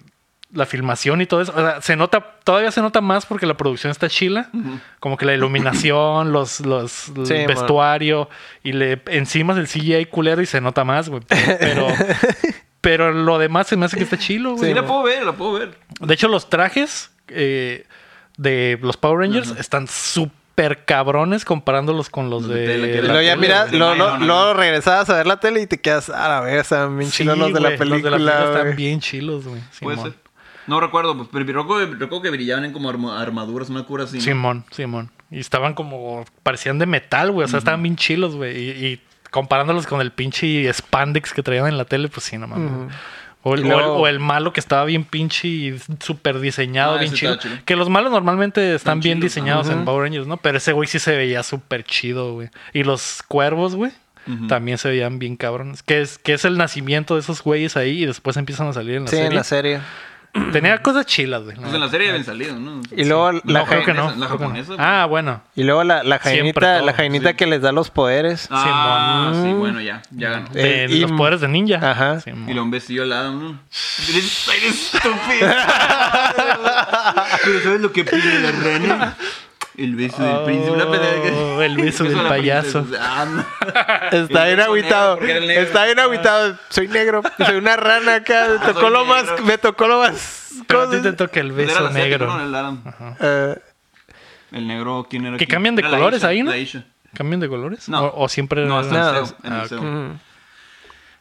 [SPEAKER 1] la filmación y todo eso, o sea, se nota, todavía se nota más porque la producción está chila, como que la iluminación, los, los el
[SPEAKER 2] Sí, man.
[SPEAKER 1] vestuario y le encima del CGI culero y se nota más, güey. Pero, pero lo demás se me hace que está chilo, güey.
[SPEAKER 3] Sí, la puedo ver, la puedo ver.
[SPEAKER 1] De hecho, los trajes eh, de los Power Rangers están súper cabrones comparándolos con los
[SPEAKER 3] Los de
[SPEAKER 1] de.
[SPEAKER 3] tele,
[SPEAKER 1] la
[SPEAKER 3] que
[SPEAKER 2] Y luego ya
[SPEAKER 1] tele,
[SPEAKER 2] mira,
[SPEAKER 1] güey.
[SPEAKER 3] güey.
[SPEAKER 2] luego
[SPEAKER 3] Ay, no, no,
[SPEAKER 2] luego
[SPEAKER 3] no.
[SPEAKER 2] regresabas a ver la tele y te quedas a la verga, están bien chilos
[SPEAKER 1] Sí,
[SPEAKER 2] los de la
[SPEAKER 1] güey, los de la
[SPEAKER 2] película.
[SPEAKER 1] película
[SPEAKER 2] güey.
[SPEAKER 1] están bien chilos, güey.
[SPEAKER 3] Puede
[SPEAKER 1] Simón.
[SPEAKER 3] ser. No recuerdo, pues, pero recuerdo, recuerdo que brillaban en como arma- armaduras, una cura así. ¿no?
[SPEAKER 1] Simón, Simón. Y estaban como. Parecían de metal, güey. O sea, estaban bien chilos, güey. Y, y comparándolos con el pinche spandex que traían en la tele, pues sí, no mames. O el,
[SPEAKER 2] Y
[SPEAKER 1] o el-
[SPEAKER 2] luego-
[SPEAKER 1] o el malo que estaba bien pinche y súper diseñado,
[SPEAKER 3] Ah,
[SPEAKER 1] bien
[SPEAKER 3] ese
[SPEAKER 1] chido.
[SPEAKER 3] estaba chido.
[SPEAKER 1] Que los malos normalmente están
[SPEAKER 3] Están
[SPEAKER 1] bien
[SPEAKER 3] chidos,
[SPEAKER 1] diseñados en
[SPEAKER 2] ajá.
[SPEAKER 1] Power Rangers, ¿no? Pero ese güey sí se veía súper chido, güey. Y los cuervos, güey,
[SPEAKER 3] Ujú.
[SPEAKER 1] también se veían bien cabrones. Que es, que es el nacimiento de esos güeyes ahí y después empiezan a salir en la
[SPEAKER 2] Sí,
[SPEAKER 1] serie.
[SPEAKER 2] en la serie.
[SPEAKER 1] Tenía cosas chilas, güey. la
[SPEAKER 3] Pues en la serie habían salido, ¿no?
[SPEAKER 2] Y luego la
[SPEAKER 1] No, creo que no. creo
[SPEAKER 3] japonesa- La
[SPEAKER 1] que no.
[SPEAKER 3] japonesa. pues.
[SPEAKER 1] Ah, bueno.
[SPEAKER 2] Y luego la, la
[SPEAKER 1] Siempre
[SPEAKER 2] jainita,
[SPEAKER 1] todo,
[SPEAKER 2] la jainita
[SPEAKER 3] sí.
[SPEAKER 2] que les da los poderes.
[SPEAKER 3] Ah,
[SPEAKER 2] Simón.
[SPEAKER 3] sí, bueno, ya. Ya ganó.
[SPEAKER 1] De
[SPEAKER 2] Eh, y-
[SPEAKER 1] los poderes de ninja.
[SPEAKER 2] Ajá.
[SPEAKER 1] Sí,
[SPEAKER 3] Y
[SPEAKER 1] mo-
[SPEAKER 3] lo un vestido al Adam, ¿no? Eres, eres estúpido. Pero ¿sabes lo que pide la rana? El beso del príncipe. Una
[SPEAKER 1] Oh, el beso del
[SPEAKER 3] de la
[SPEAKER 1] payaso.
[SPEAKER 3] princesa. Ah, no.
[SPEAKER 2] Está bien
[SPEAKER 3] negro,
[SPEAKER 2] agüitado.
[SPEAKER 3] porque era el negro. Ah.
[SPEAKER 2] Está bien agüitado. Soy negro, soy una rana acá. Me tocó
[SPEAKER 3] soy
[SPEAKER 2] lo más.
[SPEAKER 3] negro.
[SPEAKER 2] Me tocó lo más.
[SPEAKER 1] Pero a ti te
[SPEAKER 2] cosas.
[SPEAKER 1] toca el
[SPEAKER 3] Era
[SPEAKER 1] beso
[SPEAKER 3] el asiático,
[SPEAKER 1] negro.
[SPEAKER 3] ¿no? El Adam.
[SPEAKER 2] Eh,
[SPEAKER 3] El negro, ¿quién era?
[SPEAKER 1] Que
[SPEAKER 3] quién?
[SPEAKER 1] cambian de
[SPEAKER 3] Era la
[SPEAKER 1] colores
[SPEAKER 3] Isha,
[SPEAKER 1] ahí, ¿no?
[SPEAKER 3] la Isha.
[SPEAKER 1] ¿Cambian de colores?
[SPEAKER 3] No.
[SPEAKER 1] ¿O, o siempre
[SPEAKER 3] No,
[SPEAKER 1] era-
[SPEAKER 3] hasta
[SPEAKER 2] No.
[SPEAKER 3] el CEO, en
[SPEAKER 1] Ah,
[SPEAKER 3] el
[SPEAKER 1] ok.
[SPEAKER 3] CEO.
[SPEAKER 2] mm.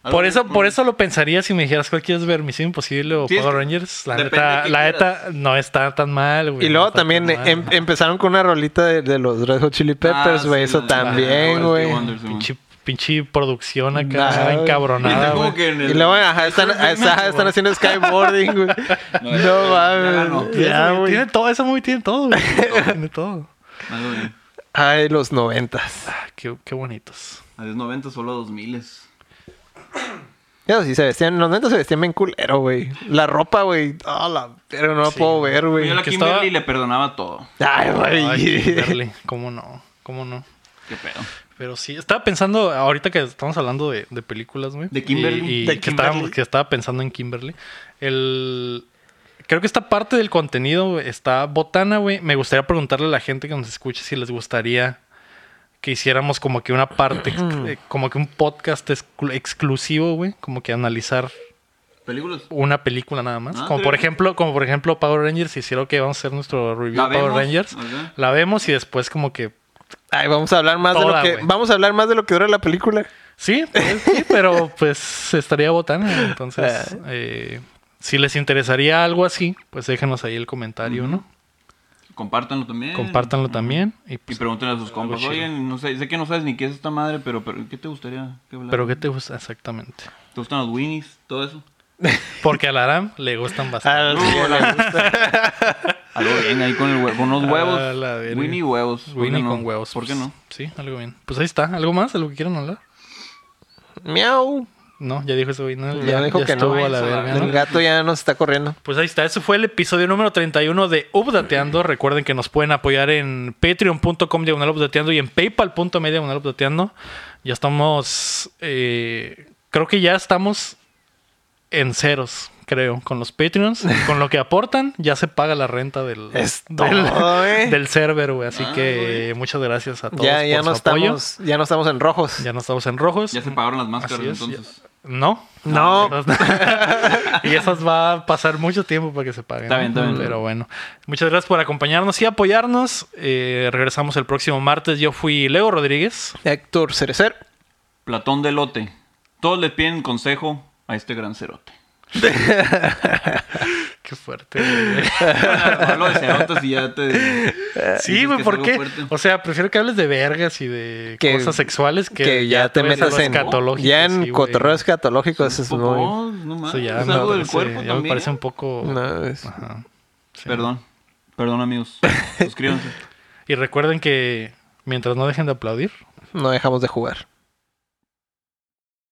[SPEAKER 3] Algo
[SPEAKER 1] Por eso,
[SPEAKER 3] que-
[SPEAKER 1] por eso lo pensaría si me dijeras cuál quieres ver, Misión Imposible o
[SPEAKER 3] Sí, es
[SPEAKER 1] Power
[SPEAKER 3] que
[SPEAKER 1] Rangers. La
[SPEAKER 3] depende de
[SPEAKER 1] neta,
[SPEAKER 3] qué
[SPEAKER 1] la
[SPEAKER 3] quieras.
[SPEAKER 1] neta no está tan mal, güey.
[SPEAKER 2] y
[SPEAKER 1] no
[SPEAKER 2] luego
[SPEAKER 1] está tan
[SPEAKER 2] también
[SPEAKER 1] mal.
[SPEAKER 2] em- empezaron con una rolita de, de los Red Hot Chili Peppers,
[SPEAKER 3] Ah,
[SPEAKER 2] güey.
[SPEAKER 3] sí,
[SPEAKER 2] eso
[SPEAKER 3] la- la-
[SPEAKER 2] también,
[SPEAKER 3] la-
[SPEAKER 2] güey.
[SPEAKER 3] Wonder Woman.
[SPEAKER 1] pinche, pinche producción
[SPEAKER 2] Nah,
[SPEAKER 1] acá
[SPEAKER 2] güey.
[SPEAKER 3] Ahorita
[SPEAKER 1] encabronada,
[SPEAKER 3] como
[SPEAKER 1] güey.
[SPEAKER 3] que en el-
[SPEAKER 2] Y luego, ajá, están, ajá, están haciendo skyboarding, güey.
[SPEAKER 3] No,
[SPEAKER 2] No,
[SPEAKER 3] ya- ya ganó.
[SPEAKER 2] mames.
[SPEAKER 1] Y esa
[SPEAKER 2] Ya,
[SPEAKER 1] movie
[SPEAKER 2] güey.
[SPEAKER 1] Tiene todo, esa movie tiene todo, güey. tiene todo.
[SPEAKER 3] Algo de-
[SPEAKER 2] Ay, los noventas.
[SPEAKER 1] Ah, qué, qué bonitos.
[SPEAKER 3] A los 90 solo 2000.
[SPEAKER 2] Eso sí, se vestían, los noventas se vestían bien culero, güey. La ropa, güey. Ah, la pero no la
[SPEAKER 1] Sí.
[SPEAKER 2] puedo ver, güey.
[SPEAKER 3] Yo a la
[SPEAKER 1] que
[SPEAKER 3] Kimberly
[SPEAKER 1] estaba-
[SPEAKER 3] le perdonaba todo.
[SPEAKER 2] Ay,
[SPEAKER 1] Ay,
[SPEAKER 2] güey.
[SPEAKER 1] Kimberly, cómo no, cómo no.
[SPEAKER 3] Qué pedo.
[SPEAKER 1] Pero sí, estaba pensando, ahorita que estamos hablando de, de películas, güey.
[SPEAKER 3] De Kimberly.
[SPEAKER 1] Y, y
[SPEAKER 2] De
[SPEAKER 1] que,
[SPEAKER 2] Kimberly.
[SPEAKER 1] estábamos- que estaba pensando en Kimberly. El... Creo que esta parte del contenido güey, está botana, güey. Me gustaría preguntarle a la gente que nos escuche si les gustaría que hiciéramos como que una parte, ex- eh, como que un podcast exclu- exclusivo, güey. Como que analizar
[SPEAKER 3] Películas.
[SPEAKER 1] una película nada más.
[SPEAKER 3] Ah,
[SPEAKER 1] como por
[SPEAKER 3] creo que-
[SPEAKER 1] ejemplo, como por ejemplo Power Rangers, hicieron que vamos a hacer nuestro review
[SPEAKER 3] La
[SPEAKER 1] de Power
[SPEAKER 3] vemos,
[SPEAKER 1] Rangers.
[SPEAKER 3] ajá.
[SPEAKER 1] La vemos y después como que
[SPEAKER 2] Ay, vamos a hablar más de
[SPEAKER 1] Toda,
[SPEAKER 2] lo que
[SPEAKER 1] güey.
[SPEAKER 2] vamos a hablar más de lo que dura la película.
[SPEAKER 1] Sí, pues, sí, pero pues estaría botana. Entonces, eh, si les interesaría algo así, pues déjenos ahí el comentario, ¿no?
[SPEAKER 3] Compártanlo también.
[SPEAKER 1] Compártanlo también. Y,
[SPEAKER 3] Y
[SPEAKER 1] pues,
[SPEAKER 3] pregúntenle a sus compas.
[SPEAKER 1] chido.
[SPEAKER 3] Oye, no sé, sé que no sabes ni qué es esta madre, pero, pero ¿qué te gustaría? que hablar?
[SPEAKER 1] pero ¿qué te gusta exactamente?
[SPEAKER 3] ¿Te gustan los Winnies? Todo eso.
[SPEAKER 1] Porque al Aram le gustan bastante.
[SPEAKER 2] Ah, sí,
[SPEAKER 3] No, la- Algo bien ahí con, el hue- con unos huevos.
[SPEAKER 1] A Ah, la verga.
[SPEAKER 3] Winnie huevos. ¿por qué
[SPEAKER 1] Winnie
[SPEAKER 3] no?
[SPEAKER 1] con huevos.
[SPEAKER 3] ¿Por qué no?
[SPEAKER 1] Sí, algo bien. Pues ahí está. ¿Algo más de lo que quieran hablar?
[SPEAKER 2] Miau.
[SPEAKER 1] No, ya dijo ese güey. No,
[SPEAKER 2] Ya dijo que no.
[SPEAKER 1] estuvo a la
[SPEAKER 3] Eso,
[SPEAKER 1] verga, ¿no?
[SPEAKER 2] El gato ya nos está corriendo.
[SPEAKER 1] Pues ahí está, ese fue el episodio número 31 de Updateando. Recuerden que nos pueden apoyar en patreon.com diagonal updateando y en paypal.me diagonal updateando. Ya estamos, eh, creo que ya estamos en ceros, creo, con los patreons. Con lo que aportan ya se paga la renta del,
[SPEAKER 2] Es
[SPEAKER 1] del,
[SPEAKER 2] todo, eh.
[SPEAKER 1] del server, güey. Así
[SPEAKER 3] Ah,
[SPEAKER 1] que muchas gracias a todos
[SPEAKER 2] Ya, ya
[SPEAKER 1] por
[SPEAKER 2] no
[SPEAKER 1] su apoyo.
[SPEAKER 2] estamos, ya no estamos en rojos.
[SPEAKER 1] Ya no estamos en rojos.
[SPEAKER 3] Ya se pagaron las máscaras
[SPEAKER 1] Así es, ya-
[SPEAKER 3] entonces.
[SPEAKER 1] No.
[SPEAKER 2] No.
[SPEAKER 1] y esas va a pasar mucho tiempo para que se paguen.
[SPEAKER 3] Está bien, está bien.
[SPEAKER 1] Pero bueno. Muchas gracias por acompañarnos y apoyarnos. Eh, regresamos el próximo martes. Yo fui Leo Rodríguez.
[SPEAKER 2] Héctor Cerecer.
[SPEAKER 3] Platón de lote. Todos le piden consejo a este gran cerote.
[SPEAKER 1] Qué fuerte. güey.
[SPEAKER 3] Hablo de cerotes y ya te.
[SPEAKER 1] sí,
[SPEAKER 3] dices
[SPEAKER 1] güey,
[SPEAKER 3] que
[SPEAKER 1] ¿por
[SPEAKER 3] es algo
[SPEAKER 1] qué?
[SPEAKER 3] fuerte.
[SPEAKER 1] O sea, prefiero que hables de vergas y de
[SPEAKER 2] Que-
[SPEAKER 1] cosas sexuales que,
[SPEAKER 2] Que, ya te
[SPEAKER 1] traes
[SPEAKER 2] metas
[SPEAKER 1] algo
[SPEAKER 2] en.
[SPEAKER 1] escatológico,
[SPEAKER 2] Ya
[SPEAKER 1] sí,
[SPEAKER 2] en
[SPEAKER 1] güey.
[SPEAKER 2] cotorreos escatológicos es muy.
[SPEAKER 3] No, "Pues, no mames.
[SPEAKER 1] Eso ya
[SPEAKER 3] es
[SPEAKER 1] me
[SPEAKER 3] algo del
[SPEAKER 1] parece-
[SPEAKER 3] cuerpo
[SPEAKER 1] ya
[SPEAKER 3] también. ¿eh?"
[SPEAKER 1] me parece un poco...
[SPEAKER 2] No, es-
[SPEAKER 1] Ajá. Sí.
[SPEAKER 3] Perdón. Perdón, amigos. Suscríbanse.
[SPEAKER 1] Y recuerden que mientras no dejen de aplaudir,
[SPEAKER 2] no dejamos de jugar.